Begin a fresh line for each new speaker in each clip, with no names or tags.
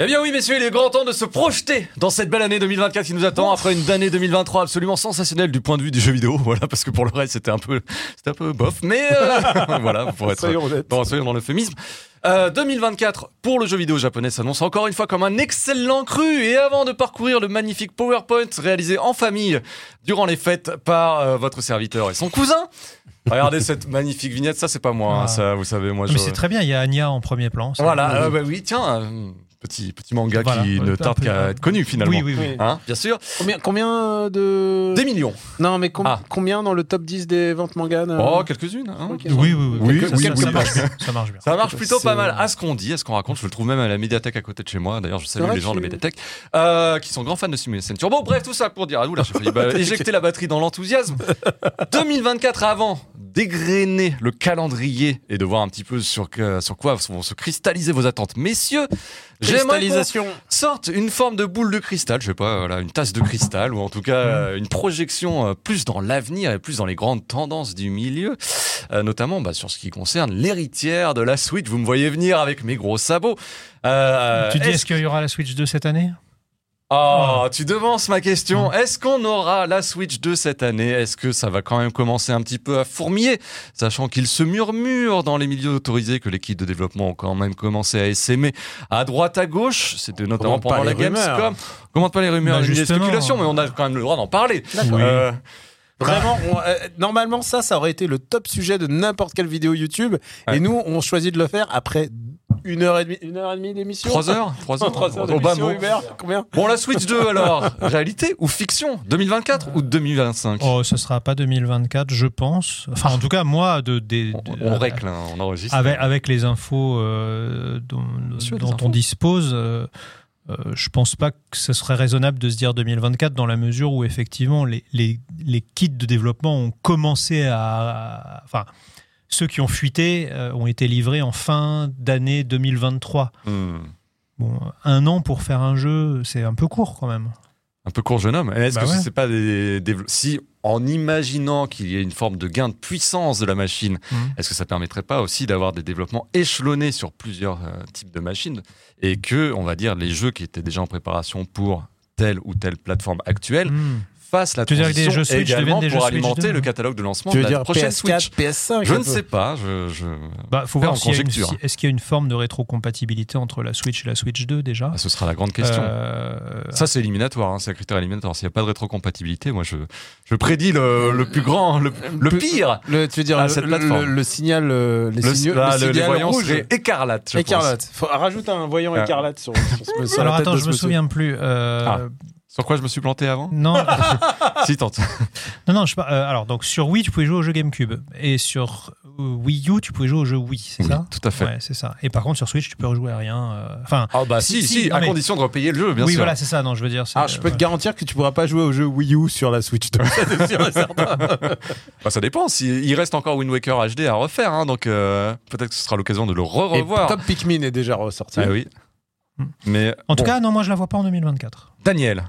Eh bien oui messieurs, il est grand temps de se projeter dans cette belle année 2024 qui nous attend après une année 2023 absolument sensationnelle du point de vue du jeu vidéo, voilà parce que pour le reste c'était un peu c'était un peu bof mais euh, voilà pour être
Soyons honnêtes.
dans, soyons dans l'euphémisme. Euh, 2024 pour le jeu vidéo japonais s'annonce encore une fois comme un excellent cru et avant de parcourir le magnifique PowerPoint réalisé en famille durant les fêtes par euh, votre serviteur et son cousin. Regardez cette magnifique vignette, ça c'est pas moi, hein,
Ah.
ça vous savez moi
Mais
je-
c'est très bien, il y a Anya en premier plan. ça-
voilà, euh, bah oui, tiens, euh, petit, petit manga
Voilà,
qui
un
ne
peu-
tarde
un peu-
qu'à être connu finalement.
Oui, oui, oui.
Oui.
Hein, bien sûr.
Combien, combien de.
Des millions.
Non, mais com-
Ah.
combien dans le top 10 des ventes manga euh,
Oh, quelques-unes. hein.
ok.
Oui, oui, oui.
Oui,
ça,
oui,
ça-
oui.
ça marche bien. Ça marche bien.
Ça marche plutôt
C'est-
pas mal. À ce qu'on dit, à ce qu'on raconte, je le trouve même à la médiathèque à côté de chez moi. D'ailleurs, je salue
vrai
les gens de la
que-
médiathèque euh, qui sont grands fans de Simulation Turbo. Bref, tout ça pour dire à nous, là, j'ai failli bah, éjecter la batterie dans l'enthousiasme. 2024 avant d'égrener le calendrier et de voir un petit peu sur, que- sur quoi vont se cristalliser vos attentes. Messieurs, j'aimerais qu'on
Cristallisation.
sorte une forme de boule de cristal, je sais pas, voilà, une tasse de cristal, ou en tout
Mm.
cas euh, une projection euh, plus dans l'avenir et plus dans les grandes tendances du milieu, euh, notamment bah, sur ce qui concerne l'héritière de la Switch. Vous me voyez venir avec mes gros sabots. Euh,
tu dis,
est-ce-
est-ce qu'il y aura la Switch 2 cette année
Ah, tu devances ma question.
Ah.
Est-ce qu'on aura la Switch 2 cette année Est-ce que ça va quand même commencer un petit peu à fourmiller Sachant qu'il se murmure dans les milieux autorisés que les kits de développement ont quand même commencé à essaimer à droite, à gauche. C'était notamment
Commente pas
pendant la
les rumeurs.
Gamescom. Commente pas les rumeurs
Bah,
et les
justement.
spéculations, mais on a quand même le droit d'en parler.
D'accord.
Euh,
Vraiment, on- euh, normalement, ça, ça aurait été le top sujet de n'importe quelle vidéo YouTube.
Ouais.
Et nous, on choisit de le faire après une heure et demie, une heure et demie d'émission.
Trois heures Trois heures, Oh, bah
Trois heures
Au bas
d'émission,
mot.
Hubert. Combien
Bon, la Switch 2 alors, réalité ou fiction 2024 ou 2025
Oh, ce sera pas 2024, je pense. Enfin, en tout cas, moi, de, des-
On,
de-
euh,
on règle, hein, on enregistre.
avec, avec les infos euh, dont,
sûr,
dont
les infos.
on dispose, euh, euh, je pense pas que ce serait raisonnable de se dire 2024 dans la mesure où effectivement les, les, les kits de développement ont commencé à... Enfin, ceux qui ont fuité euh, ont été livrés en fin d'année 2023.
Hmm.
Bon, un an pour faire un jeu, c'est un peu court quand même.
Un peu court jeune homme. Et Est-ce
Bah
que
ouais.
c'est pas des, des- si en imaginant qu'il y ait une forme de gain de puissance de la machine,
Mhm.
est-ce que ça permettrait pas aussi d'avoir des développements échelonnés sur plusieurs euh, types de machines et que on va dire les jeux qui étaient déjà en préparation pour telle ou telle plateforme actuelle
Hmm.
fassent la
Tu veux dire que des
transition
jeux Switch
également
deviennent des
pour
jeux Switch
alimenter
deux,
le
hein.
catalogue de lancement
Tu veux
de la
dire
prochaine
PS4,
Switch.
PS5
Je
un
ne
peu.
sais pas. Je, je-
Bah, faut
Faire en
voir s'il y a une- si-
conjecture.
est-ce qu'il y a une forme de rétrocompatibilité entre la Switch et la Switch 2 déjà
Ah, ce sera la grande question.
Euh,
Ça, c'est éliminatoire, hein, c'est un critère éliminatoire. S'il n'y a pas de rétrocompatibilité, moi, je, je prédis le, le plus grand, le, le
Peu-
pire.
Le, tu veux dire
Ah,
le-
cette
le-
plateforme.
le, le signal, euh, les
Le-
signaux,
là,
le
le- les
signal
voyants
rouge.
seraient écarlates. je pense.
écarlate. Faut- rajoute un voyant
Ah.
écarlate sur, sur ce- sur la
Alors
tête
attends,
de
je
ce
me
monsieur.
souviens plus. Euh,
Ah. Sur quoi je me suis planté avant
Non,
Si, tente.
non, non. Je, sais pas. Euh, alors donc sur Wii, tu pouvais jouer au jeu GameCube et sur euh, Wii U, tu pouvais jouer au jeu Wii, c'est
Oui,
ça
tout à fait.
Ouais, c'est ça. Et par contre sur Switch, tu peux rejouer à rien. euh, Enfin,
Ah, bah
Si,
si, si,
si, non,
à
mais-
condition de repayer le jeu, bien
oui,
sûr.
voilà, c'est ça. Non, je veux dire. c'est- euh,
Alors, Ah, je peux te
ouais.
garantir que tu pourras pas jouer au jeu Wii U sur la Switch.
Bah, ça dépend. si- il reste encore Wind Waker HD à refaire, hein, donc euh, peut-être que ce sera l'occasion de le
Et
re-revoir.
Top Pikmin est déjà ressorti.
Ah oui.
Hmm.
Mais
En tout
bon,
cas, non, moi je la vois pas en 2024.
Daniel,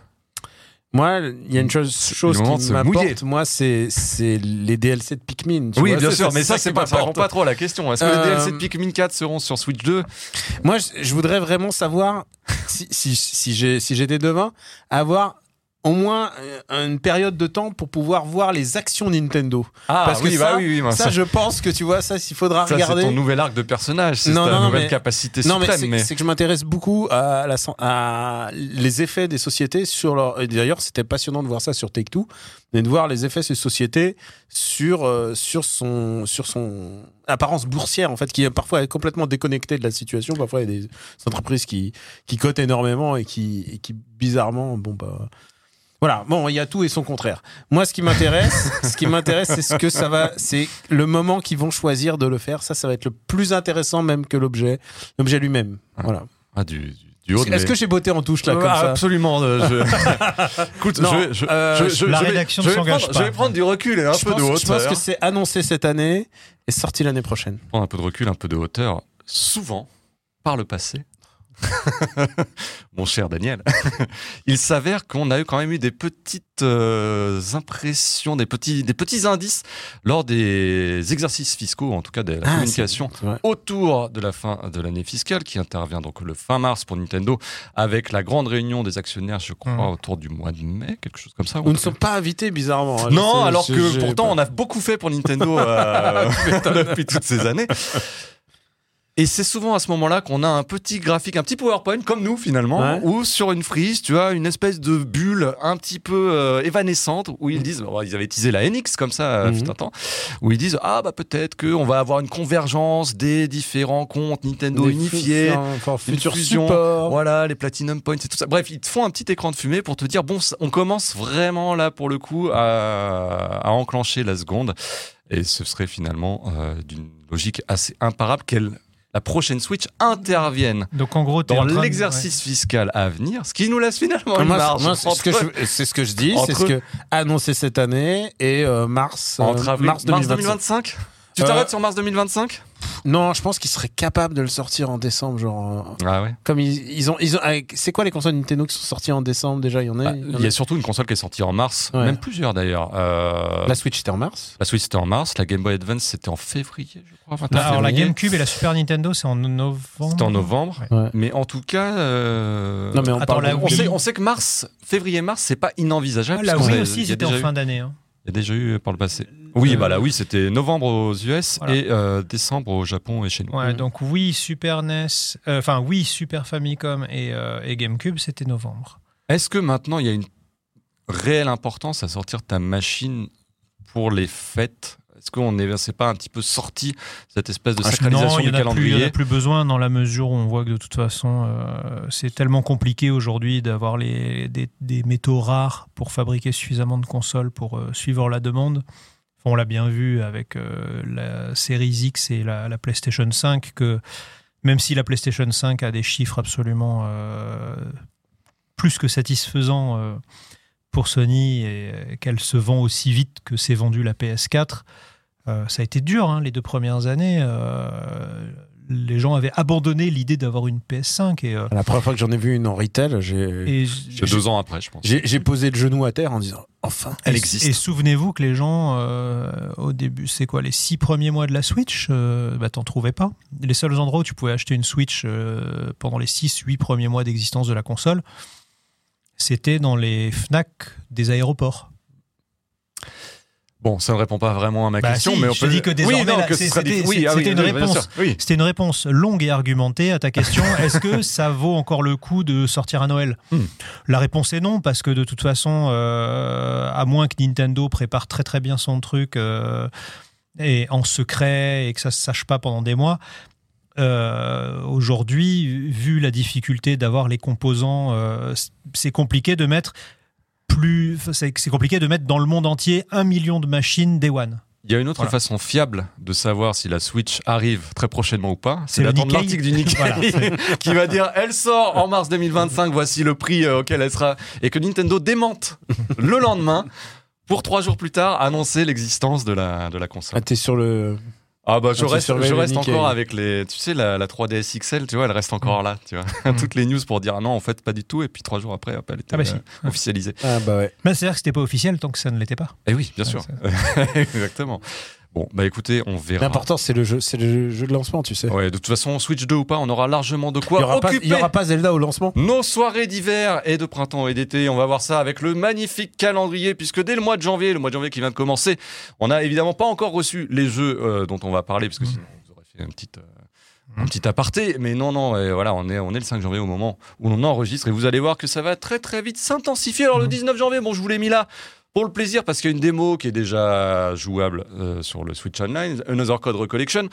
Moi, il y a une chose, chose
le moment de
qui
se mouiller.
m'apporte, moi, c'est c'est les DLC de Pikmin. tu
oui,
vois,
bien sûr, mais ça,
qui
c'est pas, ça répond
m'apporte.
pas trop à la question. Est-ce que
Euh,
les DLC de Pikmin 4 seront sur Switch 2
Moi, je, je voudrais vraiment savoir, si, si, si j'ai- si j'étais devin, avoir au moins euh, une période de temps pour pouvoir voir les actions Nintendo.
Ah,
Parce que
oui, bah
ça-
oui, oui, bah,
ça,
ça-
je pense que tu vois, ça, s'il faudra
Ça, c'est
regarder.
ton nouvel arc de personnage, c'est
Non,
ta
non, non,
nouvelle
mais-
capacité
Non, mais
suprême.
c'est
mais-
c'est que je m'intéresse beaucoup à, la, san- à les effets des sociétés sur leur. et D'ailleurs, c'était passionnant de voir ça sur Take Two, mais de voir les effets des sociétés sur euh, sur son sur son apparence boursière en fait, qui est parfois complètement déconnectée de la situation. Parfois, il y a des entreprises qui qui cotent énormément et qui et qui bizarrement, bon bah. Voilà, bon, il y a tout et son contraire. Moi, ce qui m'intéresse, ce qui m'intéresse, c'est ce que ça va, c'est le moment qu'ils vont choisir de le faire. Ça, ça va être le plus intéressant même que l'objet, l'objet lui-même. Voilà.
Ah, du, du- du haut de
Est-ce
mes-
que j'ai beauté en touche là comme
Ah,
ça
Absolument. euh, je- Écoute,
Non,
je, je-
euh,
je- je-
la
je vais-
rédaction
je
ne
vais
s'engage
prendre-
pas.
Je vais prendre du recul et un
je,
peu
pense,
de hein.
je
hauteur.
pense que c'est annoncé cette année et sorti l'année prochaine.
prendre un peu de recul, un peu de hauteur. Souvent, par le passé, mon cher Daniel, il s'avère qu'on a eu quand même eu des petites euh, impressions, des petits, des petits indices lors des exercices fiscaux, en tout cas de la communication autour de la fin de l'année fiscale qui intervient donc le fin mars pour Nintendo avec la grande réunion des actionnaires, je crois,
Mm.
autour du mois de mai, quelque chose comme ça.
Nous ne sommes pas invités, bizarrement. hein. Je
Non,
sais,
alors
je-
que
j'ai
pourtant
pas-
on a beaucoup fait pour Nintendo euh, depuis toutes ces années. Et c'est souvent à ce moment-là qu'on a un petit graphique, un petit PowerPoint comme nous finalement,
Ouais.
où sur une frise, tu as une espèce de bulle un petit peu euh, évanescente où
Mm.
ils disent, bon, ils avaient teasé la NX comme ça, euh,
Mhm.
fut un temps, où ils disent ah bah peut-être qu'on va avoir une convergence des différents comptes Nintendo
des
unifiés,
futurs- enfin,
une
futurs
fusion,
supports.
voilà, les Platinum Points et tout ça. Bref, ils te font un petit écran de fumée pour te dire bon, ça- on commence vraiment là pour le coup à, à enclencher la seconde. Et ce serait finalement euh, d'une logique assez imparable qu'elle la prochaine Switch intervienne
Donc en gros, t'es
dans
en train de-
l'exercice fiscal à venir, ce qui nous laisse finalement une
Moi,
marge
c'est- moi, c'est ce que
entre-
je- c'est ce que je dis,
entre-
c'est ce que annoncé cette année et euh, mars, euh,
entre avril-
mars 2025.
Tu
Euh,
t'arrêtes sur mars 2025
Non, je pense qu'ils seraient capables de le sortir en décembre, genre euh,
Ah ouais.
comme ils, ils ont, ils ont. avec- C'est quoi les consoles Nintendo qui sont sorties en décembre déjà Il y en
Bah,
a. il y en
Il y a surtout une console qui est sortie en mars,
Ouais.
même plusieurs d'ailleurs. Euh,
a- La Switch c'était en mars.
La Switch c'était en mars, la Game Boy Advance c'était en février, je crois.
Là,
29
Ah, alors la
février.
GameCube et la Super Nintendo, c'est en novembre.
C'était en novembre.
Ouais.
Mais en tout cas, euh,
Non mais on
Attends,
parle.
la
de-
on,
Wii.
sait, on sait que mars, février-mars, c'est pas
Ah,
inenvisageable.
la
puisqu'on
Wii
a-
aussi,
il y a
c'était
déjà
en
eu-
fin d'année. hein.
Il y a déjà eu par le passé. Oui,
Euh,
bah là, oui, c'était novembre aux US
Voilà.
et euh, décembre au Japon et chez nous.
Ouais, donc oui, Super NES, euh, enfin oui, Super Famicom et, euh, et GameCube, c'était novembre.
Est-ce que maintenant il y a une réelle importance à sortir ta machine pour les fêtes Est-ce qu'on est, c'est pas un petit peu sorti cette espèce de sacralisation
Ah, non, il y
du
en a plus, il y en a
calendrier
plus besoin dans la mesure où on voit que de toute façon, euh, c'est tellement compliqué aujourd'hui d'avoir les des, des métaux rares pour fabriquer suffisamment de consoles pour euh, suivre la demande. Enfin, on l'a bien vu avec euh, la série X et la, la PlayStation 5 que même si la PlayStation 5 a des chiffres absolument euh, plus que satisfaisants euh, pour Sony et euh, qu'elle se vend aussi vite que s'est vendue la PS4, euh, ça a été dur hein, les deux premières années. euh, les gens avaient abandonné l'idée d'avoir une PS5 et, euh,
La première fois que j'en ai vu une en retail, j'ai
et-
C'est Deux ans après, je pense.
j'ai j'ai posé le genou à terre en disant enfin.
Elle
et-
existe.
Et souvenez-vous que les gens, euh, au début, c'est quoi, les six premiers mois de la Switch, euh, bah, t'en trouvais pas. Les seuls endroits où tu pouvais acheter une Switch euh, pendant les six, huit premiers mois d'existence de la console, c'était dans les FNAC des aéroports.
Bon, ça ne répond pas vraiment à ma
Bah
question,
si,
mais on
je
peut
te dis que désormais,
oui, non,
là,
que
c'est-
ce sera
c'était-
difficile. Oui, ah oui,
c'était une
oui, bien
réponse.
sûr, oui.
C'était une réponse longue et argumentée à ta question est-ce que ça vaut encore le coup de sortir à Noël
Hmm.
La réponse est non, parce que de toute façon, euh, à moins que Nintendo prépare très très bien son truc euh, et en secret et que ça se sache pas pendant des mois. euh, Aujourd'hui, vu la difficulté d'avoir les composants, euh, c'est compliqué de mettre plus, c'est c'est compliqué de mettre dans le monde entier un million de machines Day One.
Il y a une autre
Voilà.
façon fiable de savoir si la Switch arrive très prochainement ou pas,
C'est
c'est
le
d'attendre
Nikkei.
l'article du Nikkei qui va dire elle sort en mars 2025, voici le prix euh, auquel elle sera, et que Nintendo démente le lendemain pour trois jours plus tard annoncer l'existence de la, de la console.
Ah, t'es sur le.
Ah bah je
Ah, tu
reste,
surveilles
je
le
reste
Nikkei.
encore avec les, tu sais la, la 3DS XL, tu vois, elle reste encore là, tu vois,
Mm.
toutes les news pour dire ah non en fait pas du tout, et puis trois jours après hop, elle était
Ah bah si.
euh, officialisée.
Ah bah ouais.
Mais c'est-à-dire que c'était pas officiel tant que ça ne l'était pas.
Et oui, bien
Ouais,
sûr, exactement. Bon bah écoutez, on verra.
L'important c'est le jeu, c'est le jeu de lancement, tu sais.
Ouais, de toute façon, Switch 2 ou pas, on aura largement de
Il y
quoi
aura pas, il
occuper
y aura pas Zelda au lancement.
nos soirées d'hiver et de printemps et d'été. On va voir ça avec le magnifique calendrier, puisque dès le mois de janvier, le mois de janvier qui vient de commencer, on n'a évidemment pas encore reçu les jeux euh, dont on va parler, parce que sinon, vous aurez fait un petit, euh, un petit aparté. Mais non, non, et voilà, on est, on est le 5 janvier au moment où on enregistre, et vous allez voir que ça va très très vite s'intensifier. Alors le
Mhm.
19 janvier, bon, je vous l'ai mis là. Pour le plaisir, parce qu'il y a une démo qui est déjà jouable euh, sur le Switch Online, Another Code Recollection,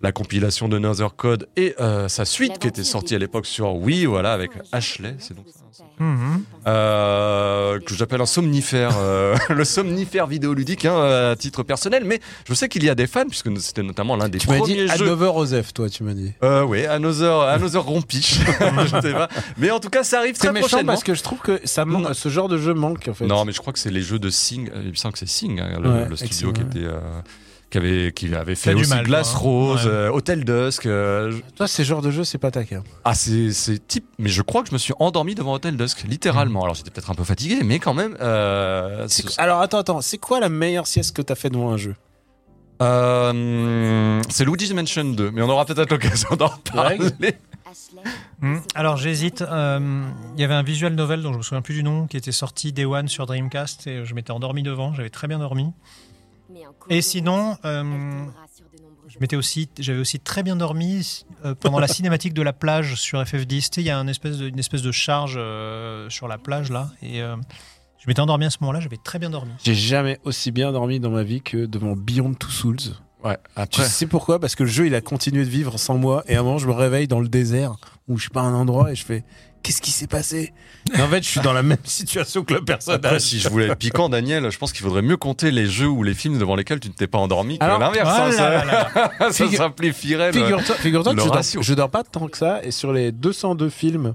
la compilation de Another Code et euh, sa suite qui était sortie à l'époque sur Wii, voilà, Ah, avec Ashley, c'est donc ça. hein,
Mm. Mhm,
euh, que j'appelle un somnifère, euh, le somnifère vidéoludique hein, à titre personnel, mais je sais qu'il y a des fans, puisque c'était notamment l'un des
Tu m'as dit
premiers
à
jeux.
9h Osef, toi, tu m'as dit.
Euh, oui, Another, Another Rompiche, je sais pas. Mais en tout cas, ça arrive
C'est
très
méchant
prochainement.
parce que je trouve que ça man-
Non.
ce genre de jeu manque en fait.
Non, mais je crois que c'est les jeux de Sing, euh, il me semble que c'est Sing, hein, le,
Ouais,
le
avec
studio
Sing,
qui
ouais.
était... euh, qui avait, qui avait fait
du
aussi
mal,
Glace
quoi, hein.
Rose,
Ouais.
euh, Hotel Dusk. euh, je-
Toi, ces genres de jeux, c'est pas ta cam.
Ah, c'est c'est type. Mais je crois que je me suis endormi devant Hotel Dusk, littéralement. Alors j'étais peut-être un peu fatigué, mais quand même. euh,
Mmh. C'est
ce-
quoi- Alors attends, attends, c'est quoi la meilleure sieste que t'as fait devant un jeu
euh, c'est Luigi's Mansion 2, mais on aura peut-être l'occasion d'en parler.
Hmm. Alors j'hésite. euh, Il y avait un visual novel dont je me souviens plus du nom qui était sorti Day One sur Dreamcast et je m'étais endormi devant. J'avais très bien dormi. Et sinon, euh, je m'étais aussi, j'avais aussi très bien dormi euh, pendant la cinématique de la plage sur FF10. Tu sais, Il y a un espèce de, une espèce de charge euh, sur la plage là et euh, je m'étais endormi à ce moment-là. J'avais très bien dormi.
J'ai jamais aussi bien dormi dans ma vie que devant Beyond Two Souls.
Ouais,
Tu
après.
sais pourquoi Parce que le jeu, il a continué de vivre sans moi. Et à un moment, je me réveille dans le désert où je suis pas à un endroit et je fais Qu'est-ce qui s'est passé Et En fait, je suis dans la même situation que le
Après,
personnage.
si je voulais être piquant, Daniel, je pense qu'il faudrait mieux compter les jeux ou les films devant lesquels tu ne t'es pas endormi que
Alors,
l'inverse.
Ah
hein,
là là
ça, ça
là.
Figure-
simplifierait le-
Figure-toi figure-toi
le
que je
ratio.
dors, je dors pas tant que ça. Et sur les 202 films.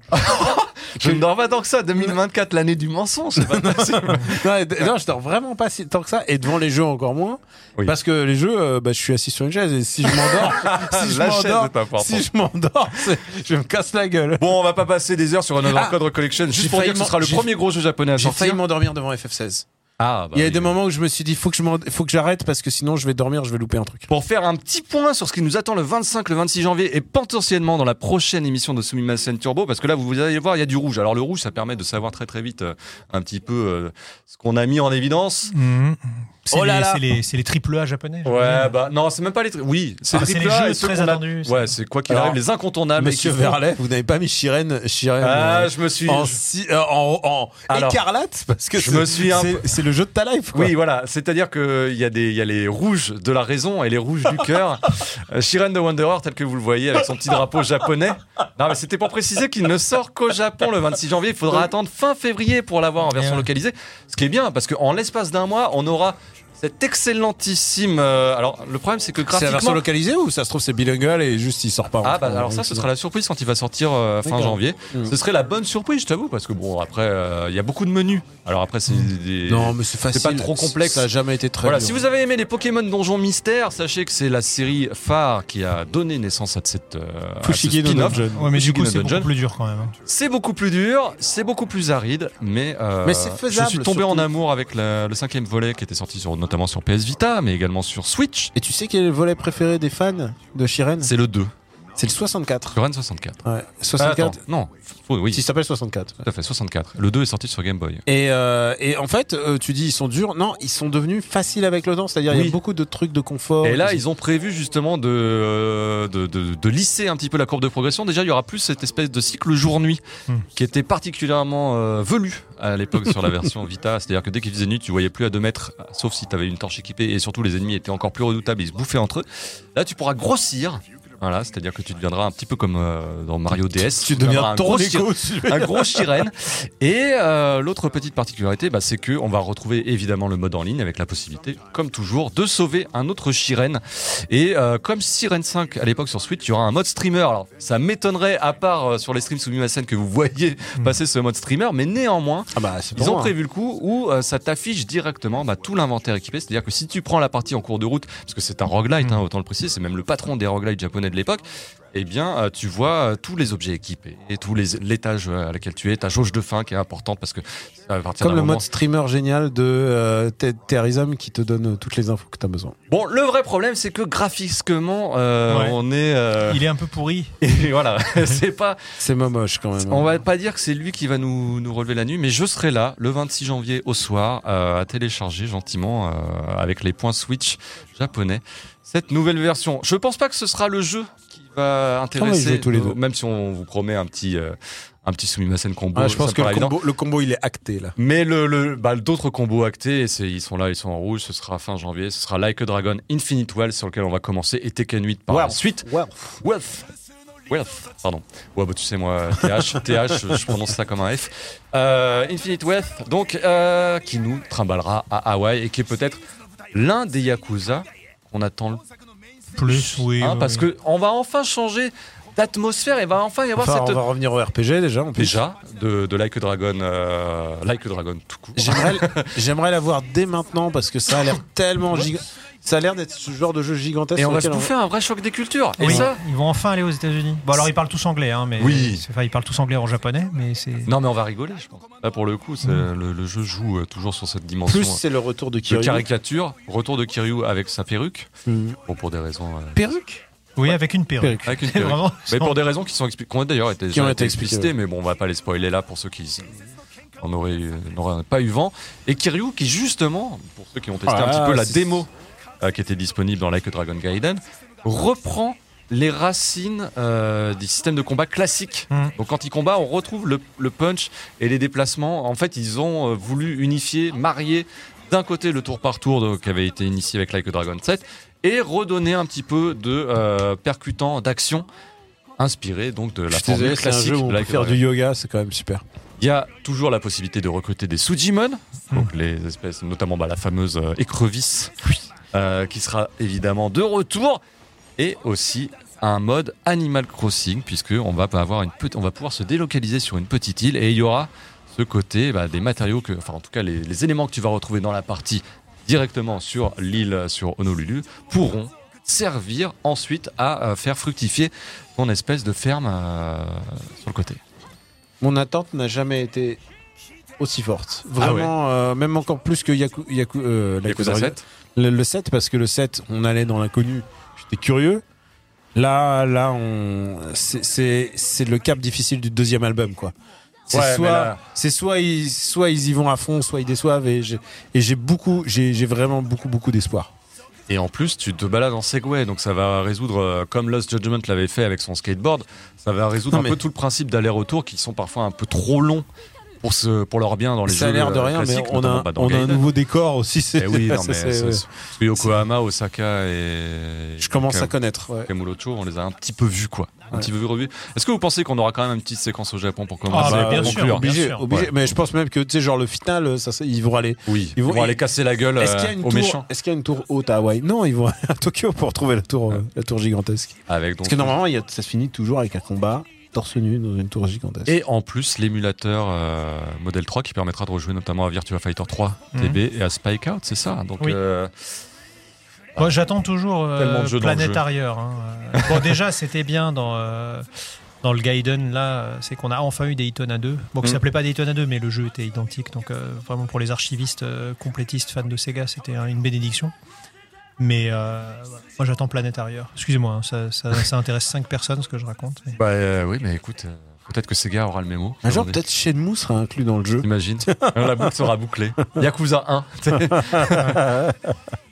Je ne dors pas tant que ça. 2024, l'année du mensonge, c'est pas possible.
non, et- non, je dors vraiment pas si- tant que ça. Et devant les jeux, encore moins.
Oui.
Parce que les jeux, euh, bah, je suis assis sur une chaise. Et si je m'endors, si je
La chaise
m'endors-
est importante.
si je m'endors, c'est- je me casse la gueule.
Bon, on va pas passer des heures sur Another
Ah,
Code Recollection
j'ai
juste pour dire
failli
que ce sera le
m'en-
premier gros jeu japonais à
J'ai
sortir.
failli m'endormir devant FF16.
Ah, bah
Il y a
oui.
des moments où je me suis dit, faut que je m'en- faut que j'arrête parce que sinon je vais dormir, je vais louper un truc.
Pour faire un petit point sur ce qui nous attend le 25, le 26 janvier et potentiellement dans la prochaine émission de Sumimasen Turbo, parce que là, vous, vous allez voir, il y a du rouge. Alors, le rouge, ça permet de savoir très très vite euh, un petit peu euh, ce qu'on a mis en évidence.
Hmm. C'est
Oh là
les-
là.
c'est les, c'est les triple A japonais. je
Ouais,
veux dire.
bah non, c'est même pas les trucs. Oui, c'est
Ah,
les
c'est les
triple A
jeux
et ceux
très
qu'on a-
attendus, ça.
Ouais, c'est quoi qu'il
Alors,
arrive, les incontournables. et
Monsieur
qui font-
Verlet, vous n'avez pas mis Chirène, Chirène
Ah,
euh,
je me suis.
en, si- euh, en- en
Alors,
écarlate parce que
je
c'est-
me suis un
c'est- c'est le jeu de ta life. Quoi.
Oui, voilà. C'est-à-dire qu'il y, a des- il y a les rouges de la raison et les rouges du cœur. Euh, Shiren de Wanderer, tel que vous le voyez, avec son petit drapeau japonais. Non, mais c'était pour préciser qu'il ne sort qu'au Japon le 26 janvier. Il faudra attendre fin février pour l'avoir en version
Ouais.
localisée. Ce qui est bien, parce qu'en l'espace d'un mois, on aura cette excellentissime. euh, alors, le problème, c'est que
c'est la version
graphiquement.
localisée ou ça se trouve c'est bilingual et juste il sort pas. en
Ah bah
France,
alors ça
donc,
ce sera la surprise quand il va sortir euh, fin
D'accord.
janvier.
Mm.
Ce serait la bonne surprise je t'avoue parce que bon après euh, il y a beaucoup de menus. Alors après c'est des...
Mm. Non mais c'est facile.
pas trop complexe.
Ça a jamais été très.
Voilà,
dur.
si vous avez aimé les Pokémon Donjons Mystère, sachez que c'est la série phare qui a donné naissance à cette euh, à ce
Fushigi no
spin-off.
Dungeon.
Ouais, mais du coup,
Shigino
c'est beaucoup
Dungeon.
plus dur quand même. hein.
C'est beaucoup plus dur, c'est beaucoup plus aride, mais, euh,
Mais c'est faisable,
je suis tombé en
surtout.
amour avec la- le cinquième volet qui était sorti sur, notamment sur PS Vita, mais également sur Switch.
Et tu sais quel est le volet préféré des fans de Chirène
C'est le 2,
C'est le 64.
Grand 64.
Ouais.
Ah,
64.
attends, non, faut- oui,
Il s'appelle 64.
tout à fait, 64. Le 2 est sorti sur Game Boy.
Et, euh, et en fait, euh, tu dis ils sont durs. Non, ils sont devenus faciles avec le temps. C'est-à-dire, il y
Oui.
a beaucoup de trucs de confort.
Et là, ils ont prévu justement de, euh, de, de- de lisser un petit peu la courbe de progression. Déjà, il y aura plus cette espèce de cycle jour-nuit
Hmm.
qui était particulièrement euh, velu à l'époque sur la version Vita. C'est-à-dire que dès qu'il faisait nuit, tu voyais plus à 2 mètres, sauf si tu avais une torche équipée. Et surtout, les ennemis étaient encore plus redoutables, ils se bouffaient entre eux. Là, tu pourras grossir. Voilà, c'est-à-dire que tu deviendras un petit peu comme euh, dans Mario DS.
tu deviens
deviendras un
ton
gros
écho, tu veux
un
dire.
gros Shiren. Et euh, l'autre petite particularité, bah, c'est que on va retrouver évidemment le mode en ligne avec la possibilité, comme toujours, de sauver un autre Shiren. Et euh, comme Siren 5 à l'époque sur Switch, il y aura un mode streamer. Alors, ça m'étonnerait, à part euh, sur les streams sous scène que vous voyez passer ce mode streamer, mais néanmoins,
Ah bah, c'est
ils
bon,
ont
hein.
prévu le coup où euh, ça t'affiche directement bah, tout l'inventaire équipé. C'est-à-dire que si tu prends la partie en cours de route, parce que c'est un roguelite, hein, autant le préciser, c'est même le patron des roguelites japonais de l'époque, eh bien, euh, tu vois euh, tous les objets équipés et tous les l'étage euh, à laquelle tu es, ta jauge de faim qui est importante parce que à partir
Comme
d'un
le
moment-
mode streamer génial de euh, Ted- Terrorism qui te donne euh, toutes les infos que tu as besoin.
Bon, le vrai problème, c'est que graphiquement, euh,
Ouais.
on est. euh,
Il est un peu pourri.
et voilà, c'est pas.
C'est moche quand même. hein.
On va pas dire que c'est lui qui va nous, nous relever la nuit, mais je serai là le 26 janvier au soir euh, à télécharger gentiment euh, avec les points Switch japonais cette nouvelle version. Je pense pas que ce sera le jeu qui va
va y
intéresser,
jouer tous les
nos-
deux
même si on vous promet un petit, euh, un petit Sumimasen combo.
Ah, je
ça
pense
me
que
paraît
le
évident.
combo, le combo, il est acté là.
Mais le, le- bah, d'autres combos actés, et c'est- ils sont là, ils sont en rouge, ce sera fin janvier, ce sera Like a Dragon Infinite Well sur lequel on va commencer et Tekken 8 par la
Wow.
suite. Wealth. Wealth, pardon. Ouais, bah, tu sais, moi, TH, TH, je prononce ça comme un F. Euh, Infinite Wealth, donc, euh, qui nous trimballera à Hawaï et qui est peut-être l'un des Yakuza qu'on attend le
Plus, oui.
hein,
oui,
parce
oui.
que on va enfin changer d'atmosphère et va enfin y avoir
Enfin,
cette.
on va revenir au RPG déjà. en plus.
Déjà, de, de Like a Dragon, euh, Like a Dragon tout court.
J'aimerais, j'aimerais l'avoir dès maintenant parce que ça a l'air tellement giga. Ça a l'air d'être ce genre de jeu gigantesque.
Et on
sur
va se
lequel
bouffer un vrai choc des cultures. Et
Oui,
ça
ils vont enfin aller aux États-Unis. Bon, alors ils parlent tous anglais, hein, mais
Oui.
c'est- enfin, ils parlent tous anglais en japonais, mais c'est.
Non, mais on va rigoler, je pense. Mm. Là, pour le coup, c'est- le, le jeu joue euh, toujours sur cette dimension. euh,
Plus c'est le retour de
de
Kiryu.
caricature, retour de Kiryu avec sa perruque,
Mm.
bon, pour des raisons euh,
Perruque
Oui, avec une perruque.
Perruque.
avec une
C'est
perruque. Ah,
vraiment.
Mais pour des raisons qui sont expli- qui ont d'ailleurs été,
Qui ont
déjà
été
été explicitées,
expliquées,
mais bon, on va pas les spoiler là pour ceux qui s- en auraient eu- n'auraient pas eu vent. Et Kiryu, qui justement, pour ceux qui ont testé
Ah,
un petit peu la
c'est-
démo euh, qui était disponible dans Like a Dragon Gaiden, reprend les racines euh, des systèmes de combat classiques.
Hmm.
Mm.
Donc quand ils combattent, on retrouve le, le punch et les déplacements. En fait, ils ont euh, voulu unifier, marier d'un côté le tour par tour de- qui avait été initié avec Like a Dragon 7 et redonner un petit peu de euh, percutant d'action inspiré donc de la
Je suis désolé,
formule
c'est un
classique
jeu où on
de
peut
Like a
faire
Dragon.
du yoga, c'est quand même super.
Il y a toujours la possibilité de recruter des Sujimon, donc les espèces, notamment bah, la fameuse euh, écrevisse, euh, qui sera évidemment de retour, et aussi un mode Animal Crossing, puisque on va, pas avoir une petite- on va pouvoir se délocaliser sur une petite île, et il y aura ce côté bah, des matériaux, que, enfin en tout cas les, les éléments que tu vas retrouver dans la partie directement sur l'île, euh, sur Honolulu, pourront servir ensuite à euh, faire fructifier ton espèce de ferme euh, sur le côté.
Mon attente n'a jamais été aussi
Ah
forte. Vraiment, euh, même encore plus que Yaku, Yaku- euh,
Yakuza
Yakuza
7.
Le, le 7, parce que le 7, on allait dans l'inconnu, j'étais curieux. Là, là, on... c'est- c'est c'est le cap difficile du deuxième album, quoi. C'est
Ouais, mais
soit,
là-
c'est soit, ils, soit ils y vont à fond, soit ils déçoivent, et j'ai et j'ai beaucoup, j'ai j'ai vraiment beaucoup, beaucoup d'espoir.
Et en plus, tu te balades en Segway, donc ça va résoudre, euh, comme Lost Judgment l'avait fait avec son skateboard, ça va résoudre
Non,
un
mais-
peu tout le principe d'aller-retour qui sont parfois un peu trop longs pour, ce, pour leur bien dans les
Ça a
jeux
l'air de
euh,
rien, mais
classiques,
on
notamment,
a,
bah, dans
on a un
Gaiden.
nouveau décor aussi. c'est-
Eh oui, non,
ça,
mais
c'est-
ça,
ouais.
c'est- parce que Yokohama, Osaka et.
Je commence à
Kam-
connaître. ouais.
Kamurocho, on les a un petit peu vus, quoi. Un
Ouais.
petit peu revus. Est-ce que vous pensez qu'on aura quand même une petite séquence au Japon pour
Ah,
commencer
bah,
à
bien sûr,
conclure
bien
obligé,
sûr.
obligé.
Ouais.
Mais je pense même que, tu sais, genre le final, euh, ça, ça- ils vont aller.
Oui,
Ils
ils
vont-
vont aller casser la gueule
Est-ce qu'il y, a
euh,
une
aux
tour-
méchants.
est-ce qu'il y a une tour haute à Hawaï Non, ils vont aller à Tokyo pour retrouver la tour, euh, la tour gigantesque.
Avec donc euh,
Parce que normalement, il y a- ça se finit toujours avec un combat torse nu dans une tour gigantesque.
Et en plus, l'émulateur euh, Model 3 qui permettra de rejouer notamment à Virtua Fighter 3
Mhm.
TB et à Spike Out, c'est ça Donc,
Oui.
euh,
Moi, j'attends toujours euh,
Tellement de jeux dans le
Planète
jeu.
Arrière. hein. Euh, Bon, déjà, c'était bien dans. euh, Dans le Gaiden, là, euh, c'est qu'on a enfin eu Daytona 2. Bon, qui
Mm.
s'appelait pas Daytona 2, mais le jeu était identique. Donc, euh, vraiment, pour les archivistes, euh, complétistes, fans de Sega, c'était hein, une bénédiction. Mais euh, voilà. moi, j'attends Planète Arrière. Excusez-moi, hein, ça, ça- ça intéresse 5 personnes, ce que je raconte. mais-
bah, euh, oui, mais écoute, euh, peut-être que Sega aura le mémo.
un jour,
Aujourd'hui.
peut-être Shenmue sera inclus dans le jeu.
T'imagines La boucle sera bouclée. Yakuza 1.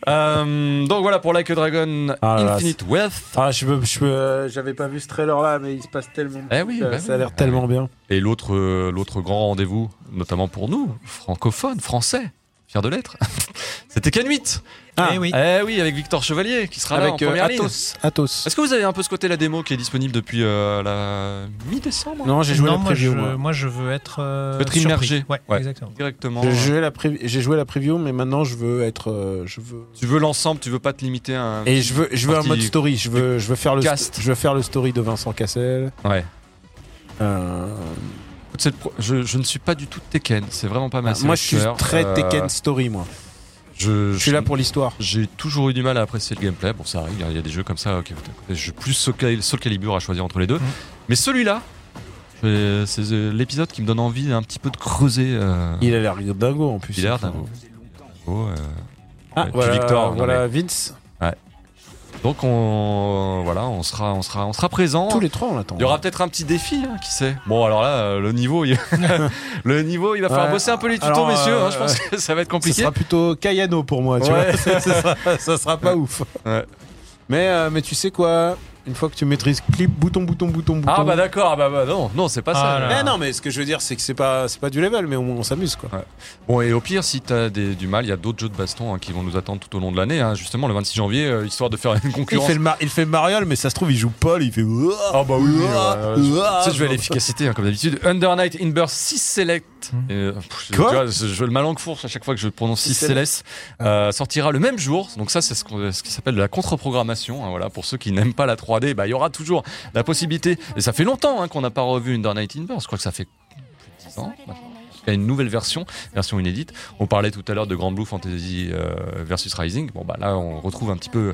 Euh, donc voilà pour Like a Dragon
Ah là là,
Infinite Wealth.
Ah, je peux, je peux, euh, j'avais pas vu ce trailer là, mais il se passe tellement.
Eh oui,
ça,
bah
Euh, ça a
oui.
l'air tellement bien.
Et l'autre, euh, l'autre grand rendez-vous, notamment pour nous, francophones, français, fiers de l'être, c'était Canuit.
Ah,
Eh oui.
Eh oui, avec Victor Chevalier qui sera là en
avec euh,
première ligne.
Athos. Athos.
Est-ce que vous avez un peu ce côté la démo qui est disponible depuis euh, la mi-décembre hein
Non, j'ai joué
Non,
la
moi, je,
preview. moi.
moi, je veux être. euh,
Peut-être
surpris.
immergé.
Ouais,
Ouais.
exactement.
Directement. euh,
J'ai joué la preview- J'ai joué la preview, mais maintenant je veux être, euh, je veux.
Tu veux l'ensemble, tu veux pas te limiter à un.
Et je veux, je veux un
Parti
mode story. Je veux, je veux faire le,
cast.
je veux faire le story de Vincent Cassel.
Ouais.
Euh,
Écoute, cette pro- je, je ne suis pas du tout Tekken, c'est vraiment pas ma série
Ah, moi,
de
je suis
cœur.
très
Euh,
Tekken story, moi.
Je,
Je suis là pour l'histoire.
J'ai toujours eu du mal à apprécier le gameplay. Bon, ça arrive, hein, il y a- il y a des jeux comme ça. ok, je suis plus Soul Cal- Soul Calibur à choisir entre les deux.
Mm.
Mhm.
Mais celui-là, je- c'est euh, l'épisode qui me donne envie un petit peu de creuser. euh,
Il a l'air dingo en plus.
il a l'air d'un beau. beau, euh,
Ah,
ouais,
voilà,
Victor, non,
voilà Vince.
Donc on voilà, on sera on sera on sera présent.
Tous les trois, on l'attend.
Il y aura peut-être un petit défi, hein, qui sait. Bon alors là, euh, le niveau, il... le niveau, il va falloir
Ouais.
bosser un peu les tutos,
Alors,
messieurs. hein,
euh,
je pense que ça va être
Ce
compliqué.
sera plutôt Kayano pour moi, tu
Ouais.
vois. ça, sera, ça sera pas ouf.
Ouais.
Mais, euh, mais tu sais quoi Une fois que tu maîtrises clip, bouton, bouton, bouton, bouton.
Ah bah d'accord, ah bah, bah non, non, c'est pas
Ah
ça.
là
là.
là.
Mais non, mais ce que je veux dire, c'est que c'est pas, c'est pas du level, mais au moins on s'amuse quoi.
Bon et au pire, si t'as des- du mal, il y a d'autres jeux de baston hein, qui vont nous attendre tout au long de l'année. hein. Justement, le 26 janvier, euh, histoire de faire une
Il
concurrence.
fait, le mar- il fait le mariole, mais ça se trouve, il joue Paul, il fait.
Ah bah oui, oui,
Ouah,
ouais, ouais.
ouah.
Tu sais, je vais à l'efficacité, hein, comme d'habitude. Under Night in Burst 6 Select.
Hmm.
Et, euh, pff,
Mmh. Quoi
tu vois, je, je le mal en fourche à chaque fois que je prononce 6
Six
Select. Euh, sortira le même jour. Donc, ça, c'est ce, qu'on- ce qui s'appelle de la contre-programmation. hein, voilà. Pour ceux qui n'aiment pas la 3D, bah, il y aura toujours la possibilité. Et ça fait longtemps hein, qu'on n'a pas revu Under Night in Burst. Je crois que ça fait plus de 10 ans. maintenant. tout cas une nouvelle version, version inédite. On parlait tout à l'heure de Grand Blue Fantasy euh, versus Rising. Bon, bah là, on retrouve un petit peu,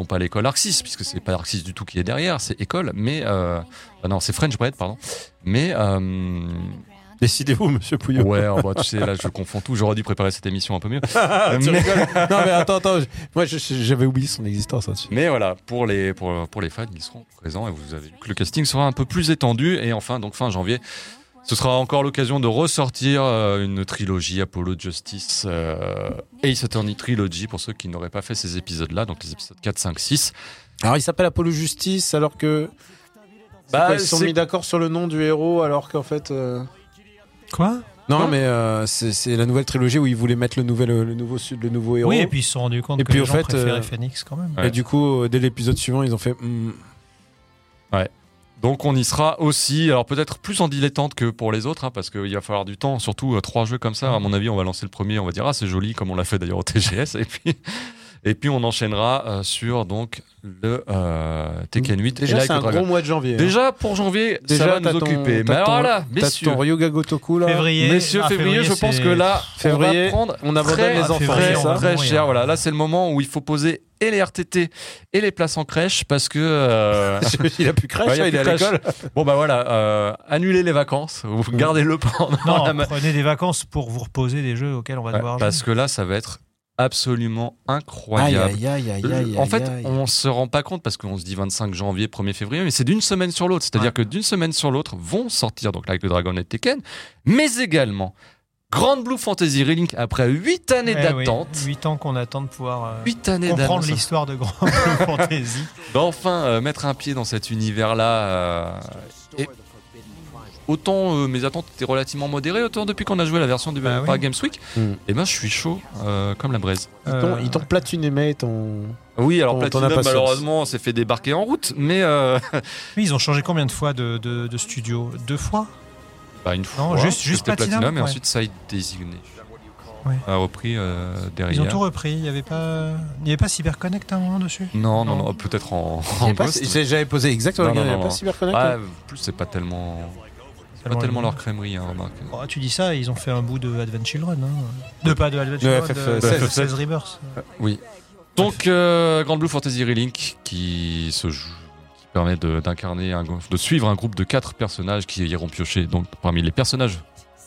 non pas l'école Arxis, puisque c'est pas Arxis du tout qui est derrière, c'est école, mais. euh, ah non, c'est French Bread, pardon. Mais. euh,
Décidez-vous, monsieur Pouillot.
ouais, oh, bah, tu sais, là, je confonds tout. J'aurais dû préparer cette émission un peu mieux.
Tu
Mais-
rigoles non, mais attends, attends. je- Moi, je- je- j'avais oublié son existence là-dessus.
Mais voilà, pour les, pour, pour les fans, ils seront présents et vous avez vu que le casting sera un peu plus étendu. Et enfin, donc fin janvier, ce sera encore l'occasion de ressortir euh, une trilogie Apollo Justice euh, Ace Attorney Trilogy pour ceux qui n'auraient pas fait ces épisodes-là, donc les épisodes 4, 5, 6.
Alors, il s'appelle Apollo Justice, alors que.
Bah,
Quoi, ils se sont
c'est-
mis d'accord sur le nom du héros, alors qu'en fait. euh,
Quoi
Non, mais euh, c'est c'est la nouvelle trilogie où ils voulaient mettre le, nouvel, le, nouveau, sud- le nouveau héros.
Oui, et puis ils se sont rendus compte
Oh. Et
que
puis,
les
au
gens
fait,
préféraient
euh,
Phoenix quand même.
Et
Ouais.
du coup, euh, dès l'épisode suivant, ils ont fait. hmm,
Donc on y sera aussi, alors peut-être plus en dilettante que pour les autres, hein, parce qu'il va falloir du temps, surtout euh, trois jeux comme ça. À mon avis, on va lancer le premier, on va dire ah c'est joli, comme on l'a fait d'ailleurs au TGS, et puis et puis on enchaînera euh, sur donc le euh, Tekken 8 et
Déjà,
Like
c'est
a
un
Dragon.
gros mois de janvier. hein.
Déjà pour janvier,
Déjà,
ça va
t'as
nous
ton-
occuper.
t'as
Mais alors
ton-
là,
T'as
messieurs,
ton Ryuga Gotoku là.
Février.
messieurs
ah,
février, je pense
c'est-
que là, on
Février,
va prendre
on abandonne
très,
les enfants,
très,
c'est ça
très
Oui,
cher.
hein.
Voilà, là c'est le moment où il faut poser et les RTT et les places en crèche parce que euh,
il a plus crèche,
Ouais, il a
hein, il est
plus
à
crèche.
l'école.
Bon bah voilà, euh, annulez les vacances, ou gardez-le pendant
Non,
la ma-
prenez des vacances pour vous reposer des jeux auxquels on va
Ouais,
devoir jouer.
Parce que là, ça va être absolument
Aïe,
incroyable.
aïe, aïe, aïe, aïe.
En fait,
aïe.
on se rend pas compte parce qu'on se dit 25 janvier, 1er février, mais c'est d'une semaine sur l'autre. C'est-à-dire que
Ouais.
d'une semaine sur l'autre vont sortir donc Like a Dragon et Tekken, mais également Grand Blue Fantasy Relink après 8 années
Eh oui,
d'attente.
Huit ans qu'on attend de pouvoir euh,
8 années
comprendre
d'attente.
l'histoire de Grand Blue Fantasy.
D'enfin euh, mettre un pied dans cet univers-là. euh, et autant euh, mes attentes étaient relativement modérées, autant depuis qu'on a joué la version du
Bah oui.
par Games Week,
Hmm.
et ben je suis chaud euh, comme la braise.
Ils t'ont- Ils t'ont platiné, ton.
Oui, alors
Ton- ton
Platinum
impatience.
malheureusement s'est fait débarquer en route, mais euh,
Oui, ils ont changé combien de fois de, de, de studio Deux fois
bah, une fois
Non, juste-
que
juste
c'était
Platinum,
et
ouais.
ensuite ça a désigné.
Ouais.
A repris euh,
Ils ont
derrière.
tout repris. Il n'y avait pas, il n'y avait pas CyberConnect à un moment dessus
Non, non,
Non.
non, peut-être en,
Il y
en
a pas-
Ghost.
j'ai- J'avais posé exactement
Non,
la question,
non,
il n'y
non,
a pas
non.
Cyberconnect.
Ah,
hein.
plus c'est pas tellement, c'est pas
Tellement
tellement
les-
leur crèmerie, hein, remarque.
Oh, tu dis ça, ils ont fait un bout de Advent Children. Hein. De pas de Advent
De
Children,
FF16.
de FF16 Rebirth.
Oui. Donc, euh, Grand Blue Fantasy Relink qui se joue- qui permet de, d'incarner un, grou- de suivre un groupe de quatre personnages qui iront piocher donc parmi les personnages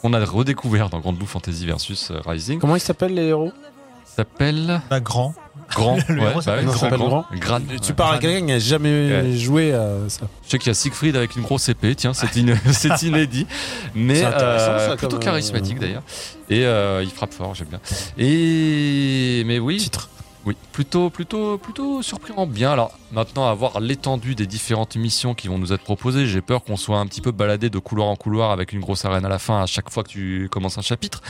qu'on a redécouverts dans Grand Blue Fantasy versus euh, Rising.
Comment ils s'appellent les héros
Il s'appelle
Bah, grand.
Grand.
Le héros s'appelle
il
Grand.
s'appelle
Grand.
Gran.
Ah, Tu
Ouais.
parles à quelqu'un qui n'a jamais
Ouais.
joué à ça.
Je sais qu'il y a Siegfried avec une grosse épée, tiens, c'est, in- c'est inédit, mais
C'est intéressant,
euh,
ça,
plutôt
comme, euh,
charismatique d'ailleurs. Et euh, il frappe fort, j'aime bien. Et mais oui,
Titre.
Oui, plutôt, plutôt, plutôt surprenant bien. Alors maintenant, à voir l'étendue des différentes missions qui vont nous être proposées, j'ai peur qu'on soit un petit peu baladé de couloir en couloir avec une grosse arène à la fin à chaque fois que tu commences un chapitre.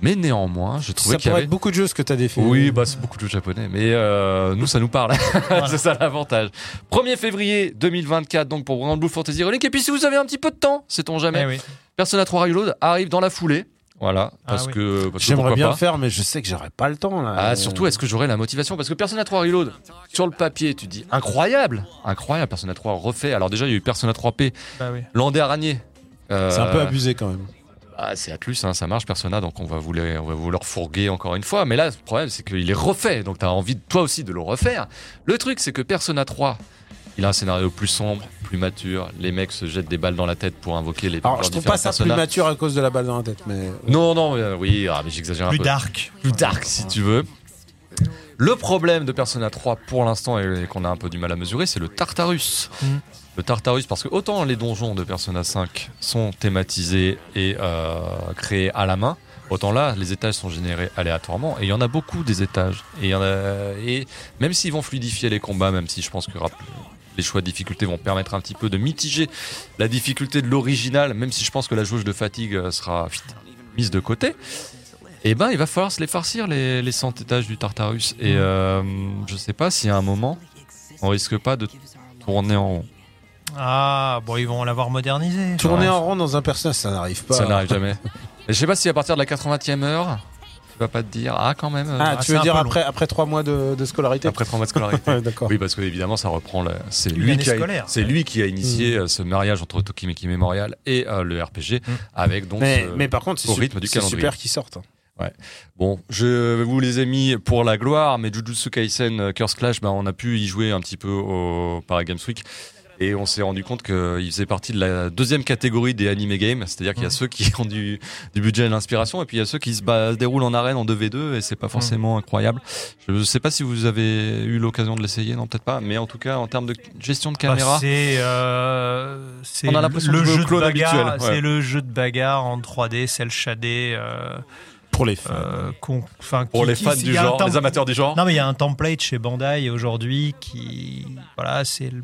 Mais néanmoins, j'ai trouvé
Ça
qu'il y
pourrait
avait...
être beaucoup de jeux ce que tu as défini.
Oui, bah, c'est beaucoup de jeux japonais, mais euh, nous, ça nous parle. c'est ça l'avantage. 1er février 2024, donc pour Grand Blue Fantasy Relink. Et puis, si vous avez un petit peu de temps, sait-on
Ah,
jamais,
Eh oui.
Persona 3 Reload arrive dans la foulée. Voilà,
Ah
parce
oui.
que. parce que
J'aimerais
pourquoi
bien
pas.
le faire, mais je sais que j'aurais pas le temps. Là.
Ah, surtout, est-ce que j'aurai la motivation Parce que Persona 3 Reload, sur le papier, tu dis incroyable, incroyable, Persona 3 refait. Alors, déjà, il y a eu Persona 3P
Bah oui.
l'an dernier. Euh,
C'est un peu abusé quand même.
bah, c'est Atlus, hein, ça marche, Persona, donc on va, vous les- on va vous leur fourguer encore une fois. Mais là, le problème, c'est qu'il est refait, donc t'as envie, toi aussi, de le refaire. Le truc, c'est que Persona 3, il a un scénario plus sombre, plus mature. Les mecs se jettent des balles dans la tête pour invoquer les.
Alors,
leurs
je trouve
différents
pas ça
personnages.
plus mature à cause de la balle dans la tête, mais.
Non, non, euh, oui, ah, mais j'exagère un
Plus
peu.
dark.
Plus dark, si tu veux. Le problème de Persona 3 pour l'instant et qu'on a un peu du mal à mesurer, c'est le Tartarus.
Mhm.
Le Tartarus, parce que autant les donjons de Persona 5 sont thématisés et euh, créés à la main, autant là, les étages sont générés aléatoirement et il y en a beaucoup des étages. Et, il y en a- et même s'ils vont fluidifier les combats, même si je pense que rap- les choix de difficulté vont permettre un petit peu de mitiger la difficulté de l'original, même si je pense que la jauge de fatigue euh, sera pff, mise de côté, eh ben il va falloir se les farcir les, les 100 étages du Tartarus. Et euh, je sais pas si à un moment on risque pas de tourner en rond.
Ah, bon, ils vont l'avoir modernisé.
Ouais.
Tourner en rond dans un personnage, ça n'arrive pas.
Ça n'arrive jamais. Et je sais pas si à partir de la 80e heure, vas pas te dire, ah quand même, euh,
Ah,
Ah,
tu
c'est
veux
un
dire
peu
après, après trois mois de, de scolarité
après trois mois de scolarité.
Ouais, D'accord.
Oui, parce que évidemment, ça reprend. le- C'est
Une
lui,
année
qui a,
scolaire.
c'est lui qui a initié
Mmh.
euh, ce mariage entre Tokimeki Memorial et euh, le RPG,
Mm.
avec donc.
Mais,
ce-
mais par contre, c'est
au
su-
rythme du
c'est
calendrier.
super hein. qu'ils sortent.
Bon, je vous les ai mis pour la gloire, mais Jujutsu Kaisen, euh, Curse Clash, bah, on a pu y jouer un petit peu au Paris Games Week. Et on s'est rendu compte qu'il faisait partie de la deuxième catégorie des anime games, c'est-à-dire qu'il y a
Mm.
ceux qui ont du, du budget et de l'inspiration, et puis il y a ceux qui se ba- déroulent en arène en 2v2, et c'est pas forcément incroyable. Je ne sais pas si vous avez eu l'occasion de l'essayer, non peut-être pas, mais en tout cas en termes de gestion de caméra,
Bah, c'est euh, c'est
On a l'impression de
le
jouer au
jeu de
clone
bagarre,
habituel, ouais.
c'est le jeu de bagarre en 3D, cel shadé, euh,
Pour les fans.
euh, qu'on- enfin,
pour
qui-
les
qui-
fans
il
du
y a un
genre, les
temp-
amateurs du genre.
Non, mais il y a un template chez Bandai aujourd'hui qui, voilà, c'est le,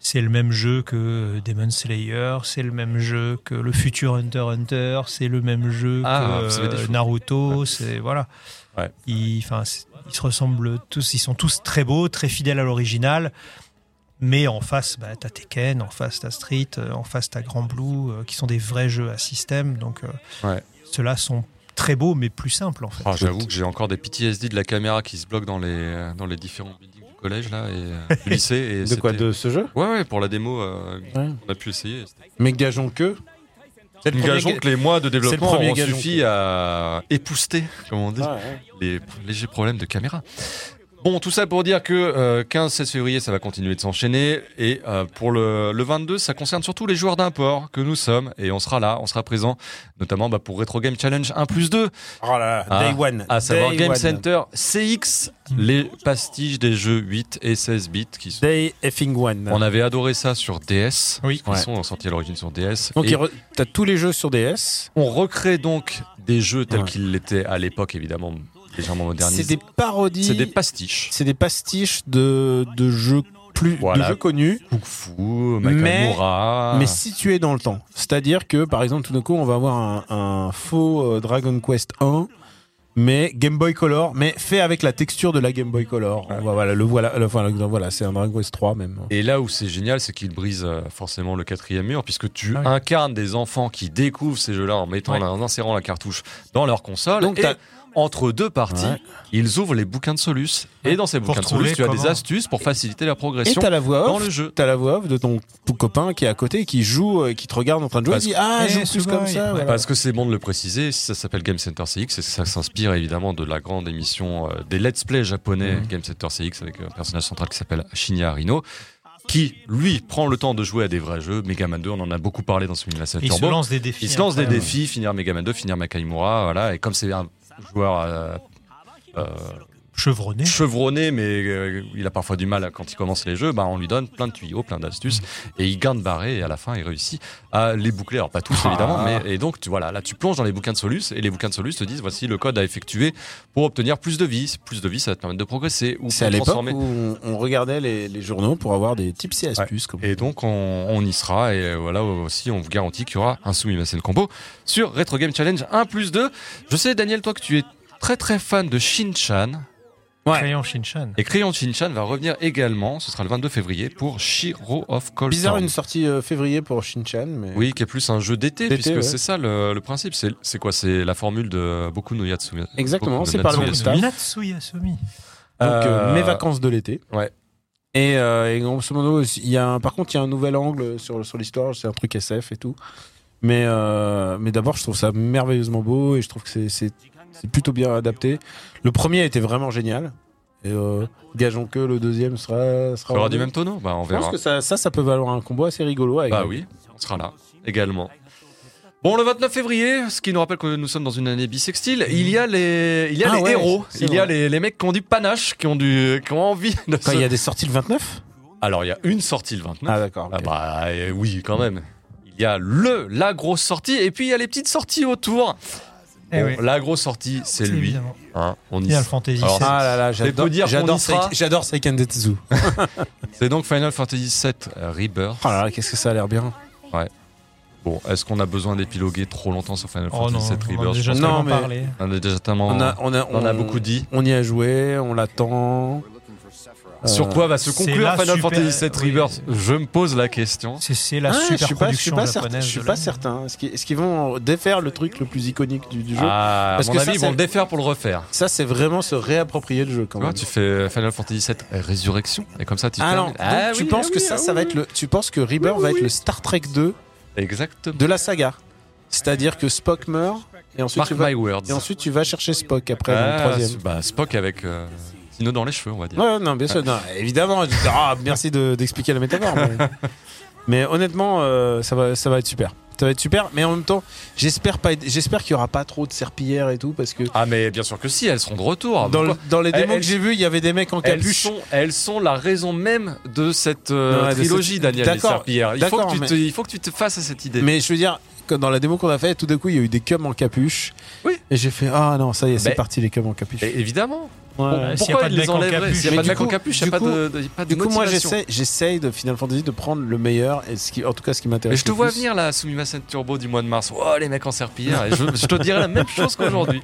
c'est le même jeu que Demon Slayer, c'est le même jeu que le futur Hunter x Hunter, c'est le même jeu
Ah,
que
ça fait des
euh,
choses.
Naruto, c'est voilà.
Ouais.
Ils, enfin, c'est- ils se ressemblent tous, ils sont tous très beaux, très fidèles à l'original. Mais en face, bah, t'as Tekken, en face t'as Street, euh, en face t'as Grand Blue, euh, qui sont des vrais jeux à système. Donc euh,
Ouais.
ceux-là sont très beaux, mais plus simples en fait.
Ah, J'avoue que j'ai encore des PTSD de la caméra qui se bloque dans les, euh, dans les différents buildings du collège là, et euh, du lycée. Et
de quoi
c'était-
De ce jeu
Ouais, ouais, pour la démo, euh, on a pu essayer.
Mais gageons que. C'est
Nous gageons que les mois de développement
premier
ont
gageon.
suffi à épouster, comme on dit, les p- légers problèmes de caméra. Bon, tout ça pour dire que 15-16 février, ça va continuer de s'enchaîner. Et euh, pour le, le 22, ça concerne surtout les joueurs d'import que nous sommes. Et on sera là, on sera présent, notamment bah, pour Retro Game Challenge 1 plus 2.
Oh là là,
Ah.
Day One.
à savoir
Day
Game
One.
Center CX, les pastiches des jeux 8 et 16 bits qui sont-
Day effing One.
On avait adoré ça sur DS.
Oui.
Ils
Ouais.
sont sortis à l'origine sur DS.
Donc
Et
il re- t'as tous les jeux sur DS.
on recrée donc des jeux tels
Ouais.
qu'ils l'étaient à l'époque, évidemment, légèrement
C'est
modernisés.
des parodies.
C'est des pastiches.
c'est des pastiches de, de jeux plus
Voilà. Ah.
de jeux connus.
Kung Fu,
Mais-
Makamura.
Mais situés dans le temps. C'est-à-dire que, par exemple, tout d'un coup, on va avoir un, un faux euh, Dragon Quest 1, mais Game Boy Color, mais fait avec la texture de la Game Boy Color. On va- Voilà, le voilà, le- voilà, voilà, c'est un Dragon Quest 3 même.
Et là où c'est génial, c'est qu'il brise euh, forcément le quatrième mur, puisque tu
Ah oui.
incarnes des enfants qui découvrent ces jeux-là en mettant,
Ouais.
la- en insérant la cartouche dans leur console.
Donc,
et
t'as-
entre deux parties,
Ouais.
ils ouvrent les bouquins de Solus. Et dans ces
Pour
bouquins de
trouver
Solus, tu as des
comment-
astuces pour faciliter la
Et
progression
t'as la voix
dans
off.
le jeu.
T'as la voix off de ton p- copain qui est à côté, qui joue, euh, qui te regarde en train de jouer,
Parce
qui dit Ah,
Eh,
joue plus
souvent,
comme
il-
ça.
ouais.
voilà.
Parce que c'est bon de le préciser, si ça s'appelle Game Center CX, c'est que ça s'inspire évidemment de la grande émission euh, des Let's Play japonais
Mhm.
Game Center CX avec euh, un personnage central qui s'appelle Shinya Rino, qui lui prend le temps de jouer à des vrais jeux. Mega Man 2, on en a beaucoup parlé dans ce Minilassa
Ils se
Turbo.
lancent des défis.
Il se lance des
incroyables.
défis, finir Mega Man 2, finir Makaimura, voilà. Et comme c'est un joueur euh, euh,
Chevronnés.
chevronné, mais euh, il a parfois du mal quand il commence les jeux, bah, on lui donne plein de tuyaux, plein d'astuces, et il gagne barré, et à la fin, il réussit à les boucler. Alors, pas tous,
Ah.
évidemment, mais et donc, tu, voilà, là, tu plonges dans les bouquins de Solus, et les bouquins de Solus te disent voici le code à effectuer pour obtenir plus de vie. Plus de vie, ça va te permettre de progresser, ou
C'est
pour
à l'époque
transformer.
où on, on regardait les, les journaux pour avoir des tips et astuces. comme-
Et donc, on, on y sera, et euh, voilà aussi, on vous garantit qu'il y aura un Sumimasen Combo sur Retro Game Challenge 1 plus 2. Je sais, Daniel, toi, que tu es très très fan de Shin-Chan.
Ouais.
Crayon Shinchan.
Et Crayon Shinchan va revenir également, ce sera le 22 février, pour Shiro of Cold
Bizarre
Town.
une sortie euh, février pour Shinchan, mais.
Oui, qui est plus un jeu d'été,
D'été,
puisque
ouais.
c'est ça le, le principe. C'est c'est quoi C'est la formule de beaucoup no Yatsu.
Exactement,
Beaucoup de
c'est par le même
Natsuya
staff. Donc,
Natsuya Somi.
euh,
Euh,
mes vacances de l'été.
ouais.
Et, euh, et grosso modo, il y a un- par contre, il y a un nouvel angle sur, sur l'histoire, c'est un truc SF et tout. Mais, euh, mais d'abord, je trouve ça merveilleusement beau et je trouve que c'est- c'est c'est plutôt bien adapté. Le premier était vraiment génial. Et euh, gageons que le deuxième sera.
Ça aura du même tonneau Bah, on
Je pense
verra.
que ça, ça, ça peut valoir un combo assez rigolo. Avec
Bah oui, on sera là également. Bon, le 29 février, ce qui nous rappelle que nous sommes dans une année bisextile, il y a les, il y a
Ah
les
ouais,
héros,
c'est
il y a
vrai.
les, les mecs qui ont du panache, qui ont, du, qui ont envie de
Quand il
se-
y a des sorties le 29
Alors, il y a une sortie le 29.
Ah d'accord.
Ah
ok.
bah euh, oui, quand même. Il y a le, la grosse sortie, et puis il y a les petites sorties autour.
Eh
Bon,
oui.
La grosse sortie, c'est lui.
Évidemment.
hein, on y
Il y a le Fantasy
Alors,
VII.
Ah là là,
Mais faut
j'adore.
dire qu'on
J'adore
y sera.
Seik- J'adore Seiken Detsu.
C'est donc Final Fantasy VII euh, Rebirth.
Oh là là, qu'est-ce que ça a l'air bien.
Bon, est-ce qu'on a besoin d'épiloguer trop longtemps sur Final
Oh non,
Fantasy VII
on en a
Rebirth
déjà
Je pense
Non,
tellement
mais-
parlé.
qu'on en a déjà tellement,
On a, on a,
on en a beaucoup dit.
On y a joué, on l'attend.
Sur quoi va se
c'est
conclure
la
Final
super-
Fantasy VII
oui,
Rebirth
c'est-
Je me pose la question.
C'est- C'est la
Ah, je
super
suis pas, je suis
production
pas certain.
japonaise.
Je suis
de
pas
l'année.
certain. Est-ce qu'ils est-ce qu'ils vont défaire le truc le plus iconique du, du jeu
Ah, à
Parce
mon
que
avis,
ça, Ah
ils vont
c'est-
le défaire pour le refaire.
Ça, c'est vraiment se réapproprier le jeu quand
Tu
même.
vois, Ah, tu fais euh, Final Fantasy VII Résurrection et comme ça, tu
Ah non,
termines.
donc
Ah
tu
oui,
penses
ah
que
oui,
ça,
ah
ça va
oui.
être le. Tu penses que Rebirth va être le Star Trek 2
Exactement.
de la saga, c'est-à-dire que Spock meurt et ensuite
Mark
tu vas
my words.
et ensuite tu vas chercher Spock après dans le
Ah,
troisième.
c'est- bah, Spock avec euh, Dino dans les cheveux, on va dire.
Ouais, ouais, non, bien sûr, non, évidemment. tu dis, Ah, merci de- d'expliquer la métaphore. Mais, mais honnêtement, euh, ça va, ça va être super. Ça va être super, mais en même temps, j'espère pas, être- j'espère qu'il y aura pas trop de serpillères et tout parce que
Ah, mais bien sûr que si, elles seront de retour.
dans, le- dans les
Elles-
démos
elles-
que j'ai vus, il y avait des mecs en
Elles
capuche.
sont, elles sont la raison même de cette euh,
Ouais, de
trilogie
cette-
Daniel
D'accord,
Pierre. Il, faut
d'accord,
que tu
mais-
te- il faut que tu te fasses à cette idée.
Mais je veux dire, que dans la démo qu'on a fait, tout d'un coup, il y a eu des cums en capuche.
Oui.
Et j'ai fait ah non, ça y est, c'est
Mais-
parti les cums en capuche.
Et évidemment.
Ouais.
Euh, s'il y a
Pourquoi
pas
ils
de
les
mec en
enlèveraient
capuche,
S'il n'y a pas
mais
de
du
mec en
coup-
capuche, il n'y
du
a pas
coup-
de, de- y a pas de
Du coup, moi,
motivation.
j'essaie, j'essaye de Final Fantasy de prendre le meilleur et ce qui, en tout cas, ce qui
Mais
m'intéresse.
je te
le
vois
plus.
venir là, Sumimasen Turbo du mois de mars. Oh, les mecs en serpillère. Et je, je te dirais la même chose qu'aujourd'hui.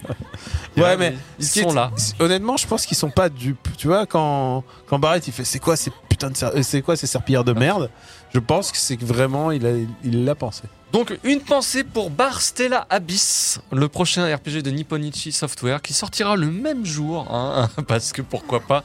Et
Ouais,
là,
mais
ils
ce qui est-
sont là.
Honnêtement, je pense qu'ils sont pas dupes. Tu vois, quand quand Barrett il fait, c'est quoi ces putains de, ser- euh, c'est quoi ces serpillères de merde Je pense que c'est que vraiment il a, il l'a pensé.
Donc, une pensée pour Barstella Abyss, le prochain RPG de Nipponichi Software qui sortira le même jour. hein, parce que pourquoi pas.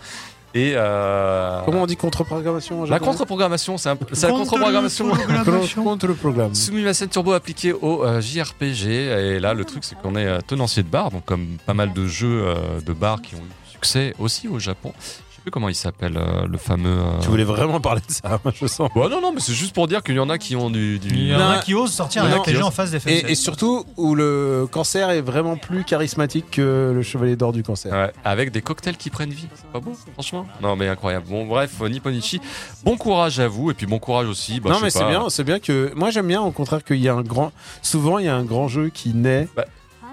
Et euh,
Comment on dit contre-programmation en
la
japonais
contre-programmation, c'est un- c'est la
Contre le
contre-programmation.
Contre- Contre-programme.
Sumimasen Turbo appliqué au euh, JRPG. Et là, le truc, c'est qu'on est euh, tenancier de bar, donc comme pas mal de jeux euh, de bar qui ont eu succès aussi au Japon. Je sais plus comment il s'appelle, euh, le fameux. euh,
Tu voulais vraiment parler de ça, je sens.
Bah non, non, mais c'est juste pour dire qu'il y en a qui ont du. du-
Il y en a
Non.
qui osent sortir
Non.
un RPG en face des Fairy
Et,
Tail.
et surtout où le cancer est vraiment plus charismatique que le chevalier d'or du cancer.
Ouais, avec des cocktails qui prennent vie. C'est pas beau, franchement. Non, mais incroyable. Bon, bref, euh, Nipponichi, bon courage à vous. Et puis bon courage aussi. bah, je
non
sais
mais c'est
pas.
bien, c'est bien que moi j'aime bien au contraire qu'il y a un grand, souvent il y a un grand jeu qui naît,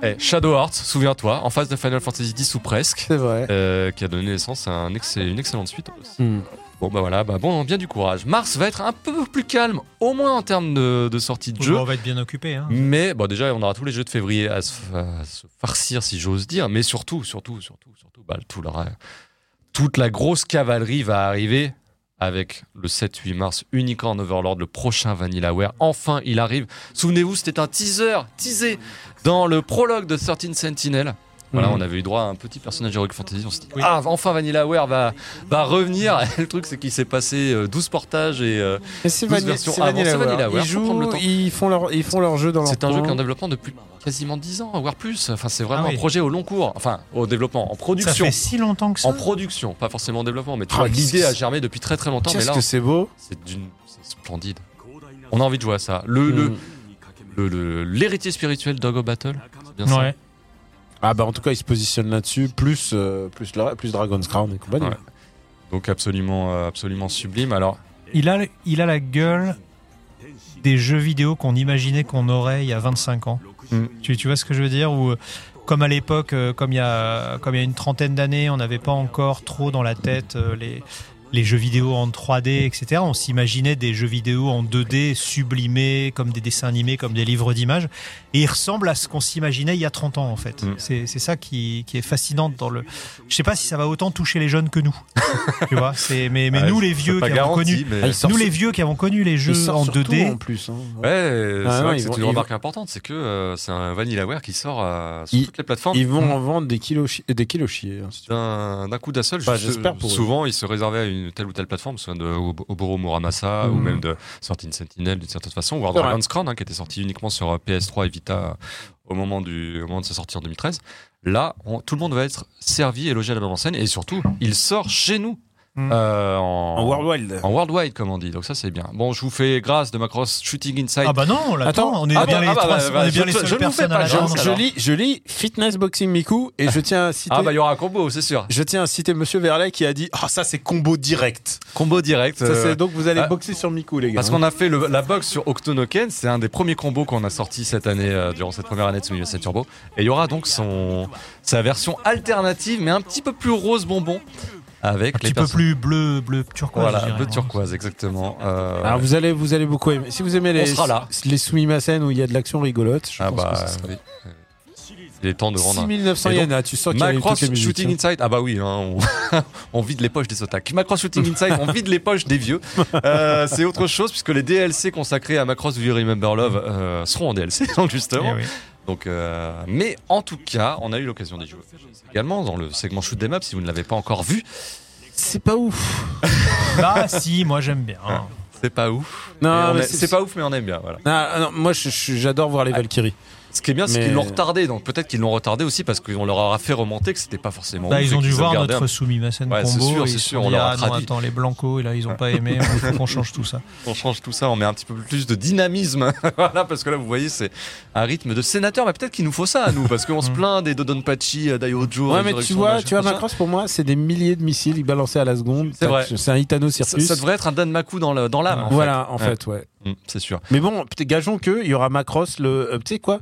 Eh, Shadow Hearts, souviens-toi, en face de Final Fantasy X ou presque,
c'est vrai.
euh, qui a donné naissance à un ex- une excellente suite.
Hmm.
Bon, bah voilà, bah bon, bien du courage. Mars va être un peu plus calme, au moins en termes de, de sortie de
Bon,
jeu.
On va être bien occupé. hein.
Mais bon, déjà, on aura tous les jeux de février à se, à se farcir, si j'ose dire. Mais surtout, surtout, surtout, surtout, bah, tout le ra- toute la grosse cavalerie va arriver avec le 7-8 mars, Unicorn Overlord, le prochain Vanillaware. Enfin, il arrive. Souvenez-vous, c'était un teaser, teasé, dans le prologue de 13 Sentinel. Voilà,
Mhm.
on avait eu droit à un petit personnage Heroic Fantasy. On s'est dit,
Oui.
ah, enfin Vanillaware va, va revenir. Et le truc, c'est qu'il s'est passé euh, 12 portages et euh,
Mais c'est
12
Vanilla,
versions
c'est
avant, c'est
Vanillaware.
Vanillaware,
Ils
faut prendre le
jouent,
temps.
ils font leur, ils font leur jeu dans leur.
c'est un jeu qui est en
coin.
développement depuis quasiment 10 ans, voire plus. Enfin, c'est vraiment
Mmh. Ah oui.
un projet au long cours. Enfin, au développement, en
Ça
production.
fait si longtemps que ça.
En production, pas forcément en développement, mais tu
Ah,
vois,
qu'est-ce
l'idée
que
a
c'est-
germé depuis très très longtemps. Mais
Qu'est-ce
là,
que c'est beau.
c'est d'une, c'est splendide. On a envie de jouer à ça. Le, le-
Hmm.
le- le- l'héritier spirituel d'Ogo Battle. C'est bien ça
Ouais.
Ah bah en tout cas ils se positionnent là-dessus plus euh, plus la- plus Dragon's Crown et compagnie.
Ouais. Donc absolument, euh, absolument sublime. Alors,
Il a, il a la gueule des jeux vidéo qu'on imaginait qu'on aurait il y a 25 ans.
Mm.
Tu, tu vois ce que je veux dire Ou euh, comme à l'époque, euh, comme il y a comme il y a une trentaine d'années, on n'avait pas encore trop dans la tête euh, les les jeux vidéo en 3D, etc. On s'imaginait des jeux vidéo en 2D sublimés, comme des dessins animés, comme des livres d'images. Et ils ressemblent à ce qu'on s'imaginait il y a 30 ans, en fait.
Mm.
C'est c'est ça qui, qui est fascinant dans le... Je sais pas si ça va autant toucher les jeunes que nous. tu vois c'est mais, mais
ouais,
nous,
Ah,
les
euh, c'est
vieux
pas
qui avons
garanti,
connu...
mais-
Ah, ils sortent
Nous,
sur-
les vieux qui avons connu les
ils
jeux
sortent
en
sur tout,
2D,
en plus. hein.
Ouais, c'est vrai
Ah non,
que
ils
c'est
vont-
une
ils
remarque importante, c'est que euh, c'est un Vanillaware qui sort euh, sur
Ils-
toutes les plateformes.
Ils vont en vendre des kilos chi- des kilos chiés. hein, si tu veux.
d'un d'un coup d'un seul.
Bah,
juste,
j'espère pour eux.
souvent, ils se réservaient à une telle ou telle plateforme, soit de Ob- Oboro Muramasa
Mhm.
ou même de Sortie de Sentinel d'une certaine façon, ou alors
C'est vrai.
Dragon's Crown, hein, qui était sorti uniquement sur euh, PS3 et Vita euh, au moment, du, au moment de sa sortie en 2013. Là, on- tout le monde va être servi et logé à la même enseigne, et surtout, il sort chez nous.
Mhm.
euh, en,
En World Wild.
en worldwide, comme on dit. Donc ça, c'est bien. Bon, je vous fais grâce de ma cross Shooting Inside.
Ah bah non, on l'attend.
Attends,
on est
ah
bien
bon,
les
ah bah,
trois-
bah, bah,
on est bien
je-
les
je
seules
ne fais
personnes
pas
à
de jeu,
l'attendre.
alors.
je, lis, je lis Fitness Boxing Miku et je tiens à citer,
Ah bah, il y aura un combo, c'est sûr.
je tiens à citer Monsieur Verlet qui a dit Ah, ça c'est combo direct.
Combo direct.
Ça,
euh,
c'est- donc vous allez
ah.
boxer sur Miku, les gars. hein.
Parce qu'on a fait le- la box sur Octonoken, c'est un des premiers combos qu'on a sorti cette année, euh, durant cette première année de Sumimasen Turbo. Et il y aura donc son, sa version alternative, mais un petit peu plus rose bonbon, avec
Un
les
petit peu
perso-
plus bleu, bleu turquoise. je
Voilà,
dirais, Ah
bleu
moi.
turquoise, exactement. Euh,
Alors vous allez, vous allez beaucoup aimer. Si vous aimez les,
sera là.
les Sumimasen où il y a de l'action rigolote, je
ah
pense
bah,
que ça sera-
oui. Il est temps de rendre. un-
6900
Et donc,
yens, ah, tu sens qu'il y a eu toutes
Macross
les musiques,
Shooting
hein.
Insight, ah bah oui, hein, on, on vide les poches des otaques. Macross Shooting Insight, on vide les poches des vieux. Euh, c'est autre chose puisque les DLC consacrés à Macross Do You Remember Love euh, seront en DLC, donc justement.
Eh oui.
Donc, euh, mais en tout cas, on a eu l'occasion d'y jouer également dans le segment Shoot Them Up si vous ne l'avez pas encore vu.
C'est pas ouf.
Bah si, moi j'aime bien. hein.
C'est pas ouf.
Non,
Mais on
mais
est- c'est pas Ah, ouf, mais on aime bien. Voilà.
Ah, ah, non, moi, je- je- j'adore voir les Valkyries.
Ce qui est bien, c'est
Mais-
qu'ils l'ont retardé. Donc peut-être qu'ils l'ont retardé aussi parce qu'on leur aura fait remonter que c'était pas forcément.
Bah,
ouf
ils
et
ont dû
qu'ils
voir
gardé un
notre Soumimasen
Ouais, c'est
combo.
sûr,
et
c'est
ils se
sûr,
sont
on
dit,
leur a
ah, non,
traduit.
attends, les blancos, et là, ils ont pas aimé. Il faut qu'on change tout ça.
On change tout ça, on met un petit peu plus de dynamisme. voilà, parce que là, vous voyez, c'est un rythme de sénateur. Mais peut-être qu'il nous faut ça à nous, parce qu'on se plaint des Dodonpachi, euh, Daiojo.
Mm. Ouais, mais tu
Resurrection,
vois,
machin,
tu vois,
machin.
Macross, pour moi, c'est des milliers de missiles balancés à la seconde.
C'est vrai.
C'est un Itano
Ça,
Circus.
ça devrait être un Danmaku dans le- dans l'âme. en fait.
voilà, en
Ouais.
fait, ouais.
Mm, c'est sûr.
Mais bon, peut-être gageons que il y aura Macross le euh, tu sais quoi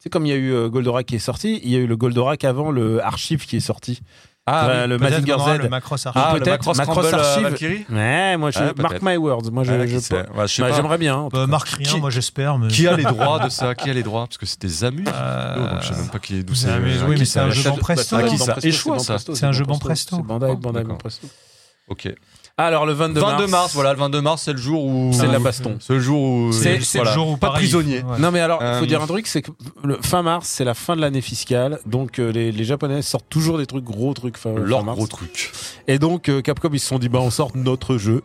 Tu sais comme il y a eu euh, Goldorak qui est sorti, il y a eu le Goldorak avant le Archive qui est sorti.
Ah,
Euh, le
Peut-être
Mazinger
qu'on aura
Z.
le Macross Archive.
Ah,
Ah,
le
peut-être,
Macross
Macross
Crumble, euh,
Archive.
Valkyrie
Ouais, moi je
Ouais,
mark
peut-être.
my words, moi je,
Ah,
je-
qui sait. Ouais, je sais
Bah,
pas. Ah,
j'aimerais bien. en tout
Bah,
cas.
Marc rien,
Qui-
moi j'espère. Mais...
Qui a les droits de ça Qui a les droits Parce que c'était Zamu. qui-
Euh,
Oh, donc je sais même pas qui est d'où
Zamu,
euh,
oui,
qui
mais
ça,
c'est un
la
jeu
chaîne-
Banpresto.
bah, qui
Dans
ça
Presto,
Échoua,
dans
ça.
Presto,
C'est un jeu
dans
Banpresto.
C'est Bandai,
Oh,
Bandai
d'accord.
Banpresto.
Ok.
Alors le 22 mars.
22 mars, voilà, le 22 mars, c'est le jour où. Euh,
C'est de la
Ah,
baston.
C'est le jour où.
C'est
euh,
c'est
voilà.
le jour où
Pas de
Paris-
prisonnier.
Ouais.
Non mais alors, il
Euh,
faut dire un truc, c'est que le fin mars, c'est la fin de l'année fiscale, donc euh, les, les Japonais sortent toujours des trucs gros trucs fin,
Leur
fin mars.
gros truc.
Et donc euh, Capcom ils se sont dit bah on sort notre jeu.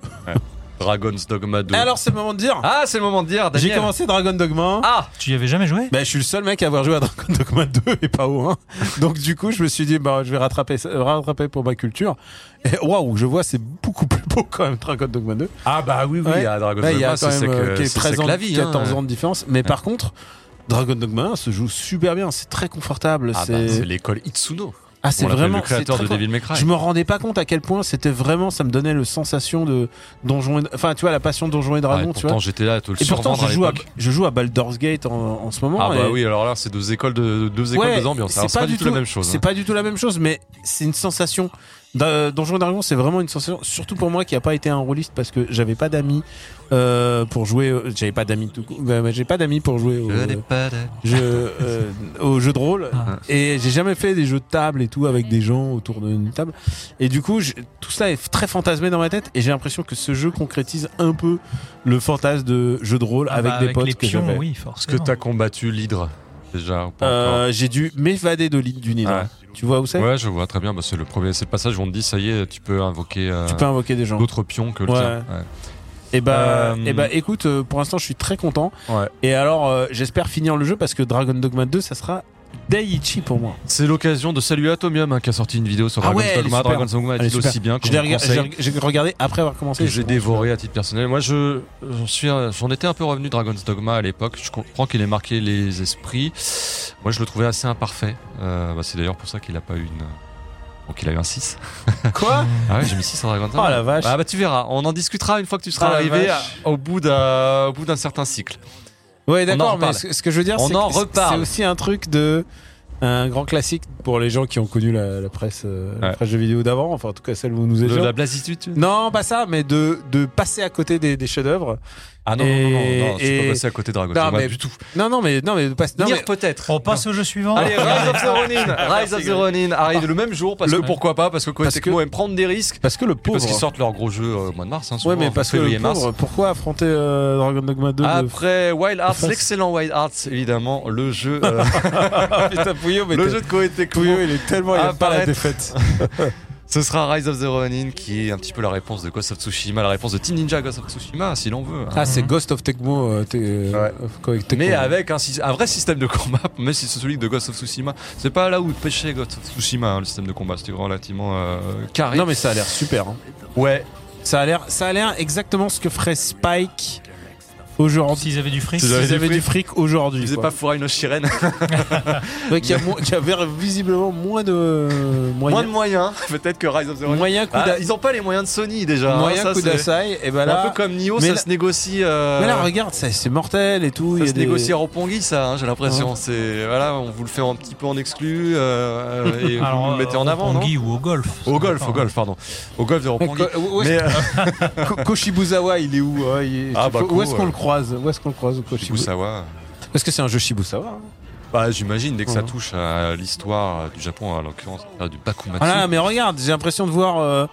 Dragon's Dogma 2.
Alors c'est le moment de dire.
ah, c'est le moment de dire,
J'ai
Daniel.
commencé Dragon Dogma.
Ah
Tu y avais jamais joué
Bah, je suis le seul mec à avoir joué à Dragon Dogma 2 et pas au 1. Donc du coup, je me suis dit bah je vais rattraper ça- rattraper pour ma culture. Et waouh, je vois c'est beaucoup plus beau quand même Dragon Dogma 2.
Ah bah oui, oui,
Ouais.
à Dragon's
Là, il y
Dogma,
a quand
c'est
même euh,
que,
quel-
c'est-
13
c'est
ans,
que la vie.
14
hein.
ans de différence, mais par contre Dragon Dogma 1 se joue super bien, c'est très confortable,
Ah bah,
c'est
c'est l'école Itsuno.
Ah,
On
c'est
l'appelle
vraiment
le créateur
c'est
de
très-
Devil May Cry.
Je me rendais pas compte à quel point c'était vraiment ça me donnait le sensation de donjon et... enfin tu vois la passion de donjon et
Ouais,
dragon, tu vois.
pourtant, j'étais là à te le
Et pourtant,
survendre
je
à
joue, à,
l'époque.
je joue à Baldur's Gate en, en ce moment.
Ah bah
et-
oui, alors là, c'est deux écoles de deux écoles
Ouais,
des ambiances. Alors, C'est pas du tout la même chose.
C'est
hein.
pas du tout la même chose, mais c'est une sensation. D'un- Donjons et Dragons, c'est vraiment une sensation, surtout pour moi qui a pas été un rôliste parce que j'avais pas d'amis euh, pour jouer. au- J'avais pas d'amis tout court. Bah, J'ai pas d'amis pour jouer au
Je n'ai pas de-
jeu, euh, au jeu de rôle.
Ah.
Et j'ai jamais fait des jeux de table et tout avec des gens autour d'une table. Et du coup, je- tout ça est très fantasmé dans ma tête et j'ai l'impression que ce jeu concrétise un peu le fantasme de jeu de rôle
Ah
avec
bah,
des potes
les
que
pions,
j'avais.
oui,
Est-ce que
forcément.
t'as combattu l'hydre déjà ou pas
Euh, j'ai dû m'évader de l'île du Nid.
Ouais.
Tu vois où c'est
encore Ouais, je vois très bien. Bah, c'est le premier, c'est le passage où on te dit ça y est, tu peux invoquer euh,
Tu peux invoquer des gens.
d'autres pions que le
Ouais.
tien. Ouais.
Et bah,
Euh,
eh bah, écoute, euh, pour l'instant, je suis très content.
Ouais.
Et alors, euh, j'espère finir le jeu parce que Dragon Dogma 2, ça sera Daiichi pour moi.
C'est l'occasion de saluer Atomium hein, qui a sorti une vidéo sur
Ah
Dragon's
ouais, elle est
Dogma.
super.
Dragon's Dogma a
Elle est
dit aussi
super.
bien
Je
qu'on
l'ai
le
rega-
conseille.
j'ai j'ai regardé après avoir commencé.
que j'ai dévoré à titre personnel. Moi, je j'en suis, un- j'en étais un peu revenu de Dragon's Dogma à l'époque. Je comprends qu'il ait marqué les esprits. Moi, je le trouvais assez imparfait. Euh, bah, c'est d'ailleurs pour ça qu'il a pas eu une. Donc, il a eu un 6.
Quoi
Ah ouais, j'ai mis 6 en Dragon's
Oh
Dogma.
la vache.
Ah bah tu verras, on en discutera une fois que tu seras
Ah, la
arrivé
vache.
à- au bout d'un au bout d'un certain cycle.
Ouais,
On en
d'accord, mais
reparle.
ce, ce que je veux dire,
On
c'est
en
que c'est-
reparle.
c'est aussi un truc de. Un grand classique pour les gens qui ont connu la, la presse, euh, la
Ouais.
presse de vidéo d'avant, enfin en tout cas celle où nous
De
étions.
la blasitude. tu-
Non, pas ça, mais de, de passer à côté des, des chefs-d'œuvre.
Ah non non non non, non,
Et-
je suis
et-
pas passé à côté de Dragon's
Non,
Dogma
mais-
du tout.
Non, non, mais non, mais de passer. non,
Nier,
mais- Oh,
peut-être.
On passe au jeu suivant.
Allez, Rise of the Ronin, Rise of the Ronin arrive le même jour parce
Le-
que pourquoi pas parce que Koei
Parce
Tecmo
que-
aime prendre des risques
Parce que le
Puis
pauvre.
Parce qu'ils sortent leur gros jeu euh, au mois de mars. Hein, souvent,
ouais, mais
en
parce que le
février-mars.
pauvre, pourquoi affronter euh, Dragon Dogma 2 de-
Après Wild Arts,
Face.
l'excellent Wild Arts, évidemment, le jeu, euh,
Putain, Pouillot, mais
le
t'es-
jeu de Koei
Pouillot,
Tecmo.
il est tellement. Il aime pas la
Apparaître.
défaite.
Ce sera Rise of the Ronin qui est un petit peu la réponse de Ghost of Tsushima, la réponse de Team Ninja Ghost of Tsushima, si l'on veut. hein.
Ah, c'est
Mhm.
Ghost of Tecmo. euh, t'es- euh, Koei Tecmo.
Mais avec un, sy- un vrai système de combat, même si c'est celui de Ghost of Tsushima, c'est pas là où pêchait Ghost of Tsushima, hein, le système de combat, c'était relativement euh, carré.
Non, mais ça a l'air super. hein.
Ouais,
Ça a l'air, ça a l'air exactement ce que ferait Spike aujourd'hui.
S'ils avaient du fric.
S'ils avaient
S'ils avaient
du
du fric
il
aujourd'hui.
faisait pas
quoi.
fourrer une sirène.
Ouais, Qui a moins- qui avait visiblement moins de
Moins de
moyens.
moyens, peut-être que Rise of the Ronin.
Moyen coup
Ah,
d'a-
ils ont pas les moyens de Sony déjà. hein,
moyen
ça,
coup
c'est-
d'assaille. Et ben
Un
là.
peu comme Nio,
mais
ça
là-
se négocie. euh,
Mais là, regarde, ça, c'est mortel et tout.
ça
il y
se
a des-
négocie à Roppongi, ça, hein, j'ai l'impression. C'est voilà, on vous le fait un petit peu en exclu euh, euh, et vous le mettez en avant, non
Tanguy ou au golf.
Au golf, au golf, pardon, au golf de Roppongi.
Ko- où est-ce
Mais euh,
Ko- Koshibuzawa, il est où hein, il est-
Ah, bah,
Où est-ce
Ko,
qu'on
euh.
le croise Où est-ce qu'on le croise au Koshibu-
Shibusawa.
Parce que c'est un jeu Shibusawa. hein.
Bah, j'imagine, dès que ça
Ouais.
touche à l'histoire du Japon, en l'occurrence, à du Bakumatsu.
Ah là, mais regarde, j'ai l'impression de voir euh,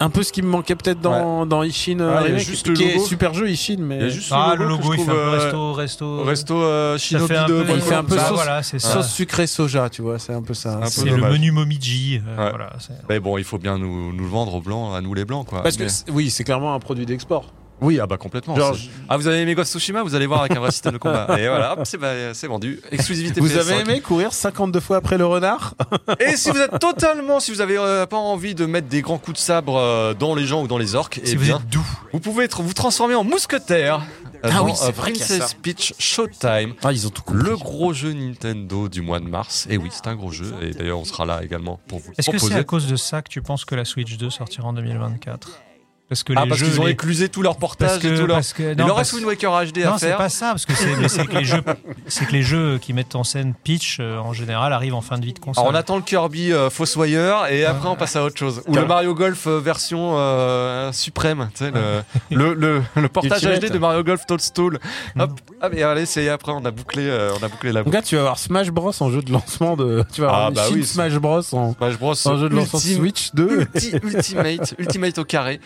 un peu ce qui me manquait peut-être dans, dans Ishin euh,
Ouais, il y a
Remake,
juste le
qui est
logo.
super jeu Ishin, mais
Il y a juste
Ah,
le
le
logo,
logo,
que je
il fait un
trouve,
peu
euh,
resto, resto.
Resto euh,
ça
Shinobi
fait un
de
peu,
il fait un peu
bah,
sauce-
voilà, c'est ça.
sauce sucrée soja, tu vois, c'est un peu ça.
un peu
C'est le
dommage.
menu Momiji. euh,
Ouais.
voilà, c'est-
Mais bon, il faut bien nous, nous le vendre aux blancs, à nous les blancs, quoi.
Parce que
Mais-
c'est- oui, c'est clairement un produit d'export.
Oui, ah bah complètement.
Genre,
c'est- Ah, vous avez aimé Ghost of Tsushima Vous allez voir avec un vrai système de combat. Et voilà, hop, c'est bah, c'est vendu. Exclusivité
vous
PS5.
avez aimé courir 52 fois après le renard
Et si vous êtes totalement, si vous avez euh, pas envie de mettre des grands coups de sabre euh, dans les gens ou dans les orques, eh
Si vous
bien,
êtes doux.
vous pouvez être- vous transformer en mousquetaire. euh,
Ah oui,
dans,
c'est
euh,
vrai qu'il y a
Princess
ça.
Peach Showtime.
Ah, ils ont tout
Le gros jeu Nintendo du mois de mars. Et oui, c'est un gros jeu. Et d'ailleurs, on sera là également pour vous le
Est-ce que c'est
proposer.
à cause de ça que tu penses que la Switch 2 sortira en 2024 Parce que les
ah, parce
jeux.
qu'ils ont
les-
éclusé tout leur
parce
portage
que,
et tout leur.
parce que- non,
Il leur
parce-
reste Wind Waker HD
non,
à
c'est
faire.
pas ça, parce que c'est mais c'est que les jeux, c'est que les jeux qui mettent en scène Peach euh, en général arrivent en fin de vie de console.
Alors on attend le Kirby euh, Fossoyeur
Ah.
et après on passe à autre chose. Ou le Mario Golf euh, version euh, suprême, tu sais, le,
Ah.
le, le, le portage
Ultimate.
HD de Mario Golf Toadstool. Hop, ah, mais allez, c'est après, on a bouclé, euh, on a bouclé la
Donc
boucle.
là, tu vas avoir Smash Bros en jeu de lancement de. Tu vas avoir
Ah, bah
Ishin
oui, c'est-
Smash Bros en,
Smash Bros.
en jeu de lancement de
ultime-
Switch 2.
ulti- ultimate, ultimate au carré.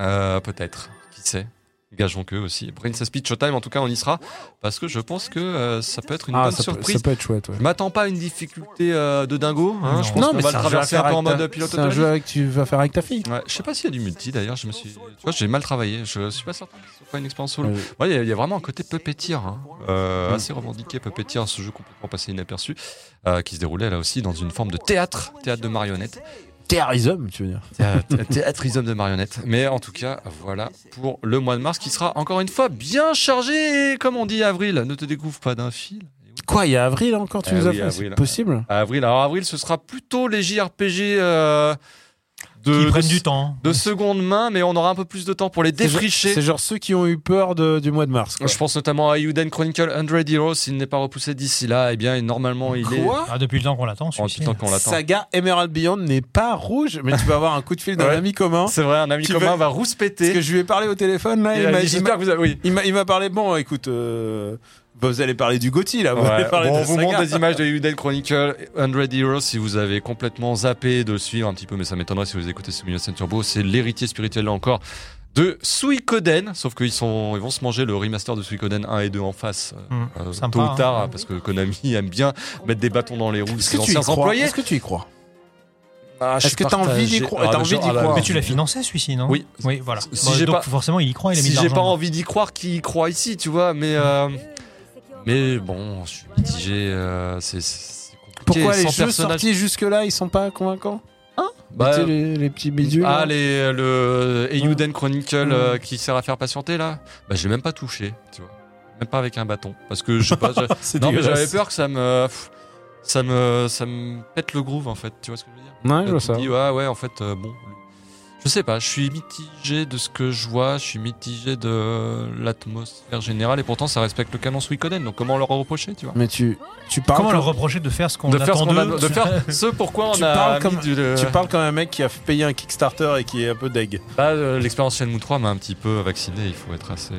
Euh, Peut-être, qui sait. Gageons que aussi. Princess Peach Showtime, en tout cas, on y sera. Parce que je pense que euh, ça peut être une
Ah,
bonne
ça peut,
surprise.
ça peut être chouette, ouais.
Je m'attends pas à une difficulté euh, de dingo. hein.
Non.
Je pense qu'on va
c'est
le
un jeu à
traverser un
faire
peu en
avec
mode
ta-
pilote
C'est un
automatique.
jeu avec- que tu vas faire avec ta fille.
Ouais, je sais pas s'il y a du multi d'ailleurs, je me suis. Tu vois, j'ai mal travaillé, je suis pas certain que ce soit pas une expérience solo.
Euh,
Ouais, il y a- il y, a vraiment un côté puppeteer, hein. Euh, assez revendiqué puppeteer, ce jeu complètement passé inaperçu, euh, qui se déroulait là aussi dans une forme de théâtre, théâtre de marionnettes.
Terrorism, tu veux dire.
Thé- Théâtrisme de marionnettes. Mais en tout cas, voilà pour le mois de mars qui sera encore une fois bien chargé, et comme on dit avril, ne te découvre pas d'un fil.
Quoi, il y a avril encore, tu
Eh
nous as
oui,
fait C'est
avril.
possible
Avril, alors avril, ce sera plutôt les JRPG euh, de,
Qui
de-
prennent du temps.
de seconde main, mais on aura un peu plus de temps pour les
C'est genre-
défricher.
C'est genre ceux qui ont eu peur de- du mois de mars. quoi.
Je pense notamment à Ayuden Chronicle 100 Heroes. S'il n'est pas repoussé d'ici là, eh bien, normalement, il est.
Quoi
Ah, depuis le temps qu'on l'attend,
En
celui-ci.
temps qu'on l'attend.
Saga Emerald Beyond n'est pas rouge, mais tu vas avoir un coup de fil d'un
Ouais.
ami commun.
C'est vrai, un ami
Qui
commun
veut-
va
Parce que
rouspéter.
je lui ai parlé au téléphone, là,
Et,
il
euh,
m'a- il m'a-
J'espère que vous avez. Oui.
il m'a il m'a parlé, bon, écoute, euh, bah, vous allez parler du Gauthier, là, Ah, vous allez
Ouais.
parler
Bon, on
de
vous
Saga.
montre des images de Ayuden Chronicle 100 Heroes si vous avez complètement zappé de le suivre un petit peu, mais ça m'étonnerait si vous écoutez Simulation Turbo. C'est l'héritier spirituel, là encore, de Suikoden. Sauf qu'ils sont... ils vont se manger le remaster de Suikoden 1 et 2 en face, euh,
Hmm.
Hum,
euh,
sympa,
tôt
hein.
ou tard, parce que Konami aime bien mettre des bâtons dans les roues de
Est-ce
ses
que, tu y
anciens
crois
employés.
Est-ce que tu y crois
Ah, je
Est-ce que
suis
t'as envie
partagé.
d'y cro-
Ah, le
t'as envie d'y
genre, ah là,
croire
Bah, Mais tu l'as financé celui-ci, non
Oui.
Oui, voilà.
Si
Bon,
j'ai
donc
pas-
forcément, il y croit, il a mis
si
de
j'ai
l'argent.
pas envie d'y croire, qui y croit ici, tu vois, mais euh, mais bon, je suis mitigé. euh, c'est c'est compliqué.
Pourquoi les
sans
jeux
personnage.
sortis jusque-là, ils sont pas convaincants
Bah,
Tu sais, les, les petits bidules
ah
là.
les le Eiyuden Chronicle
Mm.
euh, qui sert à faire patienter là. Bah j'ai même pas touché, tu vois, même pas avec un bâton, parce que je sais pas. je-
C'est
non mais
dégueulasse.
j'avais peur que ça me pff, ça me ça me pète le groove en fait. Tu vois ce que je veux dire
Ouais, je
Là,
vois
tu
ça.
te dis, ouais, ouais, en fait, euh, bon. Je sais pas, je suis mitigé de ce que je vois, je suis mitigé de l'atmosphère générale, et pourtant ça respecte le canon Suikoden, donc comment leur reprocher, tu vois
Mais tu, tu parles
Comment
comme-
leur reprocher de faire ce qu'on
De faire, ce
attend
qu'on a-
d'eux
de faire ce pourquoi on
Tu
a
parles
mis
comme-
du- le-
Tu parles comme un mec qui a payé un Kickstarter et qui est un peu deg.
Bah, euh, L'expérience Shenmue 3 m'a un petit peu vacciné, il faut être assez... euh,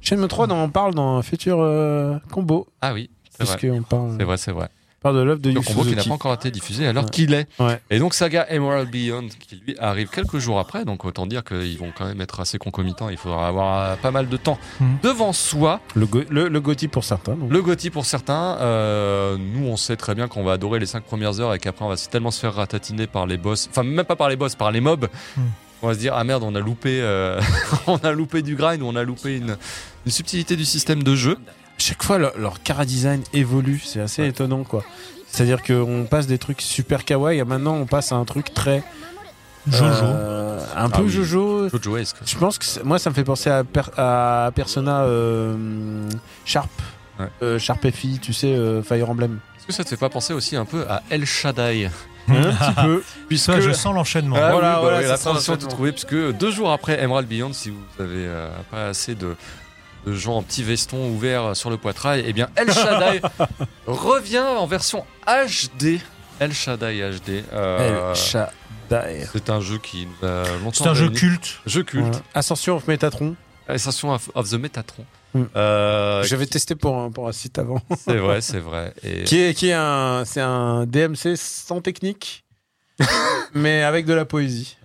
Shenmue 3, dont on parle dans un futur euh, combo.
Ah oui, c'est
Parce
vrai,
qu'on parle,
c'est vrai, c'est vrai.
on parle de l'œuvre de
Le
Yu
combo qui n'a
Suzuki.
pas encore été diffusé alors
Ouais.
qu'il est.
Ouais.
Et donc Saga Emerald Beyond qui lui arrive quelques jours après, donc autant dire qu'ils vont quand même être assez concomitants, il faudra avoir euh, pas mal de temps
Mhm.
devant soi.
Le, go- le, le Gotti pour certains. donc.
Le Gotti pour certains. euh, nous, on sait très bien qu'on va adorer les 5 premières heures et qu'après, on va tellement se faire ratatiner par les boss. Enfin, même pas par les boss, par les mobs.
Hmm.
Mhm.
On va se dire, ah merde, on a loupé, euh, on a loupé du grind ou on a loupé une, une subtilité du système de jeu.
Chaque fois, leur, leur cara design évolue. C'est assez
Ouais.
étonnant, quoi. C'est-à-dire qu'on passe des trucs super kawaii à maintenant, on passe à un truc très.
Jojo.
euh, un
Ah
peu
oui.
Jojo.
Jojo-esque.
Je pense que c'est- moi, ça me fait penser à, Per- à Persona euh, Sharp.
Ouais.
Euh, Sharp FI, tu sais, euh, Fire Emblem.
Est-ce que ça te fait pas penser aussi un peu à El Shaddai
Un
Ah.
petit peu.
hein Puisque.
Ça, Hein je sens l'enchaînement.
Ah oui,
Voilà,
bah
voilà,
oui,
ça
la
sera
transition tout
l'enchaînement.
trouvée, puisque deux jours après Emerald Beyond, si vous avez euh, pas assez de, de gens en petit veston ouvert sur le poitrail, eh bien El Shaddai revient en version HD. El Shaddai HD. euh,
El Shaddai.
c'est un jeu qui nous a longtemps.
C'est un jeu
réunis.
culte.
Jeu culte.
Ouais. Ascension of Metatron.
Assassin of, of the Metatron.
Mm.
Euh,
J'avais testé pour un, pour un site avant.
C'est vrai, c'est vrai. Et...
qui est, qui est un, c'est un DMC sans technique, mais avec de la poésie.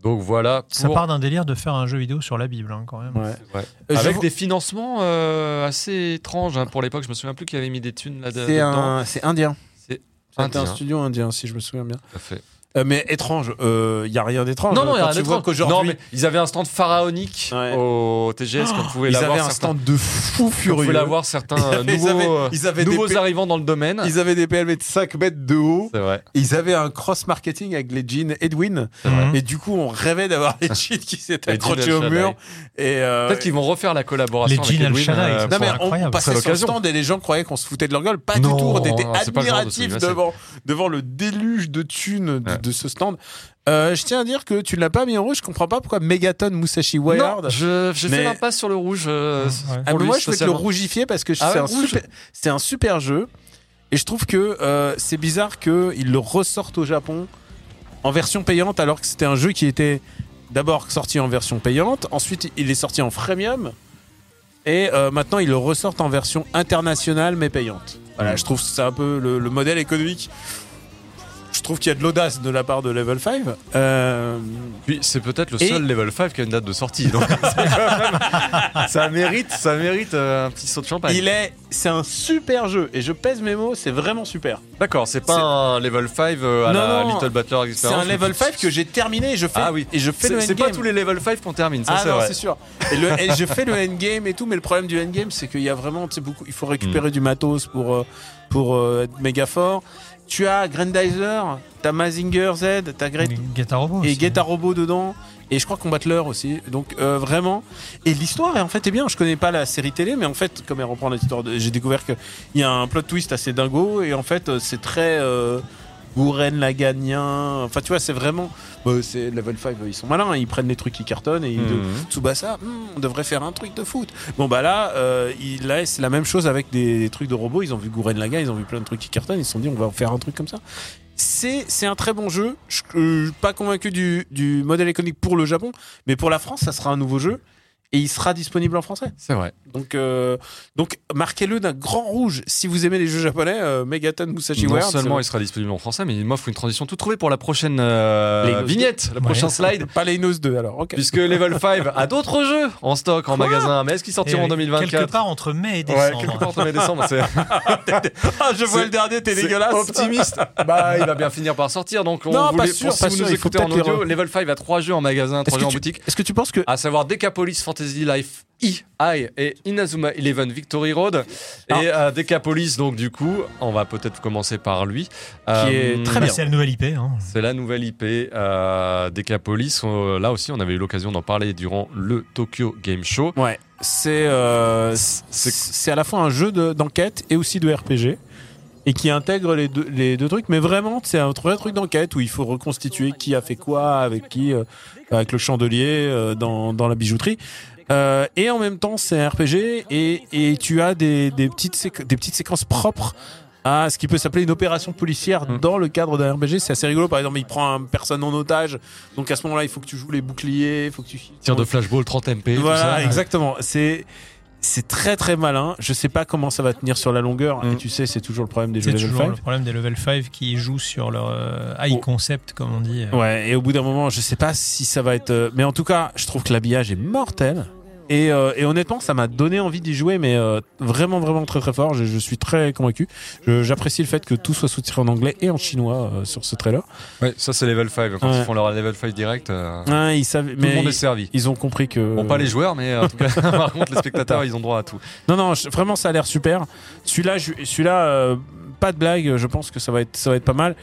Donc voilà. Pour...
Ça part d'un délire de faire un jeu vidéo sur la Bible, hein, quand même.
Ouais.
C'est vrai.
Euh,
Avec
j'avoue-
des financements euh, assez étranges hein, pour l'époque. Je me souviens plus qui avait mis des thunes là-dedans. Ah,
C'est un, c'est indien.
C'est
C'était un
indien.
studio indien, si je me souviens bien.
Tout à fait.
Euh, mais étrange, il n'y a rien d'étrange.
Non, non, il y a
Quand
rien
tu vois
d'étrange.
qu'aujourd'hui,
Non, mais ils avaient un stand pharaonique
Ouais.
au TGS, comme pouvait
Oh, ils
l'avoir
avaient un
certains,
stand de fou
comme pouvaient
furieux.
l'avoir certains euh,
Ils
nouveaux,
avaient-
euh,
ils avaient des
nouveaux
P-
arrivants dans le domaine.
Ils avaient des PLV de 5 mètres de haut.
C'est vrai.
Ils avaient un cross-marketing avec les jeans Edwin.
C'est vrai.
Mhm.
Et du coup, on rêvait d'avoir les jeans qui s'étaient
Hmm. Les jeans
accrochés au
Al-Shaddai.
mur. Et euh,
Peut-être qu'ils vont refaire la collaboration
Les
avec
jeans
Edwin. euh,
Al-Shaddai, ça
non, mais
C'est
on
incroyable.
passait
C'est
sur le
l'occasion.
stand et les gens croyaient qu'on se foutait de leur gueule. Pas
Non,
du tout, on était
non, c'est pas le genre de
admiratifs
celui-là, c'est-
devant, devant le déluge de thunes de,
Ouais.
de ce stand. Euh, je tiens à dire que tu ne l'as pas mis en rouge, je comprends pas pourquoi Megaton Musashi Wired.
Non, je- j'ai
Mais-
fait l'impasse sur le rouge. euh,
Ouais.
pour
Ah, mais
lui,
moi, je vais te le
spécialement.
rougifier parce que
Ah ouais,
c'est un,
rouge.
super- c'est un super jeu. Et je trouve que euh, c'est bizarre qu'ils le ressortent au Japon en version payante alors que c'était un jeu qui était d'abord sorti en version payante, ensuite il est sorti en freemium et euh, maintenant ils le ressortent en version internationale mais payante. Voilà, je trouve que c'est un peu le, le modèle économique. Je trouve qu'il y a de l'audace de la part de Level 5. Euh,
Puis c'est peut-être le
Et-
seul level 5 qui a une date de sortie. donc c'est quand même- ça mérite, ça mérite euh, un petit saut de champagne.
il est, c'est un super jeu et je pèse mes mots, c'est vraiment super.
D'accord, c'est pas
C'est-
un level 5 euh, à
Non,
la
non,
Little Battler
C'est
Experience.
un level 5 que j'ai terminé et je fais,
Ah oui.
et je fais le
C'est
endgame.
c'est pas tous les level 5 qu'on termine, ça
ah
c'est
non,
vrai.
c'est sûr. Et, le- et je fais le endgame et tout, mais le problème du endgame, c'est qu'il y a vraiment, tu sais, beaucoup, il faut
Mm.
récupérer du matos pour, euh, pour euh, être méga fort. Tu as Grandizer, t'as Mazinger Z, t'as Great
Et Guetta Robo
et
aussi.
Guetta Robot dedans. Et je crois qu'on bat l'heure aussi. Donc euh, vraiment. Et l'histoire, en fait, est bien. Je connais pas la série télé, mais en fait, comme elle reprend la histoire, de- j'ai découvert qu'il y a un plot twist assez dingo. Et en fait, euh, c'est très euh, Gouren Laganien. Enfin, tu vois, c'est vraiment. bah, c'est Level 5, ils sont malins. Ils prennent les trucs qui cartonnent et ils.
Mhm.
Tsubasa, hmm, on devrait faire un truc de foot. Bon bah là, euh, il, là c'est la même chose avec des, des trucs de robots. Ils ont vu Gouren Laga, ils ont vu plein de trucs qui cartonnent. Ils se sont dit on va faire un truc comme ça. C'est c'est un très bon jeu. Je euh, je suis pas convaincu du, du modèle économique pour le Japon, mais pour la France, ça sera un nouveau jeu et il sera disponible en français.
C'est vrai.
Donc euh, donc marquez-le d'un grand rouge si vous aimez les jeux japonais. euh, Megaton Musashi
Non
World.
seulement il sera disponible en français, mais il m'offre une transition tout trouvée pour la prochaine euh,
Les-
vignette, la
Ouais.
prochaine slide.
pas les Inos 2 alors. Ok.
Puisque Level 5 a d'autres jeux en stock, en magasin, mais est-ce qu'ils
Et,
sortiront en
euh, Quelque
2024
part entre mai et
Ouais,
décembre.
quelque part en décembre, c'est
Ah, je vois
C'est-
le dernier, t'es
c'est
dégueulasse.
Optimiste. Bah, il va bien finir par sortir. Donc, on
Non, pas
voulait,
sûr,
pour-
pas
si
sûr,
vous nous
il faut
écoutez en
peut-être les
audio,
re-
Level 5 a trois jeux en magasin,
Est-ce
trois
que
jeux en
tu-
boutique.
Est-ce que tu penses que
À savoir Decapolis Fantasy Life EI et Inazuma Eleven Victory Road.
Ah.
Et euh, Decapolis, donc, du coup, on va peut-être commencer par lui. Qui
est très
Bah,
bien.
C'est la nouvelle IP. hein.
C'est la nouvelle IP euh, Decapolis. Euh, là aussi, on avait eu l'occasion d'en parler durant le Tokyo Game Show.
Ouais, c'est euh, c'est-
C'est-
c'est à la fois un jeu de- d'enquête et aussi de RPG et qui intègre les deux, les deux trucs. Mais vraiment, c'est un vrai truc d'enquête où il faut reconstituer qui a fait quoi, avec qui, euh, avec le chandelier euh, dans, dans la bijouterie. Euh, et en même temps, c'est un RPG et, et tu as des, des, petites séqu- des petites séquences propres à ce qui peut s'appeler une opération policière
Mm.
dans le cadre d'un RPG. C'est assez rigolo. Par exemple, il prend une personne en otage. Donc à ce moment-là, il faut que tu joues les boucliers, il faut que tu...
Tir de flashball 30 MP. tout
Voilà,
ça. euh,
exactement. C'est c'est très très malin. Je sais pas comment ça va tenir sur la longueur.
Mm.
Et tu sais, c'est toujours le problème des jeux
C'est
level
toujours
5.
le problème des level 5 qui jouent sur leur euh, high
Oh.
concept, comme on dit.
Ouais. Et au bout d'un moment, je sais pas si ça va être. euh, Mais en tout cas, je trouve que l'habillage est mortel. Et, euh, et honnêtement, ça m'a donné envie d'y jouer, mais euh, vraiment vraiment très très fort. Je, je suis très convaincu. Je- J'apprécie le fait que tout soit sous-titré en anglais et en chinois euh, sur ce trailer.
Ouais, ça, c'est Level 5. Quand
Ouais.
ils font leur Level 5 direct, euh,
Hein, ils savaient,
tout le
mais
monde est
ils,
servi.
ils ont compris que.
Bon, pas les joueurs, mais euh, en tout cas, par contre, les spectateurs, ils ont droit à tout.
Non, non, je- vraiment, ça a l'air super. Celui-là, je- celui-là, euh, pas de blague, je pense que ça va être, ça va être pas mal.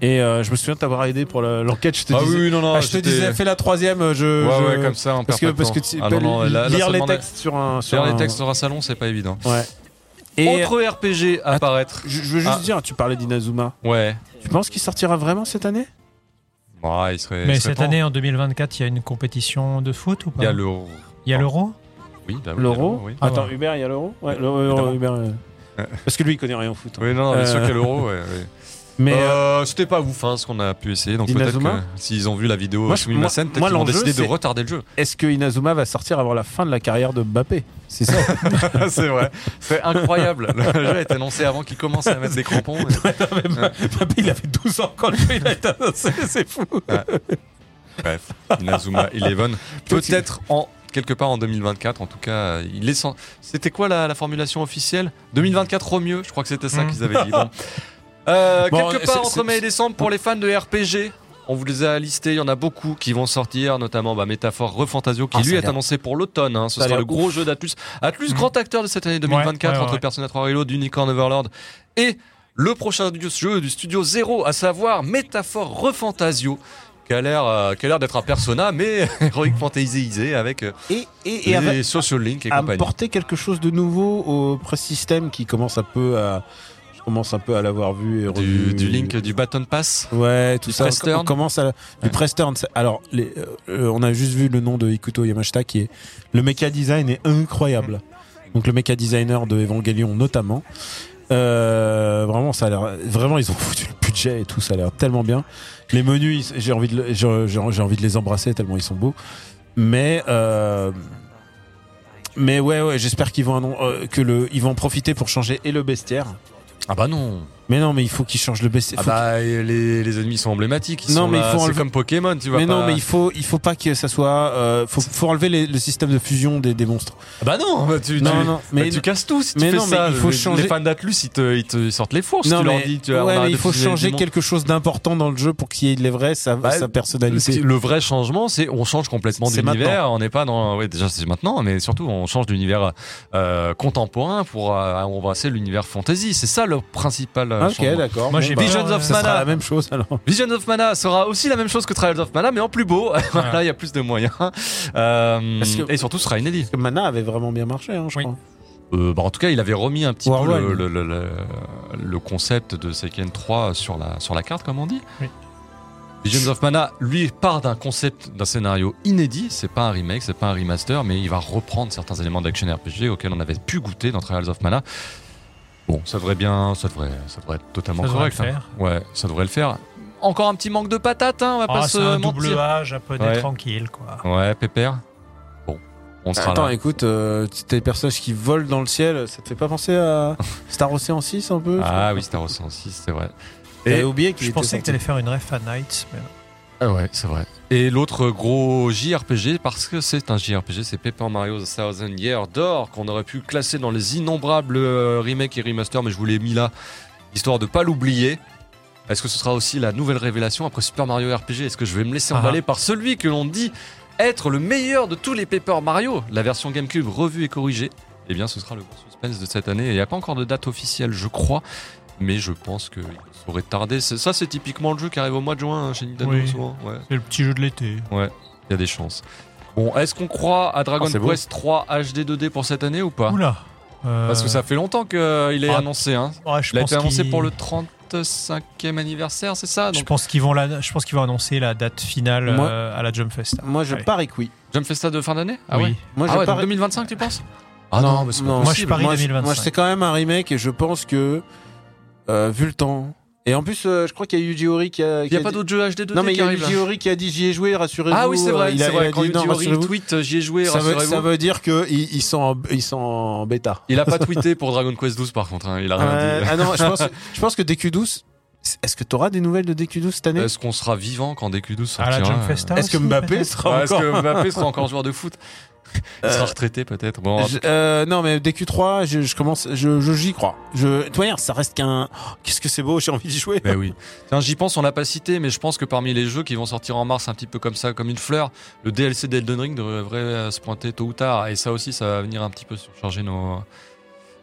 Et euh, je me souviens de t'avoir aidé pour le- l'enquête, je te disais.
non, non.
Ah, je te disais, fais la troisième, je.
Ouais,
je-
ouais, comme ça, on
parce que,
perd pas
parce
de
que
temps.
tu
Ah,
peux
non, non, là- là,
lire
ça
les
demande-
textes sur un. Sur
Faire les
un-
textes sur un salon, c'est pas évident.
Ouais. Et
Autre RPG à apparaître.
je, je veux juste
Ah.
dire, tu parlais d'Inazuma.
Ouais.
Tu penses qu'il sortira vraiment cette année
Ah Ouais, il serait. il
Mais
serait
cette
temps.
année, en 2024, il y a une compétition de foot ou pas
Il y a l'euro.
Il y a l'euro
Oui, bah oui, il y a
hein. L'euro
oui.
Ah,
Attends,
ouais.
Hubert, il y a l'euro Ouais,
Évidemment.
l'euro, Hubert. euh, Parce que lui, il connaît rien au foot. hein.
Oui, non, non, mais sûr
Euh.
qu'il y a l'euro. ouais, ouais.
Mais euh,
Euh, c'était pas ouf hein, ce qu'on a pu essayer. Donc peut-être
Inazuma
que s'ils ont vu la vidéo
Moi,
moi,
je-
Sumi Masen,
moi-
peut-être
moi,
qu'ils ont
l'enjeu,
décidé de
c'est-
retarder le jeu.
est-ce que Inazuma va sortir avant la fin de la carrière de Mbappé C'est ça
c'est vrai. C'est incroyable. Le jeu a été annoncé avant qu'il commence à mettre des crampons.
Mbappé, il avait 12 ans quand le jeu il a été annoncé, c'est fou.
Bref, Inazuma Eleven. Peut-être en quelque part en 2024. En tout cas, euh, il est sans... C'était quoi la, la formulation officielle 2024 au mieux. Je crois que c'était ça
Mm.
qu'ils avaient dit. donc. Euh,
Bon,
quelque
Hmm. c'est-
part
c'est-
entre mai et décembre pour les fans de RPG. On vous les a listés, il y en a beaucoup qui vont sortir, notamment bah, Métaphore Refantasio, qui
Ah, ça
lui
a
est
l'air-
annoncé pour l'automne. hein. Ce
Ça a
sera
l'air
le gros jeu d'Atlus. Atlus,
Mm.
grand acteur de cette année 2024,
Ouais, ouais, ouais,
entre
ouais.
Persona 3 Reload, Unicorn Overlord et le prochain du- jeu du studio Zero, à savoir Métaphore Refantasio, qui a l'air, euh, qui a l'air d'être un persona, mais heroic fantasyisé avec euh,
Et, et,
les
et avec-
social link et compagnie.
apporter quelque chose de nouveau au press system qui commence un peu à je commence un peu à l'avoir vu et revu
Du, du link, du bâton pass.
ouais tout
du
ça
press turn.
on commence à du
Ouais.
press turn, c'est- alors les- euh, euh, on a juste vu le nom de Ikuto Yamashita qui est le méca design est incroyable donc le méca designer de Evangelion notamment Euh, vraiment ça a l'air vraiment ils ont foutu le budget et tout ça a l'air tellement bien les menus ils- j'ai envie de le- j'ai j'ai- j'ai envie de les embrasser tellement ils sont beaux mais euh, mais ouais, ouais j'espère qu'ils vont, annon- euh, que le, ils vont en profiter pour changer et le bestiaire.
Ah bah non.
Mais non, mais il faut qu'ils changent le bestiaire.
Ah
Faut
bah euh, les, les ennemis sont emblématiques. Ils
Non,
sont
mais
là,
il faut
c'est
enlever-
comme Pokémon, tu
qu'ils-
vois.
mais non,
pas-
mais il faut, il faut pas que ça soit. euh, faut, faut enlever les- le système de fusion des, des monstres.
Ah bah non. bah tu,
Non,
tu-
non,
bah
mais
tu casses tout si tu
mais
fais
non, mais
ça.
il faut
les,
changer-
les fans d'Atlus, ils te, ils te- ils sortent les fours. si
non,
tu
mais,
leur dis, tu vois, on
ouais,
arrête
mais
de
il faut
fusionner les
changer
démons.
quelque chose d'important dans le jeu pour qu'il y ait de l'evraie, sa,
Bah,
sa
Ce qui-
personnalité.
Le vrai changement, c'est on change complètement
C'est
d'univers. On n'est pas dans. Ouais, déjà c'est maintenant, mais surtout on change d'univers euh, contemporain pour euh, embrasser l'univers fantasy. C'est ça le principal. euh,
Ah, ok,
changement.
d'accord.
Moi, j'ai
bah,
Visions
Ouais,
of
ça sera
Mana.
la même chose alors.
Visions of Mana sera aussi la même chose que Trials of Mana, mais en plus beau. Là, il y a plus de moyens. Euh,
Parce que-
Et surtout, ce sera inédit.
Parce que Mana avait vraiment bien marché, hein, je
Oui.
crois.
Euh, bah, en tout cas, il avait remis un petit
Warhol.
peu le, le- le- le- le concept de Seiken 3 sur la, sur la carte, comme on dit.
Oui.
Visions of Mana, lui, part d'un concept, d'un scénario inédit. C'est pas un remake, c'est pas un remaster, mais il va reprendre certains éléments d'action RPG auxquels on avait pu goûter dans Trials of Mana. Bon, ça devrait bien, ça devrait, ça devrait être totalement
Ça devrait
correct. hein.
le
Ouais, ça devrait le faire. Encore un petit manque de patates, hein, on va
Ah,
pas se
c'est un
mentir.
double A japonais
Ouais.
tranquille, quoi.
Ouais, Pépère. Bon, on sera
Attends,
là.
écoute, euh, tes personnages qui volent dans le ciel, ça te fait pas penser à Star Ocean 6 un peu
Ah oui, Star Ocean 6, c'est vrai.
J'avais oublié qu'il
Je
était
pensais que
sorti.
t'allais faire une ref à Knights, mais non.
Ah ouais, c'est vrai. Et l'autre gros JRPG, parce que c'est un JRPG, c'est Paper Mario The Thousand Year d'or, qu'on aurait pu classer dans les innombrables euh, remakes et remasters, mais je vous l'ai mis là, histoire de pas l'oublier. Est-ce que ce sera aussi la nouvelle révélation après Super Mario RPG Est-ce que je vais me laisser
Ah.
emballer par celui que l'on dit être le meilleur de tous les Paper Mario La version GameCube revue et corrigée. Eh bien, ce sera le gros suspense de cette année. Et Il n'y a pas encore de date officielle, je crois. Mais je pense qu'il saurait tarder. C'est- Ça, c'est typiquement le jeu qui arrive au mois de juin hein, chez Nintendo,
Oui.
souvent. Ouais.
C'est le petit jeu de l'été.
Il y a des chances. Bon, est-ce qu'on croit à Dragon
Ah, c'est beau.
Quest 3 HD 2D pour cette année ou pas
Oula. Euh,
Parce que ça fait longtemps qu'il est
Ah.
annoncé. Hein.
ouais, je
Il a
pense
été annoncé
qu'ils-
pour le 35e anniversaire, c'est ça
Je
Donc,
pense qu'ils vont la- je pense qu'ils vont annoncer la date finale
Moi-
euh, à la Jump Fest.
Moi, je
Ouais.
parie que oui.
Jump Festa de fin d'année Ah
oui.
ouais,
Moi,
ah
je
ouais donc
parie-
2025, tu penses
Ah non,
mais c'est
non.
pas
Moi, je
possible.
parie
moi, je-
2025.
moi, c'est quand même un remake et je pense que, euh, vu le temps, et en plus, euh, je crois qu'il y a Yuji Ori qui a.
Il n'y a pas d'autres jeux HD 2D
Non, mais il
qui
y a
arrivent là
Yuji Ori qui a dit j'y ai joué, rassurez-vous.
Ah oui, c'est vrai,
euh, Il
c'est
a,
vrai.
il a
Quand
dit non,
Yuji Ori
rassurez-vous.
tweet, euh, j'y ai joué,
Ça veut,
rassurez-vous.
ça veut dire qu'ils ils sont, en- ils sont en bêta.
Il a pas tweeté pour Dragon Quest 12 par contre, hein, il a rien
Euh,
dit.
ah non, je pense, je pense que DQ12. Est-ce que tu auras des nouvelles de DQ12 cette année
Est-ce qu'on sera vivant quand DQ12
À
sortira
la Jump
euh,
Festa.
Euh, Est-ce que
aussi,
Mbappé
peut-être
sera
ouais, Est-ce
encore
que Mbappé sera encore joueur de foot Il
Euh,
sera retraité peut-être. Bon,
Je- euh, non mais DQ3 je, je commence je je- j'y crois je de toute manière, ça reste qu'un oh, qu'est-ce que c'est beau j'ai envie d'y jouer
Ben oui. Tiens, j'y pense, on l'a pas cité, mais je pense que parmi les jeux qui vont sortir en mars un petit peu comme ça, comme une fleur, le DLC d'Elden Ring devrait euh, se pointer tôt ou tard. Et ça aussi, ça va venir un petit peu surcharger nos,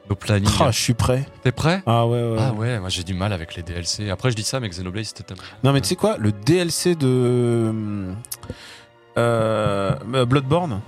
nos plannings.
Ah, je suis prêt
T'es prêt
ah ouais, ouais.
Ah ouais, moi j'ai du mal avec les DLC. Après, je dis ça, mais Xenoblade c'était tellement.
non mais tu sais quoi le DLC de euh, Bloodborne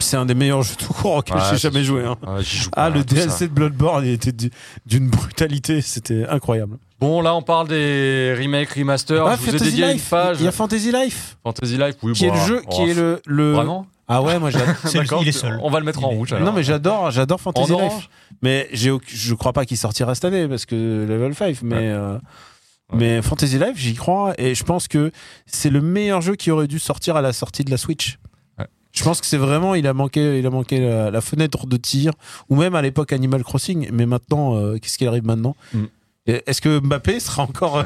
c'est un des meilleurs jeux tout court auquel
Ouais,
j'ai
c'est
jamais joué hein.
Ah, j'y joue pas,
ah le
hein, tout ça.
DLC de Bloodborne il était du- d'une brutalité c'était incroyable
Bon, là on parle des remakes, remasters.
ah
je vous ai dédié une
Life
page.
il y a Fantasy Life
Fantasy Life, oui,
qui
bon,
est le jeu
alors,
qui est le, le-
Vraiment
ah ouais moi j'adore
C'est le-
D'accord,
il est seul.
On va le mettre en
Il est-
rouge. alors.
non mais j'adore j'adore Fantasy
En
Life
orange
Mais j'ai, auc- je crois pas qu'il sortira cette année parce que level 5, mais
Ouais.
euh, Mais Fantasy Life, j'y crois et je pense que c'est le meilleur jeu qui aurait dû sortir à la sortie de la Switch.
Ouais.
Je pense que c'est vraiment, il a manqué, il a manqué la, la fenêtre de tir, ou même à l'époque Animal Crossing. Mais maintenant, euh, qu'est-ce qui arrive maintenant
Mm.
Et Est-ce que Mbappé sera encore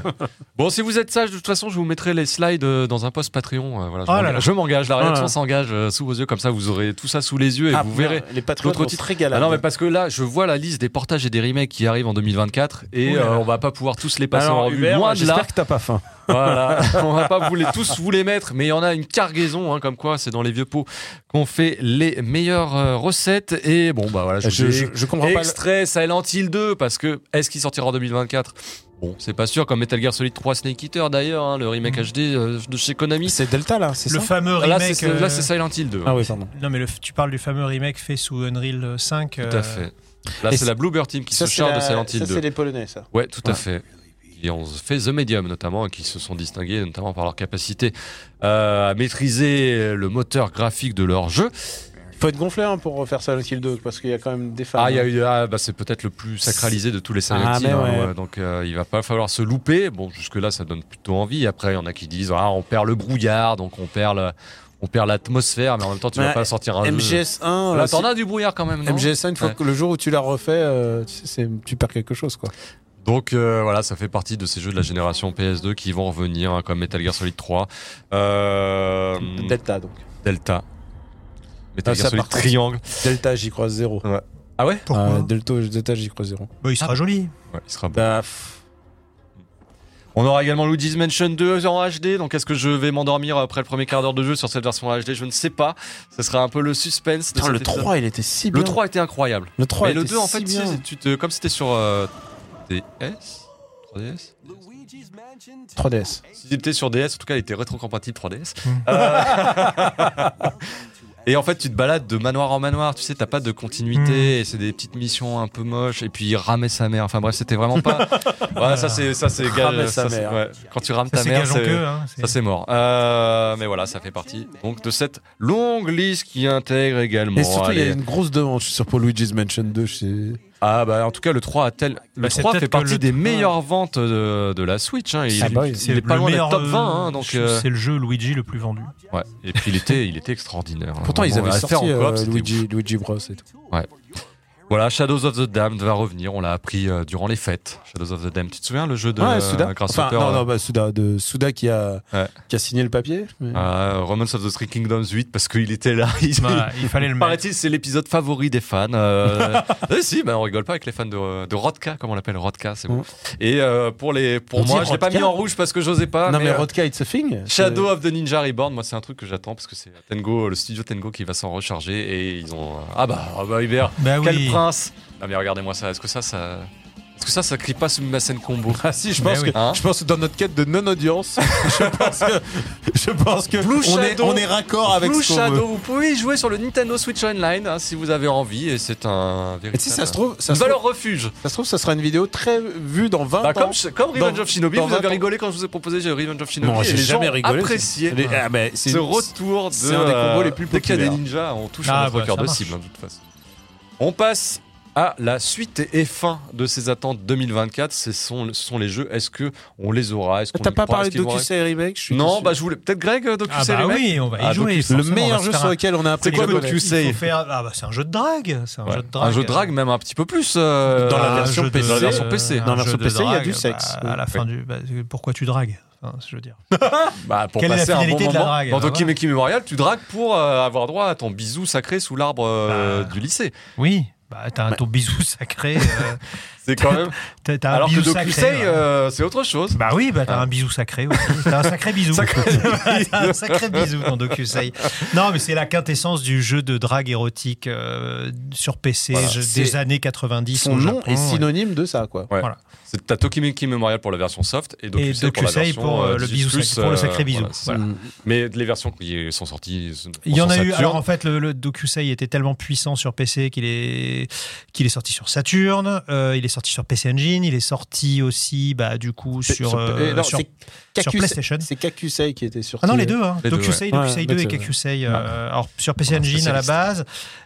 Bon, si vous êtes sage, de toute façon, je vous mettrai les slides euh, dans un post Patreon. euh, voilà, je
Oh là
m'engage-
là.
je m'engage, la
Oh là
rédaction
là.
s'engage euh, sous vos yeux, comme ça vous aurez tout ça sous les yeux et
Ah,
vous
merde,
verrez.
les patriotes
L'autre
vont se
titre.
régaler.
Ah non, mais parce que là, je vois la liste des portages et des remakes qui arrivent en 2024 et
Ouh là là.
euh, on va pas pouvoir tous les passer en
Alors,
revue.
Hubert,
Loin de là. Ah,
j'espère que t'as pas faim.
Voilà, on va pas vous les, tous vous les mettre, mais il y en a une cargaison, hein, comme quoi c'est dans les vieux pots qu'on fait les meilleures euh, recettes. Et bon, bah voilà, je,
Je,
vous ai
je- je comprends pas. le-
Extrait Silent Hill 2 parce que est-ce qu'il sortira en 2024 Bon, c'est pas sûr comme Metal Gear Solid 3 Snake Eater d'ailleurs, hein, le remake
Mm.
HD euh, de chez Konami.
C'est Delta là, c'est
Le
ça
fameux
Ah, Là
remake.
c'est là,
euh,
c'est Silent Hill 2.
Ah oui, pardon.
Non, mais le- tu parles du fameux remake fait sous Unreal euh, 5.
Tout à fait. Là
euh, Et
c'est la Bluebird Team qui
Ça,
se
c'est
charge
la-
de Silent Hill
ça,
2.
c'est les Polonais, ça.
Ouais, tout à
Ouais.
fait. Ils ont fait The Medium notamment, et qui se sont distingués notamment par leur capacité euh, à maîtriser le moteur graphique de leur jeu.
Faut être gonflé hein, pour refaire Silent Hill 2 parce qu'il y a quand même des fans.
Ah, il y a eu- ah, bah, c'est peut-être le plus sacralisé de tous les Silent
Ah,
Hill,
mais
hein,
ouais.
ouais, donc euh, il va pas falloir se louper. Bon, jusque-là, ça donne plutôt envie. Après, il y en a qui disent ah, on perd le brouillard, donc on perd le- on perd l'atmosphère, mais en même temps, tu
Ouais,
vas pas sortir un jeu.
MGS1,
Là,
là,
t'en as du brouillard quand même.
si-
non
MGS1, une fois
Ouais.
que le jour où tu la refais, euh, tu, sais, c'est- tu perds quelque chose, quoi.
Donc euh, voilà, ça fait partie de ces jeux de la génération PS2 qui vont revenir, hein, comme Metal Gear Solid 3. Euh,
Delta, donc.
Delta. Metal Gear
Ah, ça,
Solid
par contre.
Triangle.
Delta, j'y crois zéro.
Ah ouais
Pourquoi
Ah, Delta, Delta, j'y crois zéro.
Bah, Il sera joli.
Ouais, il sera bon.
Bah, pff,
On aura également Luigi's Mansion 2 en HD. Donc, est-ce que je vais m'endormir après le premier quart d'heure de jeu sur cette version HD Je ne sais pas. Ce sera un peu le suspense. de
putain, le
cet épisode.
3, il était si bien.
Le 3 était incroyable.
le 3
Mais le
était
2, en
si
fait,
bien.
si, tu te- comme c'était sur euh, DS 3DS
3DS.
Si c'était sur DS, en tout cas, il était rétrocompatible 3DS.
Mm.
Euh, et en fait, tu te balades de manoir en manoir. Tu sais, t'as pas de
Mm.
continuité. Et c'est des petites missions un peu moches. Et puis, il ramait sa mère. Enfin, bref, c'était vraiment pas. Ouais, ça, c'est. Ça, c'est
Ramait
gage-
sa
ça, c'est-
mère.
ouais. Quand tu rames
Ça,
ta
c'est
mère,
gageant
c'est.
que. hein,
Ça c'est mort. Euh, mais voilà, ça fait partie donc de cette longue liste qui intègre également.
Et surtout, il y a
allez.
une grosse demande je suis sûr, pour Luigi's Mansion 2. je sais-
Ah bah en tout cas le 3 a tel le
Bah, c'est
3
peut-être
fait
que
partie
le
des
3.
meilleures ventes de, de la Switch hein. il,
Ah bah oui.
il
C'est
est pas
le
loin
meilleur,
d'être top 20
euh,
hein, donc euh,
C'est le jeu Luigi le plus vendu.
ouais. et puis il était il était extraordinaire. hein.
Pourtant, ils
Vraiment,
avaient
à
sorti
faire en coop,
euh,
c'était
Luigi, Luigi Bros et tout.
Voilà, Shadows of the Damned va revenir, on l'a appris euh, durant les fêtes. Shadows of the Damned, tu te souviens le jeu de
ouais,
euh,
Suda. Enfin,
Grasshopper,
non,
euh,
non, bah, Suda, de, Suda qui a,
Ouais.
qui a signé le papier. mais-
euh, Romance of the Three Kingdoms 8 parce qu'il était là, il,
Bah, il fallait le mettre.
Paraît-il, c'est l'épisode favori des fans. Euh, eh si, bah, on rigole pas avec les fans de, de Rodka, comme on l'appelle Rodka, c'est bon.
Mm.
Et euh, pour, les,
On
pour moi,
dit
je l'ai pas
Rodka
mis en rouge parce que j'osais pas.
non, mais,
euh,
Rodka, it's a thing.
Shadow of the Ninja Reborn, moi c'est un truc que j'attends parce que c'est Tengo, le studio Tengo qui va s'en recharger et ils ont. euh, ah bah, ah bah Hubert,
Bah
quel
oui.
prince Ah mais regardez-moi ça, est-ce que ça, ça. Est-ce que ça, ça crie pas sous ma scène combo
Ah si, je
Mais
pense,
Ben oui.
que,
Hein
je pense que dans notre quête de non-audience, je pense que, je pense que
Blue
on, est,
Shadow.
on est raccord avec
Blue
ce qu'on veut.
Shadow, vous pouvez y jouer sur le Nintendo Switch Online hein, si vous avez envie et c'est un
Et
véritable.
si ça se trouve, ça
une
se trouve,
valeur refuge.
ça se trouve, ça sera une vidéo très vue Hein, dans 20
Bah,
ans.
comme, comme Revenge
dans-
of Shinobi,
dans
vous avez
20 ans.
rigolé quand je vous ai proposé j'ai Revenge of Shinobi.
Non,
et
j'ai
les
jamais
gens
rigolé, c'est-
apprécié
Les- ah, mais c'est
ce retour de.
c'est un des combos les plus
Dès qu'il y a des
populaires.
ninjas, on touche
Ah,
à notre
bah,
cœur
ça
de
marche.
cible, hein, de toute façon. On passe à la suite et fin de ces attentes 2024. Ce sont, ce sont les jeux. Est-ce que on les aura Est-ce qu'on
T'as
y
pas
croit
parlé
Est-ce
de
qu'ils vont
DocuSeries Remake je suis
arriver Non,
déçu.
bah je voulais. Peut-être Greg, euh,
Ah
DocuSeries
bah
Remake
oui, on va y
Ah,
jouer.
Docu- le
forcément, on va
meilleur
se
jeu
faire
sur
un-
lequel on a appris
C'est quoi
à connaître.
Docu-
Il
Save
faut faire... ah, bah, c'est un jeu de drague. C'est un
Ouais.
jeu de drague.
Un jeu de drague, même un petit peu plus. euh,
Dans la
Un
version
jeu de-
PC.
Dans la version PC.
un
Dans la
jeu
version
de
PC, il y a
drague,
du sexe.
bah, à la fin du. bah, pourquoi tu dragues Enfin, je veux dire.
Bah, pour
Quelle est la
passer un bon
finalité de la
moment.
drague,
dans
bah,
Doki Meki Memorial, tu dragues pour euh, avoir droit à ton bisou sacré sous l'arbre euh,
Bah.
du lycée.
Oui. Bah, t'as un ton bisou sacré. euh,
C'est quand même.
t'as- t'as un
Alors que
bisou sacré,
DocuSay,
ouais.
euh, c'est autre chose.
Bah oui, bah t'as
Ah.
un bisou sacré aussi. T'as un sacré bisou.
Sacré
T'as un sacré bisou dans DocuSay. Non, mais c'est la quintessence du jeu de drague érotique euh, sur PC
Voilà.
jeu des
C'est-
années 90.
Son
au
nom
Japon,
est
ouais.
synonyme de ça, quoi.
C'est- T'as Tokimeki Memorial pour la version soft et
Et
DocuSay pour la
DocuSay
version
pour,
euh,
euh, le
18+,
bisou sacré- pour le sacré bisou.
voilà, c'est ça.
Mm.
Mais les versions qui sont sorties. sont-
Il y en
sont
a eu.
Saturn.
Alors en fait, le, le DocuSay était tellement puissant sur PC qu'il est, qu'il est sorti sur Saturn. euh, il est sorti sur PC Engine. Il est sorti aussi, bah du coup sur.
Sur-
euh,
et non,
sur-
c'est-
sur
Kakusei-
PlayStation.
C'est Kakusei qui était euh, sur.
Ah non, les deux, hein.
Les deux,
DocuSei,
ouais.
DocuSei
Ouais,
2 et
c'est vrai.
CacuSei. euh,
Ah.
alors sur PC Engine à la
spécialiste.
base,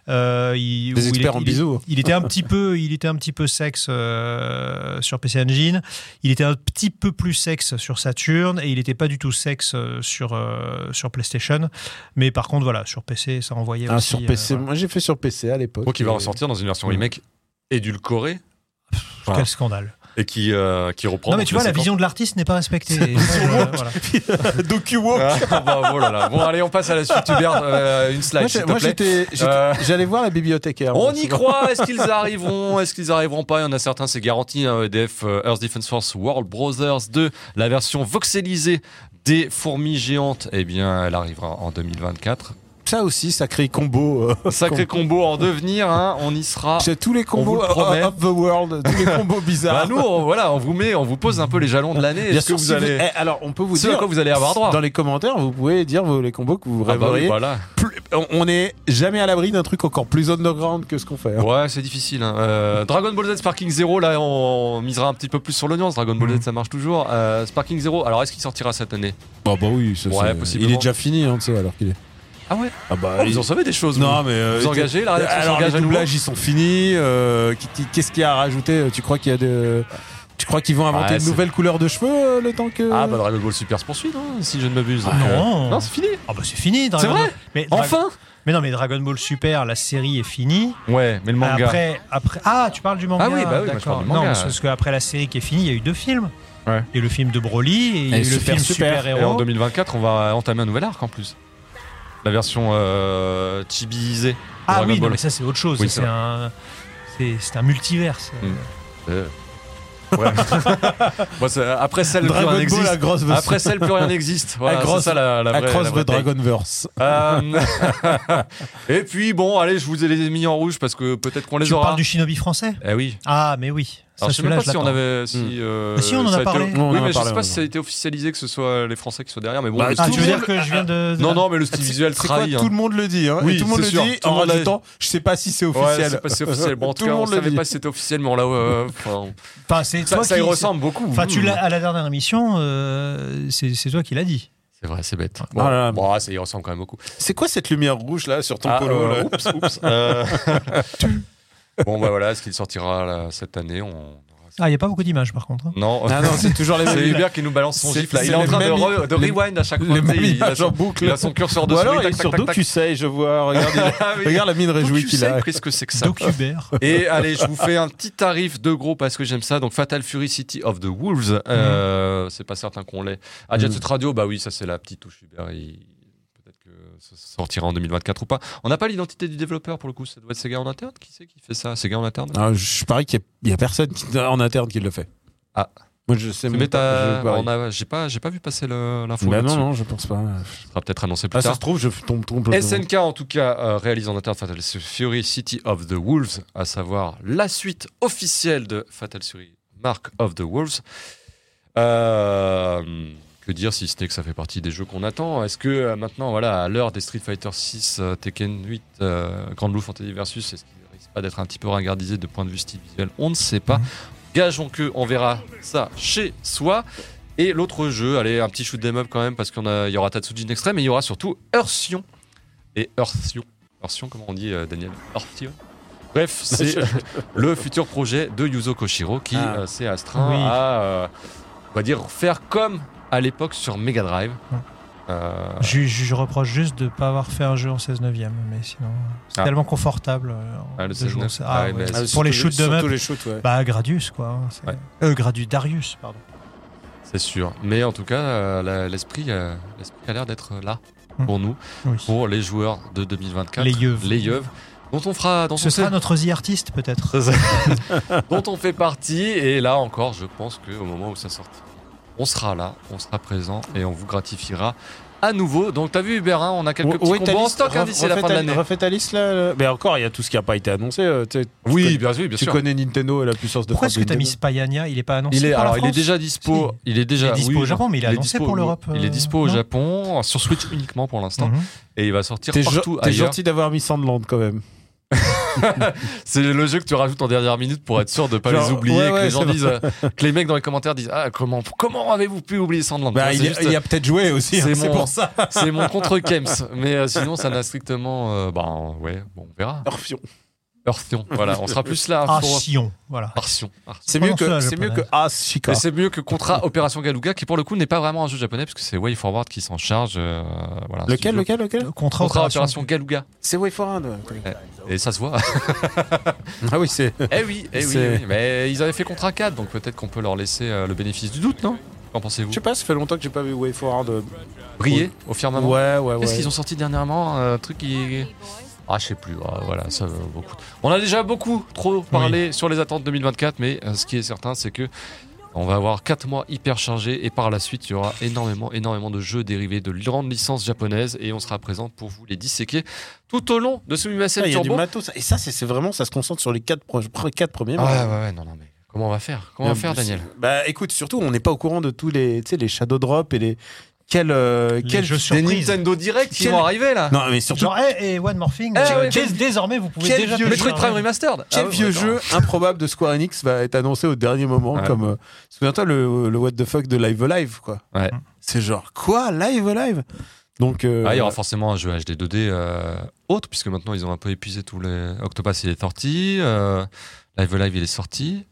euh, il, où
Des
il-
experts en
il-
bisous.
Il était un petit peu, il était un petit peu sexe euh, sur PC Engine. Il était un petit peu plus sexe sur Saturn et il n'était pas du tout sexe euh, sur euh, sur PlayStation. Mais par contre, voilà, sur PC, ça envoyait
Ah,
aussi.
sur
euh,
PC.
voilà.
Moi, j'ai fait sur PC à l'époque.
Donc il va
Et-
ressortir dans une version
Mm.
Ouais.
remake édulcorée Voilà.
Quel scandale.
et qui, euh, qui reprend.
non mais
donc
tu
les
vois, la
séquences.
vision de l'artiste n'est pas respectée. Et ça, je- voilà.
DocuWalk.
Ah, bah, oh là là. Bon, allez, on passe à la suite, Hubert. Euh, une slide,
Moi,
s'il
j'ai-
te
moi,
plaît.
j'étais. j'étais- Ah
Euh,
J'allais voir la hein, bibliothécaire.
On
moi,
y
souvent.
croit, est-ce qu'ils arriveront, est-ce qu'ils arriveront pas Il y en a certains, c'est garanti, hein, EDF, euh, Earth Defense Force World Brothers 2, la version voxelisée des fourmis géantes, eh bien elle arrivera en 2024.
Ça aussi, sacré combo. euh,
Sacré combo en devenir, hein, on y sera.
C'est tous les
vous
combos uh,
le promet.
of the world, tous les combos
Bah,
bizarres.
nous, on, voilà, on vous met, on vous pose un peu les jalons de l'année. Est-ce que vous
si
allez,
eh, alors, on peut vous
ce à
dire.
quoi vous allez avoir droit
Dans les commentaires, vous pouvez dire vos- les combos que vous
Ah bah oui,
rêveriez.
voilà.
Plus- on- On n'est jamais à l'abri d'un truc encore plus underground que ce qu'on fait. hein.
Ouais, c'est difficile. hein. Euh, Dragon Ball Z Sparking Zero, là, on, on misera un petit peu plus sur l'audience. Dragon Ball
Mhm.
Z, ça marche toujours. Euh, Sparking Zero, alors est-ce qu'il sortira cette année
Bah, bah oui, ça,
Ouais,
c'est-
possiblement.
il est déjà fini, hein, tu sais, alors qu'il est.
Ah ouais
Ah bah,
Oh,
il-
Vous en savez des choses vous
Non, mais. euh,
Vous engagez La rédaction
Alors, les
s'engage à nouveau
doublages, ils sont finis. euh, qui- qui- Qu'est-ce qu'il y a à rajouter euh, Tu crois qu'il y a de. Tu crois qu'ils vont inventer
Ouais,
une
c'est-
nouvelle couleur de cheveux euh, le temps que.
Ah bah Dragon Ball Super se poursuit, non Si je ne m'abuse. Euh,
Ah, non.
Non, c'est fini.
Ah bah c'est fini. Dragon
vrai
Ball. Mais Dra-
Enfin
Mais non, mais Dragon Ball Super, la série est finie.
Ouais, mais le manga.
Après, après, ah, tu parles du manga.
Ah oui, bah oui, moi, je
d'accord.
parle du manga.
Non, mais parce qu'après la série qui est finie, il y a eu deux films.
Ouais.
Et le film de Broly et, il y a eu le
Super
film
Super.
Super
Et en
Héros.
2024, on va entamer un nouvel arc en plus. La version euh, chibiisée. de
Ah
Dragon
oui, non,
Ball.
mais ça c'est autre chose.
Oui,
Ça,
c'est
c'est un, c'est c'est un multiverse.
Mm. Euh, ouais. Bon, c'est- après celle, plus rien
Dragon Ball à
n'existe.
grosse
Après celle, plus rien n'existe. Voilà,
Across-
c'est ça la, la vraie- la
Across
vraie
the
take.
Dragonverse.
Euh, et puis bon, allez, je vous ai les mis en rouge parce que peut-être qu'on les
Tu
aura.
parles du Shinobi français
Eh oui.
Ah, mais oui. Ça,
Alors, je sais même pas
celui-là, je
si on
l'attends.
avait. Si,
Hmm.
euh,
Mais si, on en a
ça été-
parlé.
On en
oui,
a
mais je
parlé,
sais
on en
pas si
a
ça a été officialisé que ce soit les Français qui soient derrière, mais bon.
Bah,
le
tout
Ah,
style-
tu veux dire que je viens de. de-
Non, non, mais le Ah, style visuel
C'est quoi,
trahit. hein.
Tout le monde le dit. Hein,
Oui,
et tout le monde
c'est
le
sûr,
dit
tout le
en
monde l'a-
rajoutant je sais pas si c'est
hein. Ouais,
officiel.
je sais pas si c'est officiel. Bon, en tout,
tout le
cas, on
monde le
savait
dit.
pas si c'était officiel, mais on l'a. euh, enfin,
Enfin, c'est
ça
toi
ça y
qui-
ressemble beaucoup.
Enfin, tu
Mmh.
l'as à la dernière émission. euh, c'est c'est toi qui l'as dit.
C'est vrai, c'est bête. Bon,
Ah là là.
bon, ça y ressemble quand même beaucoup.
C'est quoi cette lumière rouge là sur ton
Ah, euh,
polo là
Oups, oups. euh, bon, bah voilà, est-ce qu'il sortira là, cette année on...
Ah, il n'y a pas beaucoup d'images par contre. hein.
Non,
Ah non, c'est toujours les
C'est
mêmes.
Hubert qui nous balance son
C'est-
gif là.
c'est
Il est en
les
train de,
mêmes
re-
i-
de
les-
rewind à chaque fois.
les
tu sais,
mêmes
il, a
images en
son, il
boucle.
a son curseur
Ou
dessus.
alors il
tac,
est
tac,
sur
tac, tac.
DocuSay, je vois. Regarde,
Ah oui.
il- regarde la mine réjouie
Tu
qu'il
sais,
a.
Qu'est-ce que c'est que ça
Docubert.
Et allez, je vous fais un petit tarif de gros parce que j'aime ça. Donc Fatal Fury City of the Wolves,
Mm-hmm.
euh, c'est pas certain qu'on l'ait. Ah,
Mm.
Jet Set Radio, bah oui, ça c'est la petite touche Hubert. il- Peut-être que ça sortira en 2024 ou pas. On n'a pas l'identité du développeur pour le coup. Ça doit être Sega en interne. Qui c'est qui fait ça Sega en interne
Ah, je parie qu'il n'y a, personne qui- en interne qui le fait.
Ah.
Moi je sais
C'est
même
Meta-
pas, je parie.
on a- J'ai pas, j'ai pas vu passer le- l'info.
Bah non,
là-dessus.
non, je pense pas.
Ça sera peut-être annoncé plus
Ah, ça
tard.
se trouve, je tombe, tombe.
SNK en tout cas euh, réalise en interne Fatal Fury City of the Wolves, à savoir la suite officielle de Fatal Fury Mark of the Wolves. Euh, que dire si ce n'est que ça fait partie des jeux qu'on attend Est-ce que euh, maintenant, voilà, à l'heure des Street Fighter 6, Tekken 8, euh, Grand Blue Fantasy Versus, est-ce qu'il risque pas d'être un petit peu ringardisé de point de vue style visuel On ne sait pas.
Mhm.
Gageons que on verra ça chez soi. Et l'autre jeu, allez, un petit shoot them up quand même, parce qu'il y aura Tatsujin Extreme, mais il y aura surtout Earthion. Et Earthion. Earthion, comment on dit, euh, Daniel Earthion Bref, c'est le futur projet de Yuzo Koshiro qui
Ah.
euh, s'est astreint
Oui.
à, euh, on va dire, faire comme à l'époque sur Mega Drive.
Ouais.
Euh,
Je, je- je reproche juste de ne pas avoir fait un jeu en 16 neuvième, mais sinon c'est
Ah.
tellement confortable euh,
Ah, le
de
16
jouer en
neuf.
ça.
Ah
Ah,
ouais,
ouais.
mais- Ah,
pour les shoots de up,
Tous les shoots, ouais.
bah Gradius quoi. hein, c'est-
Ouais.
Euh, Gradu- Darius pardon.
C'est sûr. Mais en tout cas, euh, la- l'esprit euh, l'esprit a l'air d'être là
Mm.
pour nous,
Oui.
pour les joueurs de 2024.
Les yeux.
Les yeuves, dont on fera. Dont
Ce
on
sera
sait-
notre The Artist peut-être.
dont on fait partie. Et là encore, je pense qu'au moment où ça sortira, on sera là, on sera présent et on vous gratifiera à nouveau. Donc, t'as vu, Hubert, hein, on a quelques petits
Ouais, ta
combos en
liste,
stock hein,
re-
d'ici la
refais
fin de
ta-
l'année.
Refais ta liste là. là. Mais encore, il y a tout ce qui n'a pas été annoncé. euh, tu sais, tu
Oui,
connais-
bien sûr, bien
tu
sûr.
connais Nintendo et la puissance de
Pourquoi
frappe
est-ce que
de
t'as mis
Nintendo.
Spayania Il est pas annoncé
Il est,
pour la
alors, il est
France
déjà dispo.
Si.
Il est déjà
Il est dispo
oui,
au Japon, mais il est annoncé
dispo,
pour
oui.
l'Europe,
Il est
euh,
dispo au
non
Japon, sur Switch uniquement pour l'instant.
Mhm.
Et il va sortir
T'es
partout
gen- t'es
ailleurs.
gentil d'avoir mis Sandland quand même.
c'est le jeu que tu rajoutes en dernière minute pour être sûr de pas
Genre,
les oublier,
ouais,
que
ouais,
les gens
c'est
disent, euh, que les mecs dans les commentaires disent, ah comment, comment avez-vous pu oublier Sandland
Bah,
Tu vois,
il, y
c'est
a-
juste- euh,
il y a peut-être joué aussi,
c'est
hein, c'est
mon-
pour ça.
c'est mon contre Kems, mais euh, sinon ça n'a strictement, euh, ben ouais, bon on verra. Earthion, voilà, on sera plus là
Ah,
pour
Sion, voilà.
Arsion. Arsion.
C'est mieux que,
Prononce-la
c'est mieux que
japonaise.
Ashika.
Mais c'est mieux que Contra Opération Galuga, qui pour le coup n'est pas vraiment un jeu japonais, puisque c'est WayForward qui s'en charge. euh, voilà, un
Lequel,
studio.
lequel, lequel
Le Contrat
Contra
opération.
Opération Galuga.
C'est Wayforward.
Et ça se voit.
Ah oui, c'est.
eh oui, eh oui,
C'est-
oui. Mais ils avaient fait Contra 4, donc peut-être qu'on peut leur laisser euh, le bénéfice du doute, non Qu'en pensez-vous
Je sais pas, ça fait longtemps que j'ai pas vu Wayforward. euh,
Briller au firmament
Ouais, ouais, ouais.
Qu'est-ce Ah qu'ils ont sorti dernièrement Un truc qui. Ah, je sais plus. Ah, voilà, ça, euh, beaucoup. On a déjà beaucoup trop parlé sur les attentes 2024, mais euh, ce qui est certain, c'est que on va avoir 4 mois hyper chargés et par la suite, il y aura énormément, énormément de jeux dérivés de grandes licences japonaises et on sera présent pour vous les disséquer tout au long de ce Mimasen
Ah, Il y a du
Turbo.
matos. Et ça, c'est c'est vraiment, ça se concentre sur les 4 premiers.
Ah,
mois.
ouais, ouais, ouais, non, non, mais comment on va faire Comment on va
Bien,
faire, Daniel
c'est- Bah écoute, surtout, on n'est pas au courant de tous les, tu sais, les Shadow Drop et les. Quel. euh,
Les
quel-
jeux sur-
Des
Surprise.
Nintendo Direct qui
Quel-
vont arriver là
Non, mais surtout,
Genre, hey, et One Morphing,
Ah, ouais,
désormais vous pouvez
quel
déjà.
vieux
Metroid
télécharger.
Prime Remastered
quel
Ah ouais,
vieux
d'accord.
jeu improbable de Square Enix va être annoncé au dernier moment
Ouais.
comme. euh, Souviens-toi le, le What the fuck de Live Alive, quoi.
Ouais.
C'est genre, quoi Live Alive Donc. euh,
Ah, il y aura forcément un jeu HD 2D euh, autre, puisque maintenant ils ont un peu épuisé tous les. Octopass il est sorti, euh, Live Alive il est sorti.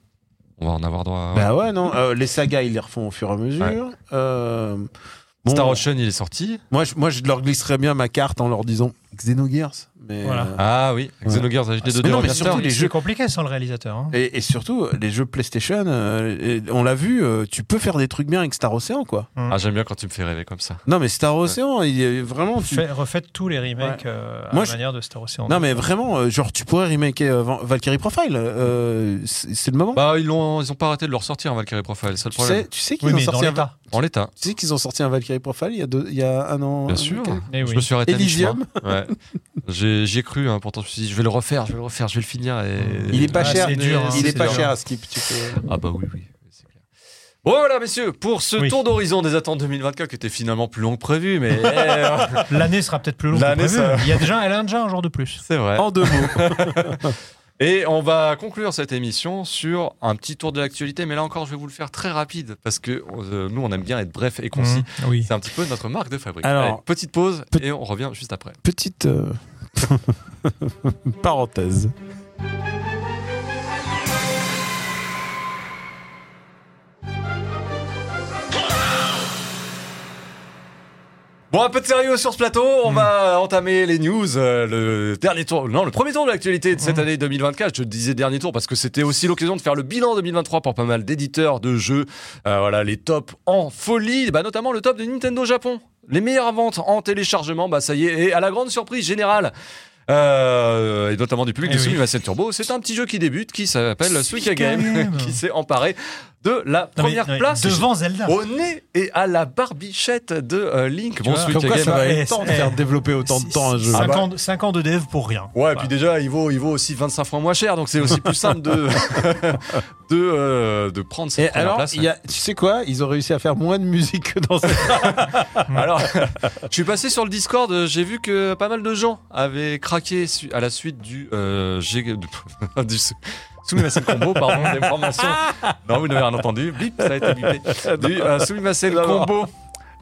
On va en avoir droit. à-
Bah ouais, non. euh, les sagas, ils les refont au fur et à mesure.
Ouais.
Euh, bon,
Star Ocean il est sorti.
Moi je, moi, je leur glisserais bien ma carte en leur disant Xenogears. Mais,
Voilà.
euh,
Ah oui,
Ouais. Ah,
Xenogears HD 2D
Mais non, mais
remaster.
surtout, les
C'est
jeux-
compliqué sans le réalisateur. hein.
Et, et surtout, les jeux PlayStation, euh, et- on l'a vu, euh, tu peux faire des trucs bien avec Star Ocean, quoi.
Ah, j'aime bien quand tu me fais rêver comme ça.
Non, mais Star Ocean, il est vraiment. tu-
Fait- refaites tous les remakes euh, à
Moi,
la
je-
manière de Star Ocean.
Non, mais vraiment, euh, genre, tu pourrais remaker euh, Van- Valkyrie Profile. euh, c'est c'est le moment.
Bah, ils ont, ils ont pas arrêté de le ressortir, hein, Valkyrie Profile, c'est le
tu,
problème.
sais, tu sais qu'ils
oui,
ont
mais dans
sorti un,
l'état.
En l'état.
tu sais qu'ils ont sorti un Valkyrie Profile il y a, deux- il y a un an.
Bien
un-
sûr.
quelques-
Eh oui.
Je me suis arrêté à
Elysium.
mi-chemin. Ouais. J'ai- J'y ai cru, hein, pourtant je me suis dit, je vais le refaire, je vais le refaire, je vais le finir. Et...
Il est pas
Ah,
cher,
c'est
dur, hein,
Il
c'est
est pas
dur.
cher à skip. Tu peux...
Ah bah oui, oui. c'est clair. Bon voilà messieurs, pour ce
Oui.
tour d'horizon des attentes 2024 qui était finalement plus long que prévu, mais eh,
L'année sera peut-être plus longue que
L'année,
prévu.
ça-
Il y a déjà, elle a déjà un jour de plus.
c'est vrai.
En deux mots.
Et on va conclure cette émission sur un petit tour de l'actualité, mais là encore je vais vous le faire très rapide parce que euh, nous on aime bien être bref et concis.
Mmh, oui.
C'est un petit peu notre marque de fabrique.
Alors-
Allez, petite pause
Pe-
et on revient juste après.
Petite euh, parenthèse.
Bon, un peu de sérieux sur ce plateau, on
Mm.
va entamer les news. euh, le dernier tour, non, le premier tour de l'actualité de cette
Mm.
année 2024. Je disais dernier tour parce que c'était aussi l'occasion de faire le bilan 2023 pour pas mal d'éditeurs de jeux. Euh, voilà, les tops en folie, bah, notamment le top de Nintendo Japon. Les meilleures ventes en téléchargement, bah ça y est, et à la grande surprise générale. euh, et notamment du public
Eh
de
oui.
Sumimasen Turbo, c'est un petit jeu qui débute qui s'appelle Suika
Suika
Game,
Game.
qui s'est emparé de la
Non, mais-
première
non, mais
place Oh,
Devant Zelda.
au nez et à la barbichette de euh, Link. Bon,
vois,
Sweet
Pourquoi
Game.
ça va
Eh,
être temps de
eh,
faire développer autant de temps un jeu
5
bah.
ans, de- cinq ans de dev pour rien.
Ouais, et puis déjà, il vaut, il vaut aussi 25 francs moins cher, donc c'est aussi plus simple de, de, euh, de prendre cette
Et
première
alors,
place.
il y a- tu sais quoi Ils ont réussi à faire moins de musique que dans cette Mm.
Alors, je suis passé sur le Discord, euh, j'ai vu que pas mal de gens avaient craqué su- à la suite du. Euh, G- de- du sou- Sumimasen Combo, pardon, des formations. Non, vous n'avez rien entendu. Bip, ça a été bipé. Du euh, Sumimasen
Non, non.
Combo.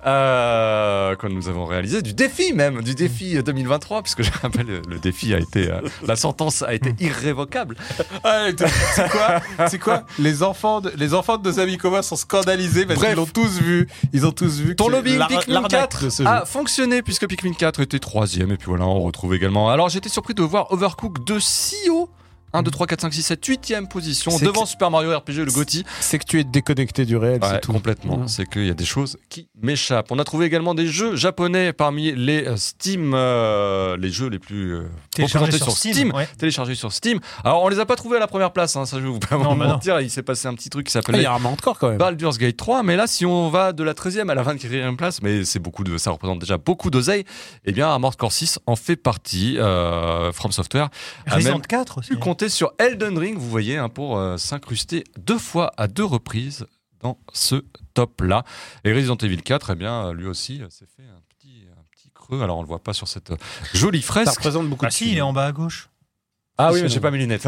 Euh, que nous avons réalisé du défi même du défi euh, 2023 puisque je rappelle euh, le défi a été euh, la sentence a été irrévocable
Mm. Ah, mais t'es- c'est quoi C'est quoi Les enfants de les enfants de nos amis communs sont scandalisés parce
Bref.
qu'ils l'ont tous vu. Ils ont tous vu. que
Ton
c'est
lobbying
l'ar-
Pikmin
l'arnaque
4
de ce
a
jeu.
fonctionné puisque Pikmin 4 était troisième et puis voilà on retrouve également. Alors j'étais surpris de voir Overcook de si haut. 1, 2, 3, 4, 5, 6, 7, 8ème position
C'est
devant
que-
Super Mario RPG, le GOTY.
C'est que tu es déconnecté du réel,
Ouais,
c'est tout.
complètement.
Ouais.
C'est qu'il y a des choses qui m'échappent. On a trouvé également des jeux japonais parmi les euh, Steam, euh, les jeux les plus euh, représentés
Téléchargé
sur Steam,
ouais.
téléchargés sur Steam. Alors on les a pas trouvés à la première place, hein, ça je vais vous pas
Non,
vous
bah non.
mentir. Il s'est passé un petit truc qui
Ah, il
s'appelait
y en a encore quand même.
Baldur's Gate 3, mais là, si on va de la 13e à la 24e place, mais c'est beaucoup de, ça représente déjà beaucoup d'oseille, eh bien, Armored Core 6 en fait partie. euh, From Software a
Resident
même
4 aussi.
pu compter sur Elden Ring, vous voyez, hein, pour euh, s'incruster deux fois à deux reprises dans ce top-là. Et Resident Evil 4, eh bien, lui aussi, euh, s'est fait un petit, un petit creux. Alors, on le voit pas sur cette euh, jolie
Ça
fresque.
représente beaucoup
Bah
de
si, il est en bas à gauche. Ah,
Ah oui, mais j'ai pas mes lunettes.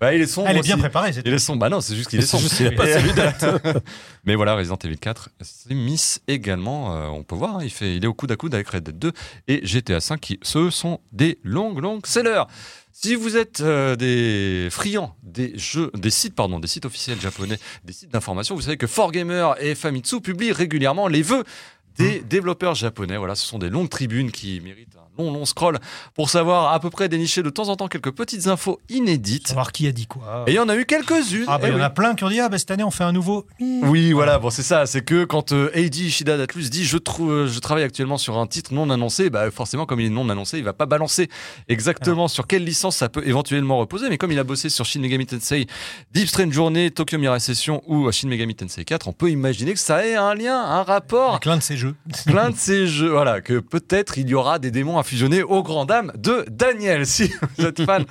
bah, il est sombre.
Elle est bien
aussi.
préparée, c'est
Il est sombre. Bah non, c'est juste qu'il est
C'est
sombre.
juste qu'il a
pas ses
lunettes. mais voilà, Resident Evil 4 c'est Miss également. euh, on peut voir, hein, il, fait, il est au coude à coude avec Red Dead 2 et GTA 5 qui, ce sont des longues, longues sellers. Si vous êtes euh, des friands des jeux, des sites, pardon, des sites officiels japonais, des sites d'information, vous savez que 4Gamer et Famitsu publient régulièrement les vœux des
Hmm.
développeurs japonais. Voilà, ce sont des longues tribunes qui méritent un long, long scroll pour savoir à peu près dénicher de temps en temps quelques petites infos inédites.
Savoir qui a dit quoi.
Et il y en a eu quelques-unes.
Ah, bah,
Eh
il y en
oui. Oh.
a plein qui ont dit Ah, bah, cette année, on fait un nouveau.
Oui, voilà, bon, c'est ça. C'est que quand euh, Eiji Ishida d'Atlus dit je, trouve, euh, je travaille actuellement sur un titre non annoncé, bah, forcément, comme il est non annoncé, il va pas balancer exactement sur quelle licence ça peut éventuellement reposer. Mais comme il a bossé sur Shin Megami Tensei, Deep Strange Journey, Tokyo Mirage Session ou euh, Shin Megami Tensei 4, on peut imaginer que ça ait un lien, un rapport
Avec l'un de ces jeux.
plein de ces jeux. Voilà, que peut-être il y aura des démons à fusionner aux grand dames de Daniel. Si vous êtes fan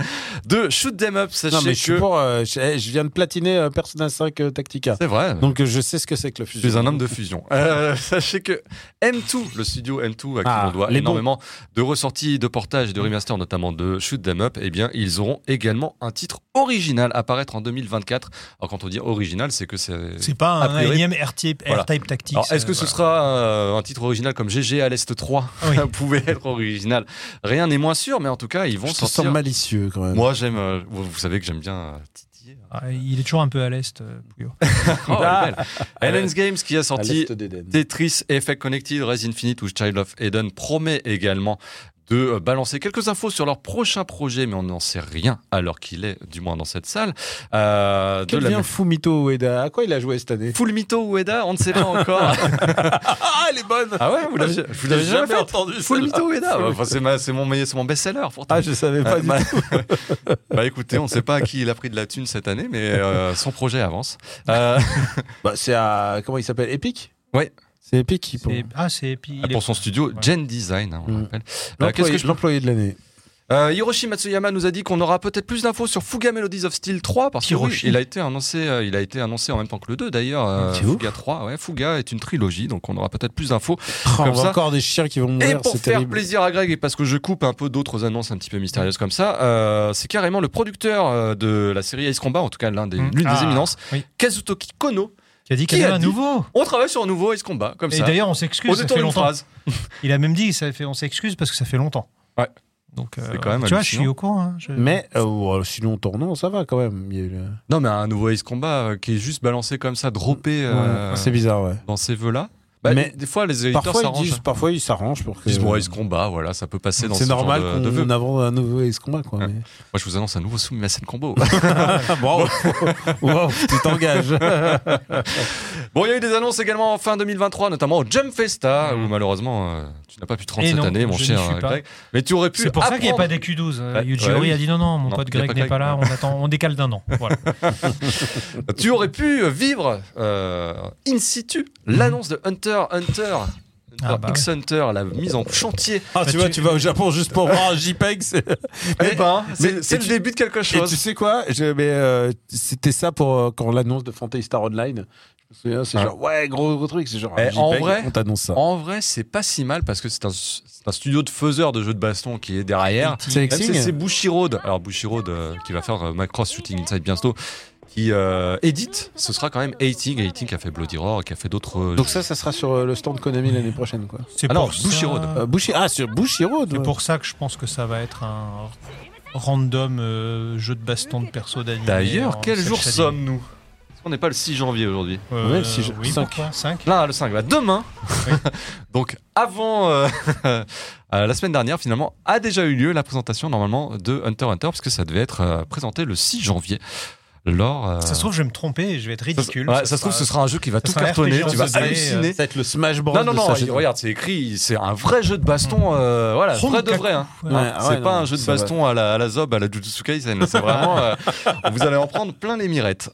de Shoot 'em Up, sachez
Non, mais je suis
que.
pour, euh, je, eh, je viens de platiner euh, Persona 5 euh, Tactica.
C'est vrai.
Donc euh, je sais ce que c'est que le fusil.
Je suis un homme de fusion. Euh, sachez que M2, le studio M2, à qui
Ah,
on doit
les
énormément de ressorties, de portages, de remasters, notamment de Shoot 'em Up, eh bien, ils auront également un titre original à apparaître en 2024. Alors, quand on dit original, c'est que c'est.
C'est pas
Euh, A
un
priori.
énième R-Type
Voilà.
R-Type Tactics.
Alors, est-ce que
euh,
ce
voilà.
sera euh, un titre original comme GG à l'Est 3
Ah oui.
Ça pouvait être original. Rien n'est moins sûr, mais en tout cas, ils vont
Je te sens
sortir.
malicieux quand même.
Moi, j'aime. euh, vous, vous savez que j'aime bien euh, titiller.
Ah, Il est toujours un peu à l'est, euh, Pouillot.
Oh, elle est belle.
Ah.
Hellen's Games qui a
À
sorti
l'est d'Éden.
Tetris, Effect Connected, Res Infinite ou Child of Eden promet également de euh, balancer quelques infos sur leur prochain projet, mais on n'en sait rien alors qu'il est, du moins dans cette salle. Euh, de
Quel
la
bien Fumito Ueda À quoi il a joué cette année
Full Mito Ueda, on ne sait pas encore.
Ah, elle est bonne
ah ouais, vous l'avez vous l'avez jamais entendu
entendu
Full Mito Ueda, bah, enfin, c'est ma- c'est mon, meilleur- c'est mon best-seller pourtant.
Ah, je savais pas
Euh,
du
bah,
tout.
bah, écoutez, on ne sait pas à qui il a pris de la thune cette année, mais euh, son projet avance. Euh,
Bah, c'est à. Comment il s'appelle Epic
Ouais.
C'est Epic qui.
Bah,
C'est- Ah, c'est. et puis il est-
pour son studio
Ouais.
Gen Design, hein, on
Mm.
l'appelle. Euh, Qu'est-ce que
L'employé
je
l'employé de l'année.
Euh, Hiroshi Matsuyama nous a dit qu'on aura peut-être plus d'infos sur Fuga Melodies of Steel 3 parce que oui,
Hiroshi.
il a été annoncé euh, il a été annoncé en même temps que le 2 d'ailleurs euh,
C'est
Fuga 3 ouais, Fuga est une trilogie donc on aura peut-être plus d'infos
Oh,
Comme
on voit
ça.
encore des chiens qui vont
et
mourir,
pour
c'est
faire
terrible.
plaisir à Greg et parce que je coupe un peu d'autres annonces un petit peu mystérieuses comme ça euh, c'est carrément le producteur euh, de la série Ace Combat en tout cas l'un des
Mmh.
Mm.
l'une des
Ah,
éminences
oui.
Kazutoki Kono
Qui a dit qu'il y
Qui
avait
a
un
dit
nouveau
on travaille sur un nouveau Ace Combat comme
Et
ça
d'ailleurs, on
on
s'excuse, ça
détourne
fait
une
longtemps.
phrase
Il a même dit ça fait, on s'excuse parce que ça fait longtemps.
Ouais.
Donc, euh,
C'est quand même
tu vois, je suis
hallucinant.
au courant. hein, je-
Mais euh, ouais, sinon, tournant, ça va quand même. Il y a eu le-
non mais un nouveau Ace Combat euh, qui est juste balancé comme ça droppé euh,
Ouais, C'est bizarre, ouais.
dans ces vœux là
Mais
des fois les éditeurs
Parfois ils,
s'arrangent
disent, parfois, ils s'arrangent pour que.
Euh,
Ils disent, bon, ouais, ce combat, voilà, ça peut passer dans
C'est
ce genre
normal
de, de vœux.
qu'on avance un nouveau Ace Combat, quoi.
Ouais.
mais-
Moi, je vous annonce un nouveau Sumimasen Combo.
Ah, bravo. Wow, tu t'engages.
bon, il y a eu des annonces également en fin 2023, notamment au Jump Festa,
Mhm.
où malheureusement, euh, tu n'as pas pu te rendre
Et
cette
Eh non,
année, mon
je
cher euh,
n'y suis pas.
Greg. Mais tu aurais pu.
C'est pour ça qu'il n'y a pas
apprendre-
des Q12. euh,
Ouais,
Yuji
ouais,
Horii
oui.
a dit non, non, mon
Non,
pote
il y a
Greg
pas
n'est
Greg.
pas là, on, attend, on décale d'un an. Voilà.
Tu aurais pu vivre euh, in situ l'annonce de Hunter Hunter. Hunter
Ah, bah
X Hunter, la mise en chantier.
Ah,
Bah,
tu vois,
tu-
tu vas au Japon juste pour voir un JPEG. c'est-
Eh ben,
mais-
c'est c'est
et
le
tu-
début de quelque
Et
chose.
tu sais quoi Je- mais, euh, C'était ça pour euh, quand l'annonce de Fantasy Star Online. Je me souviens, c'est
Ah.
genre, ouais, gros, gros truc. C'est genre,
Eh,
un
en
JPEG,
vrai-
on t'annonce ça.
En vrai, c'est pas si mal parce que c'est un, c'est un studio de faiseurs de jeux de baston qui est derrière.
C'est
Même si c'est
Exing
Bushiroad, alors Bushiroad euh, qui va faire euh, Macross Shooting Inside bientôt, qui euh, édite, ce sera quand même Hating, Hating qui a fait Bloody Roar, qui a fait d'autres. euh,
Donc ça, ça sera sur euh, le stand Konami l'année prochaine, quoi.
C'est
Ah non,
pour ça-
Bushiroad.
Euh, Bushi- Ah, sur Bushiro.
C'est pour ça que je pense que ça va être un random euh, jeu de baston de perso d'anime. euh,
D'ailleurs, quel jour sommes-nous Est-ce qu'on n'est pas le 6 janvier aujourd'hui
Ouais, si je-
Euh, Oui,
cinq. Euh.
5.
Là, le 5, bah, demain Donc, avant euh, euh, la semaine dernière, finalement, a déjà eu lieu la présentation normalement de Hunter x Hunter, parce que ça devait être euh, présenté le 6 janvier. Lors, euh,
Ça se trouve, je vais me tromper et je vais être
ça se-
ridicule.
ouais, ça se trouve, ce sera un jeu qui va
ça
tout
sera un
cartonner,
RPG
tu vas
en euh, 2D,
halluciner.
Ça va être le Smash Bros.
Non, non,
de
non,
Sachez-
il- regarde, c'est écrit, c'est un vrai jeu de baston, euh, voilà, vrai de
Honkaku.
vrai. hein.
Ouais, ah
c'est
ouais,
pas
non,
un jeu de
c'est vrai.
baston à la, à la Zob, à la Jujutsu Kaisen. C'est vraiment. euh, vous allez en prendre plein les mirettes.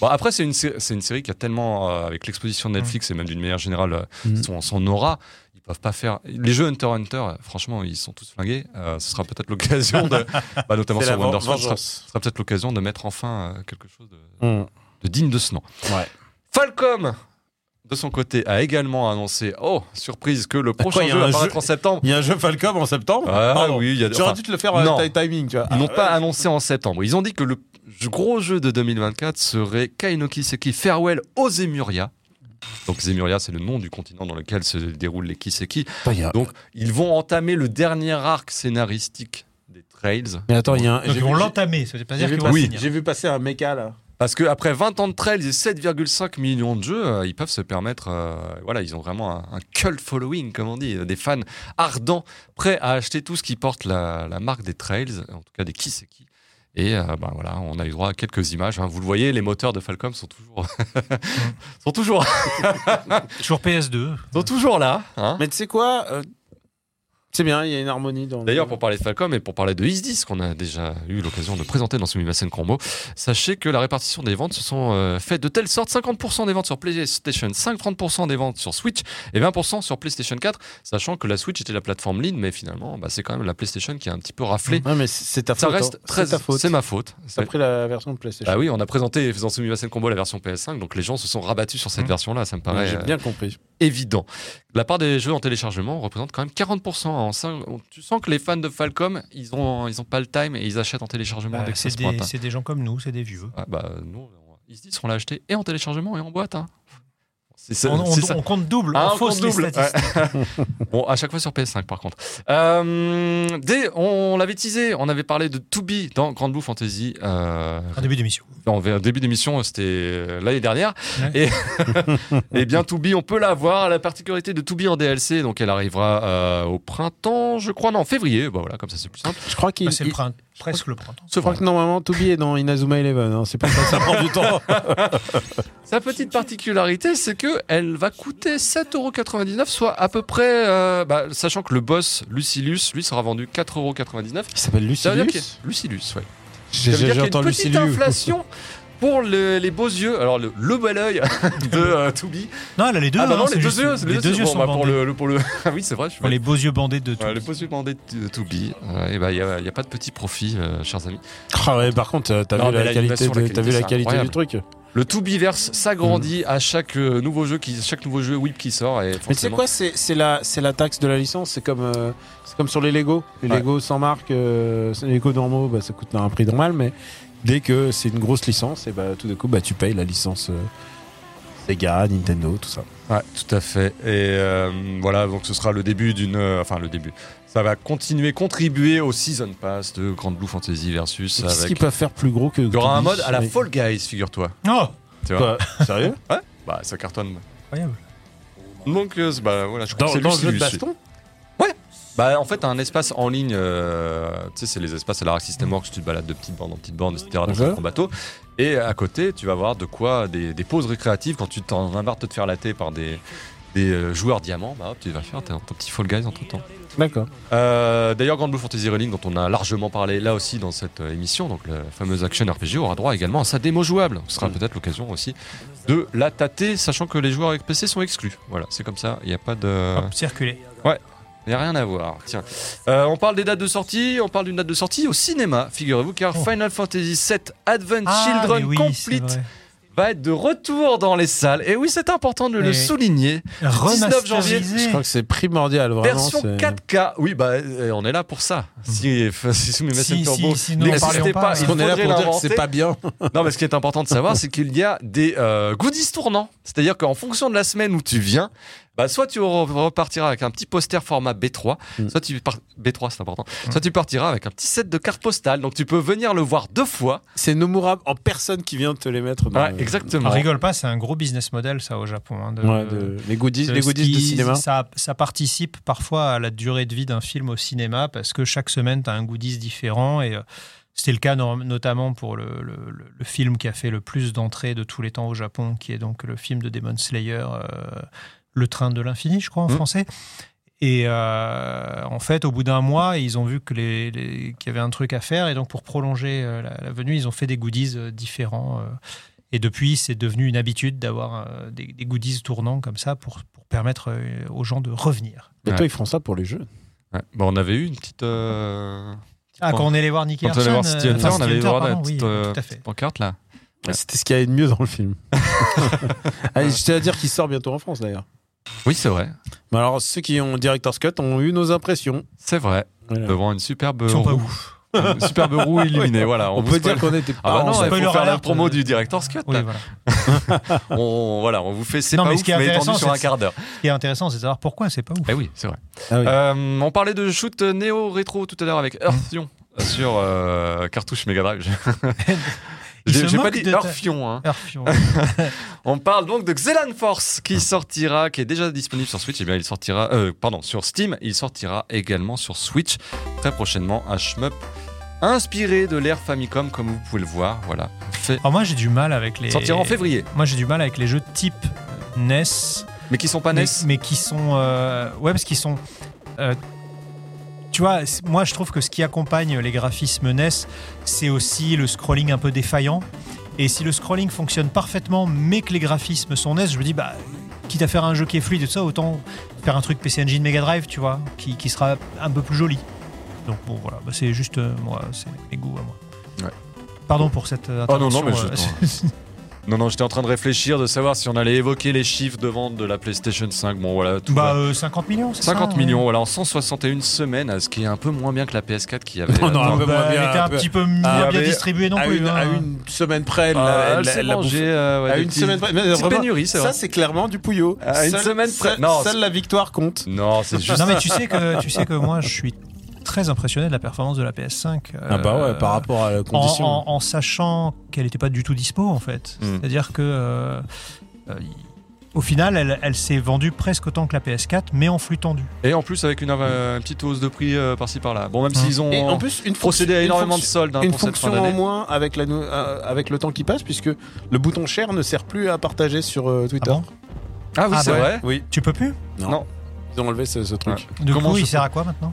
Bon, après, c'est une, sé- c'est une série qui a tellement, euh, avec l'exposition de Netflix et même d'une manière générale, euh,
Mhm.
son, son aura. Ils peuvent pas faire. Les jeux Hunter x Hunter, euh, franchement, ils sont tous flingués. Euh, ce sera peut-être l'occasion de. bah, notamment
C'est la
sur Wonder
ven-
Sword, ce sera,
vengeance.
ce sera peut-être l'occasion
Hmm.
de mettre enfin euh, quelque chose de,
Hum.
de digne de ce nom.
Ouais.
Falcom de son côté, a également annoncé, oh, surprise, que le prochain
quoi, il y a
jeu
un
va paraître
jeu-
en septembre.
Il y a un jeu Falcom en septembre.
Ah
Pardon.
oui, il y a
J'aurais
enfin,
dû te le faire euh,
non.
ti- timing, tu vois.
Ils n'ont
Ah,
pas
ouais.
annoncé en septembre. Ils ont dit que le gros jeu de 2024 serait Kainoki Seki Farewell aux Emuria. Donc Zemuria, c'est le nom du continent dans lequel se déroule les Kiseki.
Putain, il y a-
Donc ils vont entamer le dernier arc scénaristique des Trails.
Mais attends, il y a un.
Donc
j'ai
ils vont
vu-
l'entamer, ça veut pas
j'ai
dire
vu
qu'ils vont
passer-
le
Oui,
finir.
j'ai vu passer un méca là.
Parce qu'après 20 ans de Trails et 7,5 millions de jeux, euh, ils peuvent se permettre... euh, voilà, ils ont vraiment un, un cult following, comme on dit. euh, Des fans ardents, prêts à acheter tout ce qui porte la, la marque des Trails, en tout cas des Kiseki. Et euh, ben voilà, on a eu droit à quelques images. hein. Vous le voyez, les moteurs de Falcom sont toujours... sont toujours,
Toujours PS2.
sont toujours là. hein.
Mais tu sais quoi euh, C'est bien, il y a une harmonie dans. le-
D'ailleurs, pour parler de Falcom et pour parler de Is10, qu'on a déjà eu l'occasion de présenter dans Sumimasen Combo, sachez que la répartition des ventes se sont euh, faites de telle sorte 50% des ventes sur PlayStation 5, 30% des ventes sur Switch et 20% sur PlayStation 4, sachant que la Switch était la plateforme lead, mais finalement, bah, c'est quand même la PlayStation qui a un petit peu raflé.
Ouais, mais c'est- c'est ta
Ça
faute.
reste
hein.
très.
C'est ta faute.
C'est ma faute.
T'as pris la version de PlayStation.
Bah oui, on a présenté faisant Sumimasen Combo la version PS5, donc les gens se sont rabattus sur cette
Mhm.
version-là, ça me
Ouais,
paraît.
Mmh. J'ai
euh,
bien compris.
évident. La part des jeux en téléchargement représente quand même 40%. hein, en cinq- tu sens que les fans de Falcom, ils ont, ils ont pas le time et ils achètent en téléchargement
Bah,
dès que ça
c'est
se pointe.
des,
hein.
c'est des gens comme nous, c'est des vieux.
Ah, bah, nous, on- ils se disent on l'a acheté et en téléchargement et en boîte. hein. C'est
On,
ça.
on-
c'est ça.
on compte double,
Ah,
on,
on
fausse
compte double,
les statistiques.
Bon, à chaque fois sur PS5 par contre. Euh, dès, on l'avait teasé, on avait parlé de To Be dans Grand Blue Fantasy euh,
En début d'émission.
en ver- début d'émission, c'était euh, l'année dernière.
Ouais.
Et, et bien, To Be, on peut la voir. La particularité de To Be en DLC, donc elle arrivera euh, au printemps, je crois, non, en février. Bah voilà, comme ça c'est plus simple.
Je crois qu'il.
Bah, c'est le
il-
print- presque le printemps.
je crois que normalement, Toby est dans Inazuma Eleven. hein. C'est pour ça que ça prend du temps.
Sa petite particularité, c'est que elle va coûter 7,99€, soit à peu près, euh, bah, sachant que le boss Lucilius, lui, sera vendu 4,99€.
Il s'appelle
Ça veut dire qu'il
Lucilius.
y a- Lucilius, ouais.
J'ai
Ça veut dire qu'il y a une
entendu
petite inflation pour le- les beaux yeux, alors le, le bel œil de euh, To Be.
Non, elle a les deux.
ah bah
hein,
non,
c'est
les deux
juste-
yeux,
les deux yeux
bon,
sont
bah, pour
bandés.
le, le- pour le... Ah oui, c'est vrai, je suis
Pour les beaux yeux bandés de tout.
Ouais, le poste demandé de To Be, euh, et bah, il n'y a, il y a pas de petit profit, euh, chers amis.
Ah ouais, par contre, euh, t'as
Non,
vu,
mais
la qualité,
l'animation, la
de-
qualité,
t'as vu la
c'est
qualité du
incroyable.
truc.
Le To Beverse s'agrandit
Mm.
à chaque euh, nouveau jeu qui, chaque nouveau jeu Whip qui sort. Et
Mais tu sais
forcément,
quoi, c'est c'est la, c'est la taxe de la licence, c'est comme, euh, c'est comme sur les Lego. Les
Ouais.
Lego sans marque, euh, c'est- les Lego normaux, bah, ça coûte un prix normal, mais dès que c'est une grosse licence, et bah, tout d'un coup, bah, tu payes la licence euh, Sega, Nintendo, tout ça.
Ouais, tout à fait. Et euh, voilà, donc ce sera le début d'une. euh, enfin, le début. Ça va continuer, contribuer au Season Pass de Grand Blue Fantasy Versus.
Qu'est-ce qu'ils
Avec...
peuvent faire plus gros que.
Il y aura un mode à la Fall Guys, figure-toi.
Oh,
Tu vois
Quoi Sérieux
Bah, ça cartonne.
incroyable.
Donc, euh, c'est- bah voilà, je crois
Dans,
que c'est
dans le jeu de
Lucilius.
baston
Bah, en fait, t'as un espace en ligne, euh, tu sais, c'est les espaces à la Rack System Works, tu te balades de petite bande en petite bande, etc., dans
Ouais.
ton bateau. Et à côté, tu vas avoir de quoi des, des pauses récréatives quand tu t'en as marre de te faire latter par des, des euh, joueurs diamants, bah hop, tu vas faire ton ton petit Fall Guys entre temps.
D'accord.
Euh, D'ailleurs, Grand Blue Fantasy Relink, dont on a largement parlé là aussi dans cette euh, émission, donc le fameux action RPG, aura droit également à sa démo jouable. Ce sera
Mm.
peut-être l'occasion aussi de la tâter, sachant que les joueurs avec PC sont exclus. Voilà, c'est comme ça, il n'y a pas de.
Hop, circuler.
Il n'y a rien à voir. Tiens, Euh, on parle des dates de sortie, on parle d'une date de sortie au cinéma, figurez-vous, car
Oh.
Final Fantasy VII Advent
Ah, mais
Children
oui, c'est
Complete
vrai.
va être de retour dans les salles. Et oui, c'est important de
Eh
le
oui.
souligner. 19 janvier,
Remasterisé.
Je crois que c'est primordial, vraiment.
Version
c'est-
4K. Oui, bah, euh, on est là pour ça. Si, si, si,
Si,
Turbo
si, si, nous, en
n'existait pas, il
parlions pas, hein.
Parce qu'on est là
faudrait
pour dire que c'est
l'inventer.
pas bien.
Non, mais ce qui est important de savoir, c'est qu'il y a des euh, goodies tournants. C'est-à-dire qu'en fonction de la semaine où tu viens, bah, soit tu re- repartiras avec un petit poster format B3,
Mm.
soit tu par- B3 c'est important,
Mm.
soit tu partiras avec un petit set de cartes postales. Donc tu peux venir le voir deux fois.
C'est Nomura en personne qui vient de te les mettre. dans
Ouais,
le-
exactement.
On Ah, rigole pas, c'est un gros business model ça au Japon. hein, de-
Euh,
Ouais, de- les goodies,
de
les
ce
goodies de
qui-
cinéma.
Ça, ça participe parfois à la durée de vie d'un film au cinéma parce que chaque semaine, tu as un goodies différent. Et euh, c'était le cas no- notamment pour le, le- le- le film qui a fait le plus d'entrées de tous les temps au Japon, qui est donc le film de Demon Slayer, euh, Le train de l'infini, je crois, en
Mhm.
français. Et euh, en fait, au bout d'un mois, ils ont vu que les- les- qu'il y avait un truc à faire. Et donc, pour prolonger euh, la, la venue, ils ont fait des goodies euh, différents. euh, et depuis, c'est devenu une habitude d'avoir euh, des, des goodies tournants comme ça pour, pour permettre euh, aux gens de revenir.
Et
Ouais.
toi, ils font ça pour les jeux.
Ouais. Bah, on avait eu une petite. euh,
Ah, quand on est allé voir Nicky euh,
Quand on allait voir City Hunter, on avait eu droit à la
pardon,
petite,
oui,
euh,
tout à fait.
pancarte là.
C'était ce qu'il y avait de mieux dans le film. Allez, je tiens à dire qu'il sort bientôt en France d'ailleurs.
Oui, c'est vrai.
Mais alors, ceux qui ont Director's Cut ont eu nos impressions.
C'est vrai.
Voilà.
Devant une superbe
Ils sont pas
roue,
ouf.
une superbe roue illuminée. Voilà,
On
vous
peut
spoil-
dire qu'on était pas.
Ah bah non,
on-
il faut
spoiler
faire la
alert,
promo
euh,
du director's cut.
Oui,
là.
voilà.
on, voilà, on vous fait c'est
Non,
pas
mais
ouf,
ce qui est
mais étendu
intéressant,
sur un
c'est-
quart d'heure.
Ce qui est intéressant, c'est de savoir pourquoi c'est pas ouf.
Eh oui, c'est vrai.
Ah oui.
Euh, on parlait de shoot néo rétro tout à l'heure avec Earthion
Mmh.
sur euh, cartouche Mega Drive.
Il
J'ai
se
j'ai pas
moque
dit
de ta-
Earthion. hein.
Earthion.
On parle donc de Xelan Force
Ah.
qui sortira, qui est déjà disponible sur Switch. Et bien, il sortira, euh, pardon, sur Steam. Il sortira également sur Switch très prochainement. Un shmup inspiré de l'ère Famicom, comme vous pouvez le voir. Voilà. Fait-
Alors moi j'ai du mal avec les.
Sortira en février,
Moi j'ai du mal avec les jeux type E NES,
mais qui sont pas E
mais,
NES.
mais qui sont euh, ouais parce qu'ils sont. euh, tu vois, c'est- moi je trouve que ce qui accompagne les graphismes NES, c'est aussi le scrolling un peu défaillant. Et si le scrolling fonctionne parfaitement, mais que les graphismes sont NES, je me dis bah quitte à faire un jeu qui est fluide et tout ça, autant faire un truc PC Engine Mega Drive, tu vois, qui, qui sera un peu plus joli. Donc bon voilà, bah, c'est juste euh, moi, c'est mes goûts à moi.
Ouais.
Pardon pour cette euh,
Oh non, non, mais
interruption,
je-
euh,
Non, non, j'étais en train de réfléchir, de savoir si on allait évoquer les chiffres de vente de la PlayStation 5. Bon, voilà, tout
Bah
va.
euh, 50 millions, c'est
50
ça,
millions, voilà, en 161 semaines, ce qui est un peu moins bien que la PS4 qui avait. euh,
Non, non,
Attends,
Ah, un peu
Bah,
moins
elle
bien,
était
un
un,
peu-
petit peu moins
Ah,
bien
mais
distribuée non
à,
plus.
une,
hein.
à une semaine près, elle
ah,
l'a-
elle
elle
s'est
l'a
mangée,
bouffée.
euh, ouais,
À
des
une
petits-
semaine près. mais
petite
vraiment,
pénurie, c'est
Ça,
vrai.
c'est clairement du pouillot.
À une
Seule-
semaine près.
seule-
Non, c'est-
Seule la victoire compte.
Non, c'est juste.
Non mais tu sais que tu sais que moi je suis très impressionné de la performance de la PS5. euh,
Ah
Ah, bah
bah
rapport à la
en, en- en sachant qu'elle n'était pas du tout dispo en fait.
Hmm.
Mm.
C'est-à-dire que euh, euh, au final elle, elle s'est vendue presque autant que la PS4 mais en flux tendu.
Et en plus, avec une, euh, une petite hausse de prix euh, par-ci par-là. Bon, même
Hein.
s'ils ont
Hum. Et en plus, une
procédé à
fonction-
énormément
une
de soldes hein,
une
pour cette fin
fonction en
d'année.
moins avec, la nou- euh, avec le temps qui passe, puisque le bouton share ne sert plus à partager sur euh,
Ah
Twitter.
bon
Ah oui,
Ah
c'est
bah
vrai.
Oui,
Tu peux plus
Non.
ils ont enlevé ce, ce truc. Bah,
Du
Comment
coup,
je
il
peux-
sert à quoi maintenant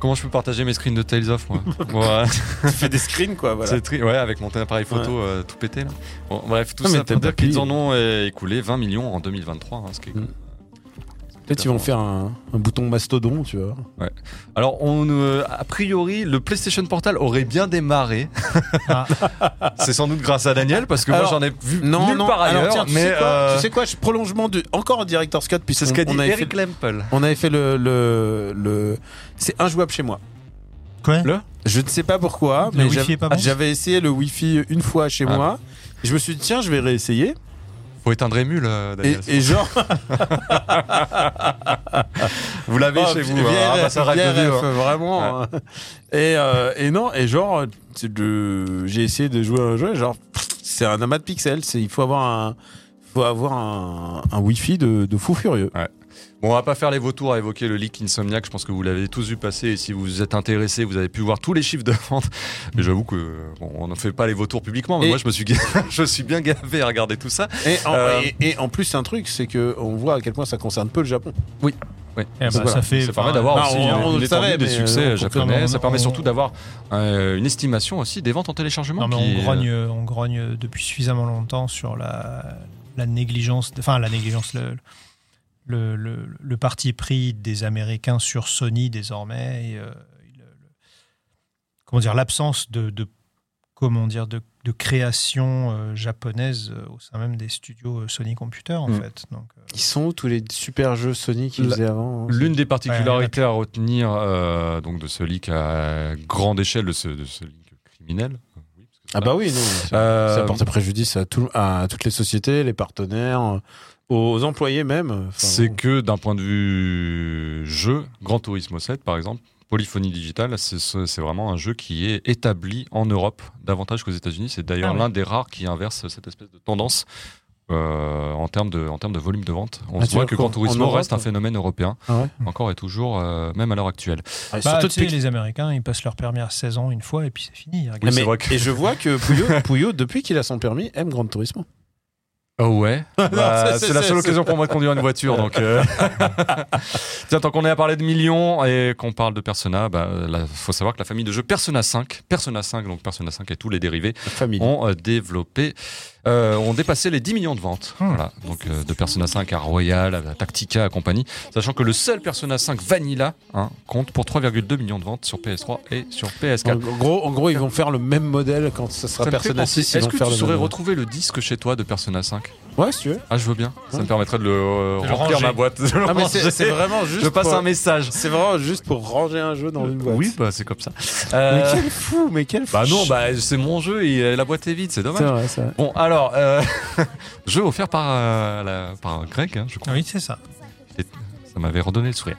Comment je peux partager mes screens de Tales of, moi Ouais,
tu fais des screens, quoi. Voilà.
c'est tri- ouais, avec mon appareil photo euh, tout pété, là. Bon, bref, tout
Non, mais
ça
t'as
pour dire
pas pu-
qu'ils en ont euh, écoulé 20 millions en 2023, hein, ce qui est
Mm. Peut-être ils vont faire un, un bouton mastodon, tu vois.
Alors, on, euh, a priori, le PlayStation Portal aurait bien démarré.
Ah.
C'est sans doute grâce à Daniel, parce que
Alors,
moi j'en ai vu nulle part ailleurs.
alors, tiens, tu,
mais
sais quoi,
euh,
tu sais quoi, je prolongement de encore Director's Cut, puisque
c'est ce qu'a dit
on, avait fait,
Eric Lempel.
on avait fait le. le, le- C'est injouable chez moi.
Quoi
Le-
Je ne sais pas pourquoi,
Le
mais
Wi-Fi
j'avais-
est pas bon
j'avais essayé le Wi-Fi une fois chez
Ah. Bah,
moi. Je me suis dit, tiens, je vais réessayer.
Faut éteindre Emule, euh,
Et,
Daniel.
et genre,
Vous l'avez
Oh,
chez vous.
vieille
hein. Ah,
ref,
bah, ça rêve de
vieille
vieux,
ref,
hein.
vraiment. hein. Et, euh, et non, et genre, c'est de- j'ai essayé de jouer à un jeu, et genre, c'est un amas de pixels. c'est- Il faut avoir un, faut avoir un, un wifi de, de fou furieux.
Bon, on va pas faire les vautours à évoquer le leak Insomniac. Je pense que vous l'avez tous vu passer. Et si vous êtes intéressé, vous avez pu voir tous les chiffres de vente. Mais j'avoue que bon, on ne fait pas les vautours publiquement. Mais
Et-
moi, je me suis, ga- je suis bien gavé à regarder tout ça.
Et en,
Euh.
et- et en plus, un truc, c'est que on voit à quel point ça concerne peu le Japon.
Eh bah,
voilà,
ça fait
ben, Ça permet d'avoir
bah,
aussi
on-
une-
on le
une étendue
savait,
des
mais,
succès
euh,
japonais.
on-
Ça permet
on-
surtout d'avoir euh, une estimation aussi des ventes en téléchargement.
Non, mais
qui
on
est- euh,
grogne, on grogne depuis suffisamment longtemps sur la, la négligence, enfin la négligence, le, le, le, le parti pris des Américains sur Sony désormais, et, euh, le- le- comment dire, l'absence de, de- comment dire, de, de création euh, japonaise euh, au sein même des studios euh, Sony Computer en
Mm.
fait. Donc, euh,
Ils sont où tous les super jeux Sony qu'ils
La-
faisaient avant hein
euh, L'une des particularités à retenir euh, donc de ce leak à grande échelle, de ce, de ce leak criminel. Oui, parce que c'est ça.
Ah bah oui, non. Ça,
Euh,
ça portait préjudice à, tout- à toutes les sociétés, les partenaires, aux employés même. Enfin,
c'est
bon.
que d'un point de vue jeu, Gran Turismo 7 par exemple, Polyphonie Digitale, c'est- c'est c'est vraiment un jeu qui est établi en Europe davantage qu'aux États-Unis. C'est d'ailleurs
Ah ouais.
l'un des rares qui inverse cette espèce de tendance euh, en, termes de, en termes de volume de vente. On
Ah,
se
tu
voit
veux
que
qu'en-
Gran Turismo
en Europe
reste un phénomène européen,
Ah ouais
encore et toujours, euh, même à l'heure actuelle.
Ah, et
bah,
surtout
tu sais,
depuis-
les Américains, ils passent leur permis à 16 ans une fois et puis c'est fini. ils regardent.
Oui,
Mais-
c'est vrai que-
Et je vois que Pouillot, Pouillot, depuis qu'il a son permis, aime Grand Turismo.
Oh ouais Bah,
ça,
C'est
c'est-
la seule
c'est-
occasion pour moi de conduire une voiture. donc, euh. Tiens, tant qu'on est à parler de millions et qu'on parle de Persona, il faut savoir que la famille de jeux Persona 5, Persona 5, donc Persona 5 et tous les dérivés,
Famille.
ont euh, développé euh, ont dépassé les 10 millions de ventes.
Hmm.
Voilà. Donc euh, de Persona 5 à Royal, à Tactica, à compagnie. Sachant que le seul Persona 5 Vanilla hein, compte pour 3,2 millions de ventes sur PS3 et sur
En
PS4.
gros, en gros, ils vont faire le même modèle quand ça sera
Ça me fait
Persona
penser-
6. ils
Est-ce
vont
que
faire
tu
le
saurais
même.
retrouver le disque chez toi de Persona 5
Ouais, si tu veux.
Ah, je veux bien. Ça me permettrait de le euh,
De le
remplir
ranger.
ma boîte. De le
Ah, mais c'est
ranger.
c'est vraiment juste.
je passe
pour-
un message.
C'est vraiment juste pour ranger un jeu dans une boîte.
Oui, bah, c'est comme ça. Euh,
Mais quel fou, mais quel fou.
Bah non, bah, c'est mon jeu et euh, la boîte est vide, c'est
C'est
dommage.
vrai, c'est vrai.
Bon, alors, euh, jeu offert par, euh, la- par Greg, hein, je crois.
Oui, c'est ça.
Ça m'avait redonné le sourire.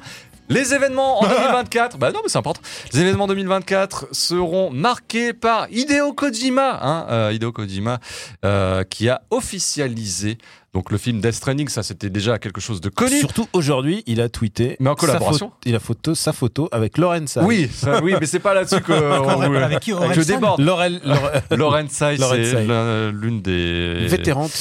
Les événements en 2024, bah non mais c'est important. Les événements 2024 seront marqués par Hideo Kojima, hein, euh, Hideo Kojima euh, qui a officialisé donc le film Death Stranding, ça c'était déjà quelque chose de connu.
Surtout aujourd'hui, il a tweeté.
Mais en
sa
collaboration.
photo- il a photo, sa photo avec Lauren Sai.
Oui, ça- oui, mais c'est pas là-dessus que
Oh,
on
Faudrait
voulait-
parler avec qui
que je
Orelsan
déborde.
Laurel, Laurel-
Lauren Sai,
Lauren
c'est
Sai.
l'un- l'une des
vétérante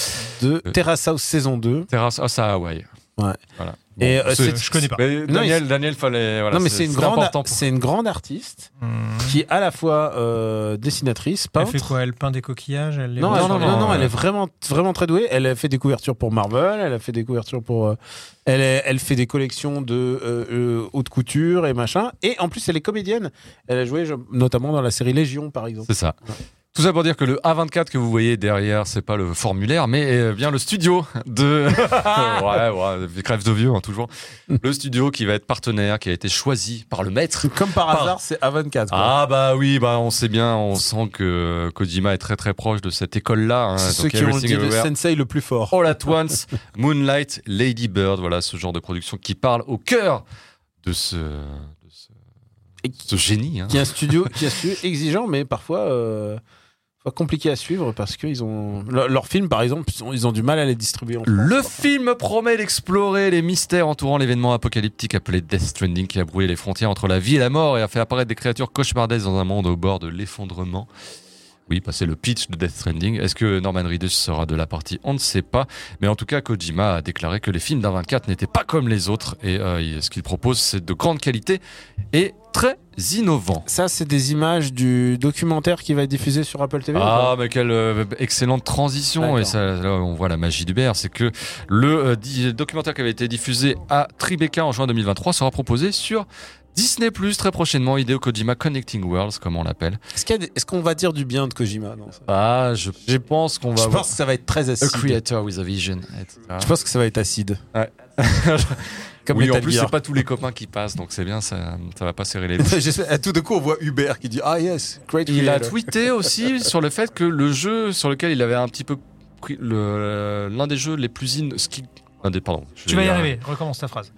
de
Euh.
Terrace House saison 2.
Terrace, ah, ça à Hawaï.
Ouais.
Voilà.
Et, euh,
c'est-
c'est-
Je connais pas.
Mais
Non,
Daniel, Daniel, fallait. Voilà,
non, mais c'est une, grande
important
ar-
pour-
c'est une grande artiste
Hmm.
qui est à la fois euh, dessinatrice,
Elle
peintre.
fait quoi Elle peint des coquillages elle les
Non,
vend
elle-
non,
sur
non,
les-
non, non,
ouais.
elle est vraiment, vraiment très douée. Elle a fait des couvertures pour Marvel, elle a fait des couvertures pour. euh, elle, est- elle fait des collections de euh, euh, haute couture et machin. Et en plus, elle est comédienne. Elle a joué je- notamment dans la série Légion, par exemple.
C'est ça. Tout ça pour dire que le A24 que vous voyez derrière, c'est pas le formulaire, mais euh, bien le studio de. ouais, ouais, crève de vieux, hein, toujours. Le studio qui va être partenaire, qui a été choisi par le maître.
Comme par
Par-
hasard, c'est A24. quoi.
Ah, bah oui, bah on sait bien, on sent que Kojima est très très proche de cette école-là. hein,
C'est ceux
donc
qui ont
Everything
dit le
Everywhere.
sensei le plus fort.
All at Once, Moonlight, Lady Bird, voilà ce genre de production qui parle au cœur de ce, de ce,
Et
ce génie. hein.
qui est un studio, qui est un studio exigeant, mais parfois, euh, parfois compliqué à suivre parce qu'ils ont le- leurs films, par exemple, ils ont- ils ont du mal à les distribuer. En France.
Le film promet d'explorer les mystères entourant l'événement apocalyptique appelé Death Stranding qui a brouillé les frontières entre la vie et la mort et a fait apparaître des créatures cauchemardesques dans un monde au bord de l'effondrement. Oui, bah, c'est le pitch de Death Stranding. Est-ce que Norman Reedus sera de la partie On ne sait pas. Mais en tout cas, Kojima a déclaré que les films d'un 24 n'étaient pas comme les autres et euh, il- ce qu'il propose, c'est de grande qualité et très innovant.
Ça, c'est des images du documentaire qui va être diffusé sur Apple TV. ou pas
Ah, mais quelle euh, excellente transition
D'accord.
Et ça, là, on voit la magie du BR, c'est que le euh, di- documentaire qui avait été diffusé à Tribeca en juin 2023 sera proposé sur Disney+, très prochainement, Hideo Kojima Connecting Worlds, comme on l'appelle.
Est-ce qu'il y a des- est-ce qu'on va dire du bien de Kojima dans ça
Ah, je, je pense qu'on
Je
va voir
pense que ça va être très
A
acide.
Creator with a Vision,
Je
etc.
pense que ça va être acide.
Ouais.
Comme
oui,
Metal
en plus,
Gear.
c'est pas tous les copains qui passent, donc c'est bien, ça, ça va pas serrer les dents.
J'espère- à tout de coup, on voit Hubert qui dit Ah yes, great
Il a
creator.
tweeté aussi sur le fait que le jeu sur lequel il avait un petit peu pris le- euh, l'un des jeux les plus in... Ce qui... un des- pardon, je
Tu vas y
dire-
arriver, recommence ta phrase.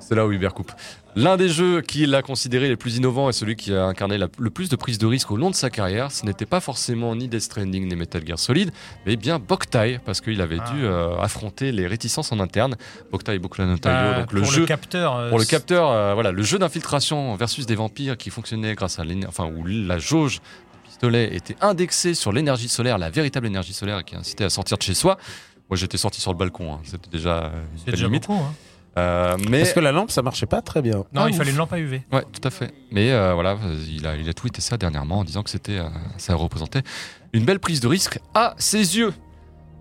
C'est là où Hubert coupe. L'un des jeux qu'il a considéré les plus innovants et celui qui a incarné la- le plus de prises de risque au long de sa carrière, ce n'était pas forcément ni Death Stranding ni Metal Gear Solid, mais bien Boktai, parce qu'il avait
Ah.
dû euh, affronter les réticences en interne. Boktai Bokulan no Taiyo,
Bah,
donc le
pour
jeu.
le capteur. euh,
pour le
c'est-
capteur, euh, voilà, le jeu d'infiltration versus des vampires qui fonctionnait grâce à l'éner- enfin où la jauge du pistolet était indexée sur l'énergie solaire, la véritable énergie solaire qui incitait à sortir de chez soi. Moi, j'étais sorti sur le balcon, hein, c'était déjà euh, une
C'est
belle
déjà
limite.
beaucoup. hein.
Euh, mais
Parce que la lampe, ça marchait pas très bien.
Non,
Ah,
il
ouf.
fallait une lampe à UV.
Ouais, tout à fait. Mais euh, voilà, il a, il a tweeté ça dernièrement en disant que c'était, euh, ça représentait une belle prise de risque à ses yeux.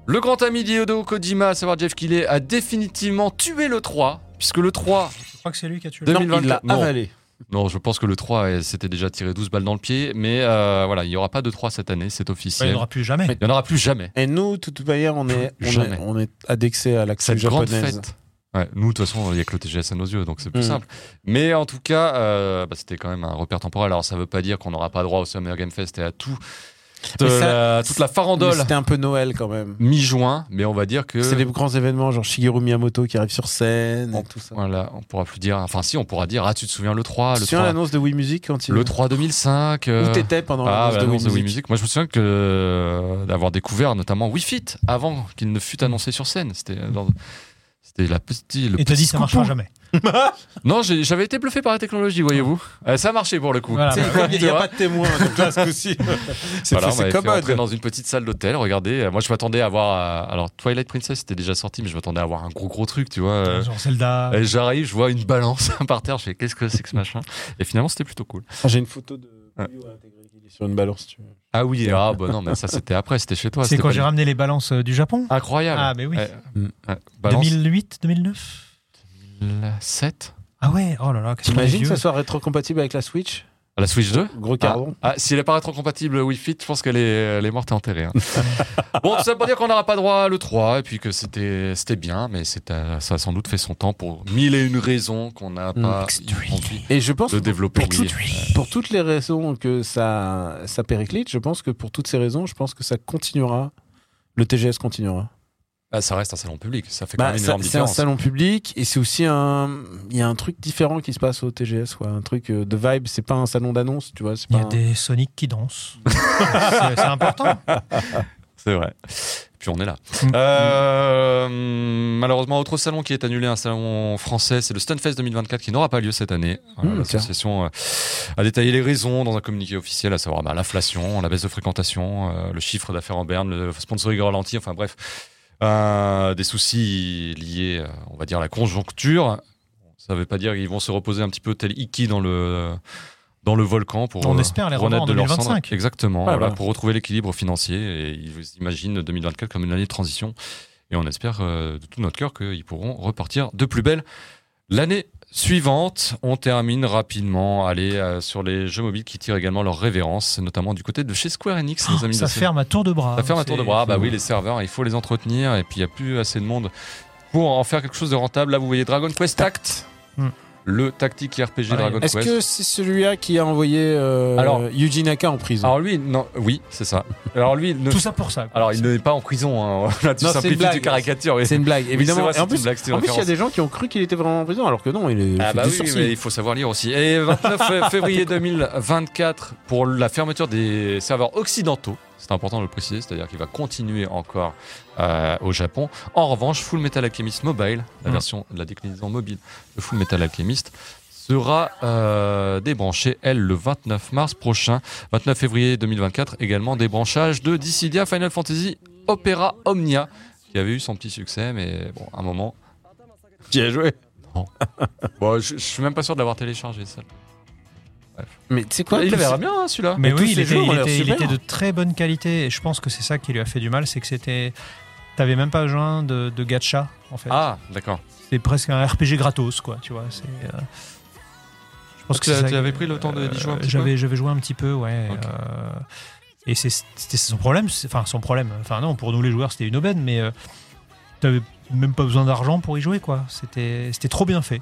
Le grand ami d'Hideo Kojima, à savoir Jeff Keighley, a définitivement tué le 3, puisque le 3...
Je crois que c'est lui qui a tué
De-
le.
Non,
2024,
il l'a
non.
avalé.
Non, je pense que le 3 eh, s'était déjà tiré 12 balles dans le pied, mais euh, voilà, il n'y aura pas de 3 cette année, c'est
Bah, il
officiel.
n'aura plus jamais.
il n'y en aura plus jamais.
Et nous, de toute manière, on est, on
Jamais.
est, on est addexé à l'action
cette grande
japonaise.
fête. Ouais, nous, de toute façon, il n'y a que le TGS à nos yeux, donc c'est plus
Mm.
simple. Mais en tout cas, euh, bah, c'était quand même un repère temporel. Alors, ça ne veut pas dire qu'on n'aura pas droit au Summer Game Fest et à tout, de
Mais ça-
la- toute la
Mais
farandole
C'était un peu Noël quand même.
mi-juin, mais on va dire que.
C'est des grands événements, genre Shigeru Miyamoto qui arrive sur scène et tout ça.
Voilà, on pourra plus dire. Enfin, si, on pourra dire Ah, tu te souviens le 3,
Tu
le
te souviens
3,
l'annonce de Wii Music quand il
le 3 2005. euh,
Où t'étais pendant
Ah,
l'annonce
bah,
de
l'annonce
Wii
de Wii
Music
Music. Moi, je me souviens que euh, d'avoir découvert notamment Wii Fit avant qu'il ne fût annoncé sur scène. C'était euh, dans- c'était la petite. le
Et t'as
petit
dit ça marchera
scoop.
jamais.
Non, j'ai- j'avais été bluffé par la technologie, voyez-vous. Euh, ça a marché pour le coup.
Voilà,
Tu sais,
bah,
Il n'y a pas de témoin, donc là, ce coup-ci, c'est
Voilà, on
c'est
m'avait fait
commode.
entrer dans une petite salle d'hôtel. Regardez, euh, moi je m'attendais à voir. euh, alors Twilight Princess était déjà sorti, mais je m'attendais à voir un gros gros truc, tu vois. euh,
Genre Zelda.
et J'arrive, je vois une balance par terre, je fais qu'est-ce que c'est que ce machin Et finalement, c'était plutôt cool.
J'ai une photo de Sur une balance, tu vois.
Ah oui, ah bah non, mais ça c'était après, c'était chez toi.
C'est
c'était
quand
pas
j'ai
du-
ramené les balances euh, du Japon
Incroyable.
Ah, mais oui.
Ouais,
Mm.
ouais. Balance
2008, 2009
7
Ah ouais, oh là là, qu'est-ce qu'on est
T'imagines
vieux.
que ça soit rétrocompatible avec la Switch
à la Switch 2
Gros
Ah,
cardon.
ah, si elle est pas rétrocompatible Wii Fit, je pense qu'elle est, elle est morte et enterrée. hein. bon, tout ça pour dire qu'on n'aura pas droit à le 3 et puis que c'était c'était bien, mais c'était- ça a sans doute fait son temps pour mille et une raisons qu'on n'a
Mm.
pas
Extremely.
envie
Et je pense
de
que
développer
pour
Wii.
pour toutes les raisons que ça, ça périclite, je pense que pour toutes ces raisons, je pense que ça continuera. Le TGS continuera.
Ah, ça reste un salon public, ça fait quand
Bah,
même une
ça-
énorme
c'est un
différence.
salon public et c'est aussi un. Il y a un truc différent qui se passe au TGS, quoi. Un truc euh, de vibe. C'est pas un salon d'annonce, tu vois. c'est
Il
Ah.
y
Pas
a
un-
des Sonic qui dansent. c'est c'est important.
C'est vrai. Puis on est là.
Mm.
Euh, malheureusement, autre salon qui est annulé, un salon français, c'est le Stunfest 2024 qui n'aura pas lieu cette année. Voilà,
Mm, tiens.
L'association euh, a détaillé les raisons dans un communiqué officiel, à savoir bah, l'inflation, la baisse de fréquentation, euh, le chiffre d'affaires en berne, le sponsoring ralenti, enfin bref, euh, des soucis liés, euh, on va dire, à la conjoncture. Ça ne veut pas dire qu'ils vont se reposer un petit peu tel Iki dans le dans le volcan pour
On
euh,
espère les revoir
renaître
en
de leur
2025.
cendre.
Ah,
Exactement,
Ouais,
voilà,
voilà.
pour retrouver l'équilibre financier. Et ils imaginent 2024 comme une année de transition. Et on espère euh, de tout notre cœur qu'ils pourront repartir de plus belle l'année suivante. On termine rapidement allez, euh, sur les jeux mobiles qui tirent également leur révérence, notamment du côté de chez Square Enix,
Oh,
nos amis
ça
de chez-
ferme à tour de bras.
ça ferme un tour de
C'est-
bras. Bah
c'est-
oui, les serveurs, il faut les entretenir. Et puis, il n'y a plus assez de monde pour en faire quelque chose de rentable. Là, vous voyez Dragon Quest Tact,
Hmm.
le tactique RPG
Ouais.
Dragon
Est-ce
Quest.
que c'est celui-là qui a envoyé euh,
Alors-
Yuji Naka en prison
Alors, lui, non, oui, c'est ça. Alors, lui, ne-
Tout ça pour ça. quoi.
alors il n'est pas en prison. Hein. Là, tu
Non, c'est
simplifies,
une blague.
tu caricatures. oui.
C'est une blague,
Oui,
évidemment.
c'est vrai,
et en
c'est
plus,
une blague, c'est une
en plus, il y a
référence.
des gens qui ont cru qu'il était vraiment en prison, alors que non, il est.
Ah
fait
bah
du
oui,
sourcil.
mais il faut savoir lire aussi. Et 29 février 2024 pour la fermeture des serveurs occidentaux. C'est important de le préciser, c'est-à-dire qu'il va continuer encore euh, au Japon. En revanche, Full Metal Alchemist Mobile, la
Mm.
version de la déclinaison mobile de Full Metal Alchemist, sera euh, débranchée, elle, le 29 mars prochain. 29 février 2024, également débranchage de Dissidia Final Fantasy Opera Omnia, qui avait eu son petit succès, mais bon, à un moment,
J'y ai joué.
Bon, je, je suis même pas sûr de l'avoir téléchargé, ça.
Mais tu sais quoi
il
tous-
verra bien, hein, celui-là.
Mais
Mais tous
oui, il
ces
était,
jeux ont
il
l'air
était- il
super.
hein.
était de très bonne qualité et je pense que c'est ça qui lui a fait du mal, c'est que c'était. T'avais même pas besoin de, de gacha en fait.
Ah, d'accord.
C'est presque un RPG gratos quoi, tu vois. C'est. euh, Je pense
Ah, tu as-
c'est ça
tu
qui-
avais pris le temps de- d'y jouer un petit peu
J'avais, j'avais joué un petit peu, ouais.
Ok.
euh, et c'est, c'était son problème, c'est- enfin son problème. Enfin non, pour nous les joueurs c'était une aubaine, mais euh, t'avais même pas besoin d'argent pour y jouer quoi. C'était, c'était trop bien fait.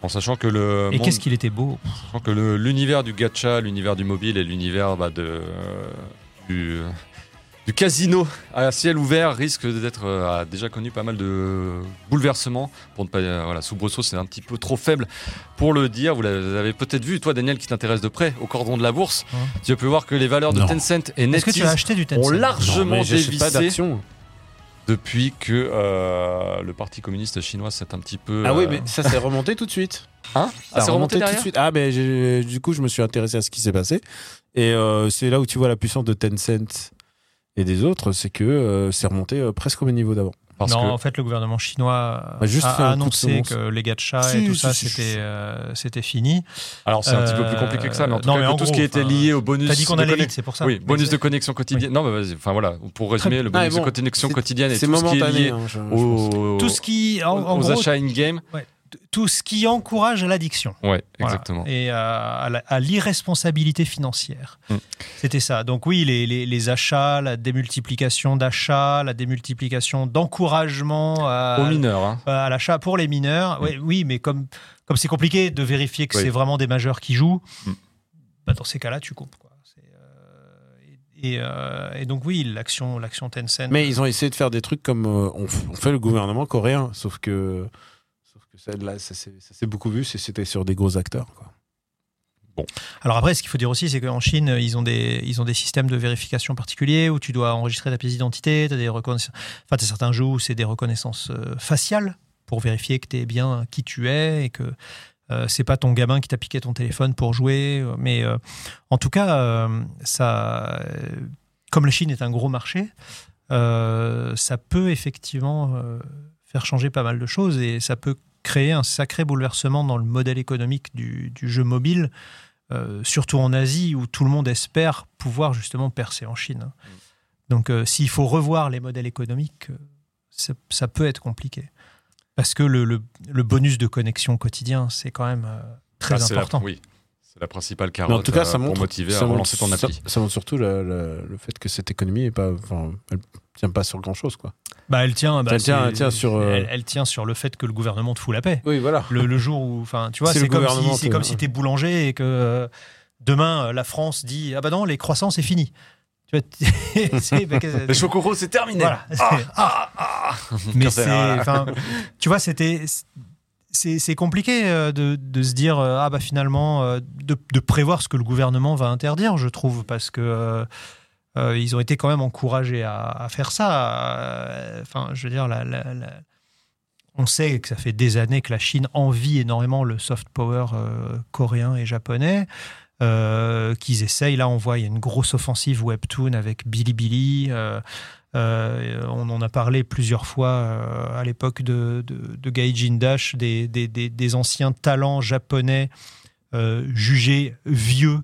En sachant que le
et
monde-
qu'est-ce qu'il était beau.
sachant que le- l'univers du gacha, l'univers du mobile et l'univers bah, de euh, du euh, du casino à ciel ouvert risque d'être euh, a déjà connu pas mal de bouleversements pour ne pas euh, voilà soubresaut c'est un petit peu trop faible pour le dire vous l'avez vous avez peut-être vu toi Daniel qui t'intéresse de près au cordon de la bourse
Ouais.
tu as pu voir que les valeurs de
Non.
Tencent et
Est-ce que tu as
NetEase
acheté du Tencent
ont
Non,
largement
mais j'achète pas
dévissé
d'action.
depuis que euh, le parti communiste chinois s'est un petit peu
Ah oui,
euh,
mais ça s'est remonté tout de suite.
Hein
Ça
Ah,
a
c'est remonté,
tout de
derrière
suite. Ah, mais j'ai- du coup, je me suis intéressé à ce qui s'est passé. Et euh, c'est là où tu vois la puissance de Tencent et des autres, c'est que euh, c'est remonté euh, presque au même niveau d'avant.
Parce
non,
que-
en fait, le gouvernement chinois
Bah, juste
a,
fait un
a
coup de
annoncé
semence.
que les gachas et
Si,
tout
si,
ça,
si, si.
c'était euh, c'était fini.
Alors c'est un petit peu plus
Euh,
compliqué que ça, mais en tout
non,
cas,
mais
que
en
tout ce
gros,
qui était
enfin,
lié au bonus.
T'as dit qu'on
de
allait
conne-
vite, c'est pour ça.
Oui, bonus
Mais
de connexion quotidienne. Non, mais vas-y, enfin voilà, pour résumer, le
bien.
bonus
Ah,
de
bon,
connexion
c'est-
quotidienne et
C'est
tout ce qui est
momentané.
lié
hein, je- je pense.
au-
Tout ce qui, en,
aux,
en gros,
achats in-game.
tout ce qui encourage à l'addiction.
Ouais,
Voilà.
exactement.
Et euh, à la- à l'irresponsabilité financière.
Mm.
C'était ça. Donc oui, les, les- les achats, la démultiplication d'achats, la démultiplication d'encouragement euh, à,
Aux mineurs, hein.
à l'achat pour les mineurs. Oui, oui mais comme comme c'est compliqué de vérifier que
Mm. Oui.
c'est vraiment des majeurs qui jouent,
Mm.
bah, dans ces cas-là, tu coupes. quoi. C'est, euh, et, et, euh, et donc oui, l'action l'action Tencent.
Mais ils ont essayé de faire des trucs comme euh, on, f- on fait le gouvernement coréen, sauf que, sauf que celle-là, ça s'est ça s'est beaucoup vu, c'est- c'était sur des gros acteurs. quoi.
Alors après, ce qu'il faut dire aussi, c'est qu'en Chine, ils ont, des, ils ont des systèmes de vérification particuliers où tu dois enregistrer ta pièce d'identité, tu as des reconnaissances. Enfin, t'as certains jeux où c'est des reconnaissances euh, faciales pour vérifier que tu es bien qui tu es et que euh, c'est pas ton gamin qui t'a piqué ton téléphone pour jouer. Mais euh, en tout cas, euh, ça, euh, comme la Chine est un gros marché, euh, ça peut effectivement euh, faire changer pas mal de choses et ça peut créer un sacré bouleversement dans le modèle économique du, du jeu mobile euh, surtout en Asie, où tout le monde espère pouvoir justement percer en Chine.
Mm.
Donc euh, s'il faut revoir les modèles économiques, euh, ça, ça peut être compliqué. Parce que le, le- le bonus de connexion quotidien, c'est quand même euh, très
Ah, c'est la-
important.
oui, c'est la principale
Mais
carotte
en tout cas,
euh,
ça montre,
pour motiver
ça
à
montre-
relancer ton
ça-
appli.
Ça, montre surtout le, le- le fait que cette économie est pas, enfin, elle tient pas sur grand chose, quoi.
Bah, elle tient, bah,
Elle tient-
c'est-
elle tient sur, euh,
elle- elle tient sur le fait que le gouvernement te fout la paix.
Oui, voilà.
Le, le jour où, enfin, tu vois,
C'est
c'est
le
comme si
gouvernement,
c'est
toi.
comme si t'es boulanger et que euh, demain euh, la France dit ah bah non les croissants c'est fini. Tu vois, t- c'est- bah, qu'est-ce-
Les chocoros, c'est terminé.
voilà.
Ah,
c'est-
ah, ah.
mais
Personne,
c'est,
voilà.
enfin, tu vois, c'était, c'est, c'est compliqué euh, de, de se dire euh, ah bah finalement euh, de, de prévoir ce que le gouvernement va interdire, je trouve, parce que euh, euh, ils ont été quand même encouragés à, à faire ça. Euh, Enfin, je veux dire, la- la- la- on sait que ça fait des années que la Chine envie énormément le soft power euh, coréen et japonais. euh, qu'ils essayent. Là, on voit, il y a une grosse offensive webtoon avec Bilibili. euh, euh, on en a parlé plusieurs fois euh, à l'époque de, de, de Gaijin Dash, des, des, des- des anciens talents japonais euh, jugés vieux,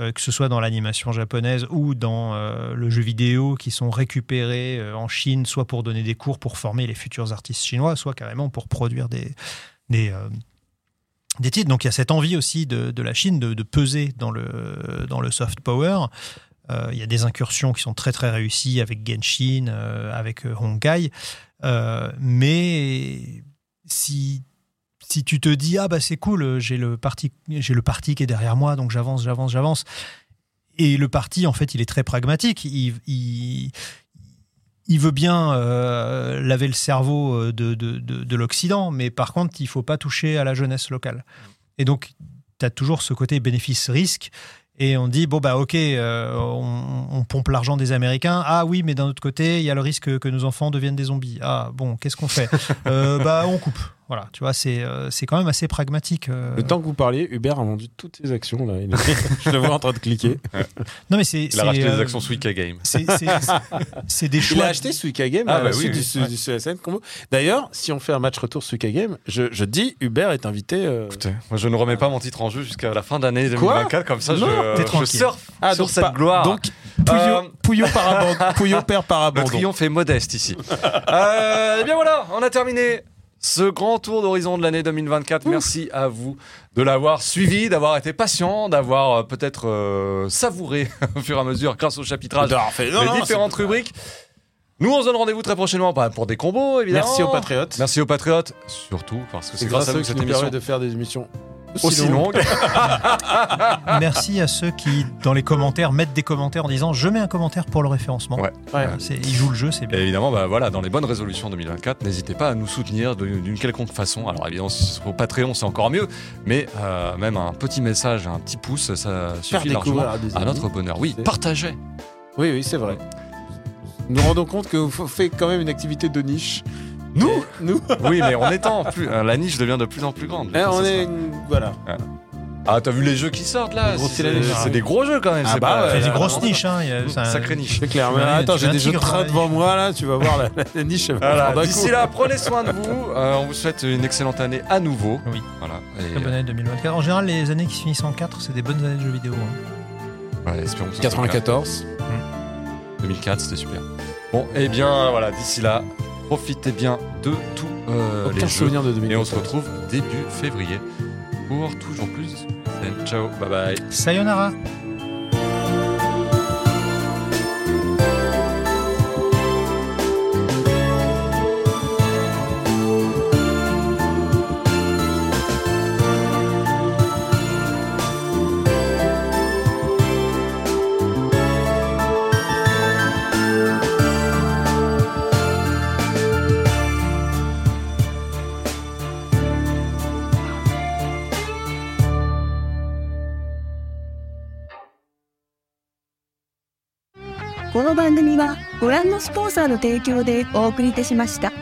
euh, que ce soit dans l'animation japonaise ou dans euh, le jeu vidéo, qui sont récupérés euh, en Chine, soit pour donner des cours pour former les futurs artistes chinois, soit carrément pour produire des, des, euh, des titres. Donc il y a cette envie aussi de, de la Chine de, de peser dans le, dans le soft power. Euh, Il y a des incursions qui sont très très réussies avec Genshin, euh, avec euh, Honkai. Euh, mais si, si tu te dis, ah bah c'est cool, euh, j'ai le, parti, j'ai le parti qui est derrière moi, donc j'avance, j'avance, j'avance. Et le parti, en fait, il est très pragmatique. Il, il, il veut bien euh, laver le cerveau euh, de, de, de, de l'Occident, mais par contre, il faut pas toucher à la jeunesse locale. Et donc, tu as toujours ce côté bénéfice-risque et on dit bon bah ok euh, on, on pompe l'argent des Américains ah oui mais d'un autre côté il y a le risque que nos enfants deviennent des zombies ah bon qu'est-ce qu'on fait Euh, bah on coupe voilà tu vois c'est euh, c'est quand même assez pragmatique euh.
Le temps que vous parliez, Uber a vendu toutes ses actions là. Il est- Je le vois en train de cliquer.
non mais c'est
Il a racheté
c'est,
les
euh,
actions Suika Game.
c'est c'est- c'est- c'est des
Il
choix
a acheté Suika Game
Ah,
à
bah
la
oui,
suite
oui.
du, su- du CSN combo. D'ailleurs, si on fait un match retour Suika Game, je, je dis Uber est invité. euh,
Écoutez, moi je ne remets pas mon titre en jeu jusqu'à la fin d'année 2024, comme ça
Non,
je,
t'es
je
tranquille.
surfe sur
Ah, donc
cette
pas-
gloire.
Donc Pouillot,
Euh,
Pouillot par abandon. Pouillot perd par
Le
abandon.
triomphe est modeste ici. Euh, Eh bien voilà, on a terminé ce grand tour d'horizon de l'année 2024. Merci à vous de l'avoir suivi, d'avoir été patient, d'avoir euh, peut-être euh, savouré au fur et à mesure grâce au chapitrage
Alors, fait- non,
les
non,
différentes rubriques. Nous, on se donne rendez-vous très prochainement bah, pour des combos,
c'est-
évidemment.
Merci aux patriotes.
Merci aux patriotes, surtout parce que c'est grâce à nous que cette
nous
émission
permet de faire des émissions
aussi longue. Ah.
merci à ceux qui dans les commentaires mettent des commentaires en disant je mets un commentaire pour le référencement
Ouais.
Ouais.
Voilà, c'est- ils jouent le jeu c'est bien
Et évidemment, bah voilà, dans les bonnes résolutions 2024, n'hésitez pas à nous soutenir de- d'une quelconque façon. Alors évidemment, si c'est au Patreon, c'est encore mieux, mais euh, même un petit message, un petit pouce, ça
Faire
suffit
découvrir
largement
à des
à
amis.
notre bonheur. Oui,
C'est-
partagez.
Ah, Oui, oui, c'est vrai. Nous nous rendons compte que vous faites quand même une activité de niche.
Nous
Et Nous
Oui, mais on est en plus. euh, La niche devient de plus en plus grande.
Eh,
Je pense
On
que ça
est.
sera-
une- Voilà.
Ah, t'as vu les jeux qui sortent là
Grosse
C'est
la niche.
c'est des gros jeux quand même.
Ah
c'est
bah
pas-
ouais,
c'est
euh,
une grosse
vraiment.
niche hein, il y a- c'est un-
Sacrée niche.
C'est clair. Mais
Tu m'as-
attends,
tu
j'ai
m'as
des jeux de
tigre,
train
ouais.
devant moi là. Tu vas voir la, la niche. elle va
Voilà,
prendre un
bah, D'ici
coup.
là, prenez soin de vous. Euh, on vous souhaite une excellente année à nouveau.
Oui.
Voilà.
Très
Et,
bonne année 2024. En général, les années qui se finissent en 4, c'est des bonnes années de jeux vidéo. hein.
ouais, espérons que ce soit le cas.
94.
Euh, 2004, c'était super. Bon, et eh bien voilà, d'ici là, profitez bien de tous euh, les
Aucun
jeux.
souvenir de
Et on se
2014.
retrouve début février pour toujours plus. de Ciao, bye bye.
Sayonara!
この番組はご覧のスポンサーの提供でお送りいたしました。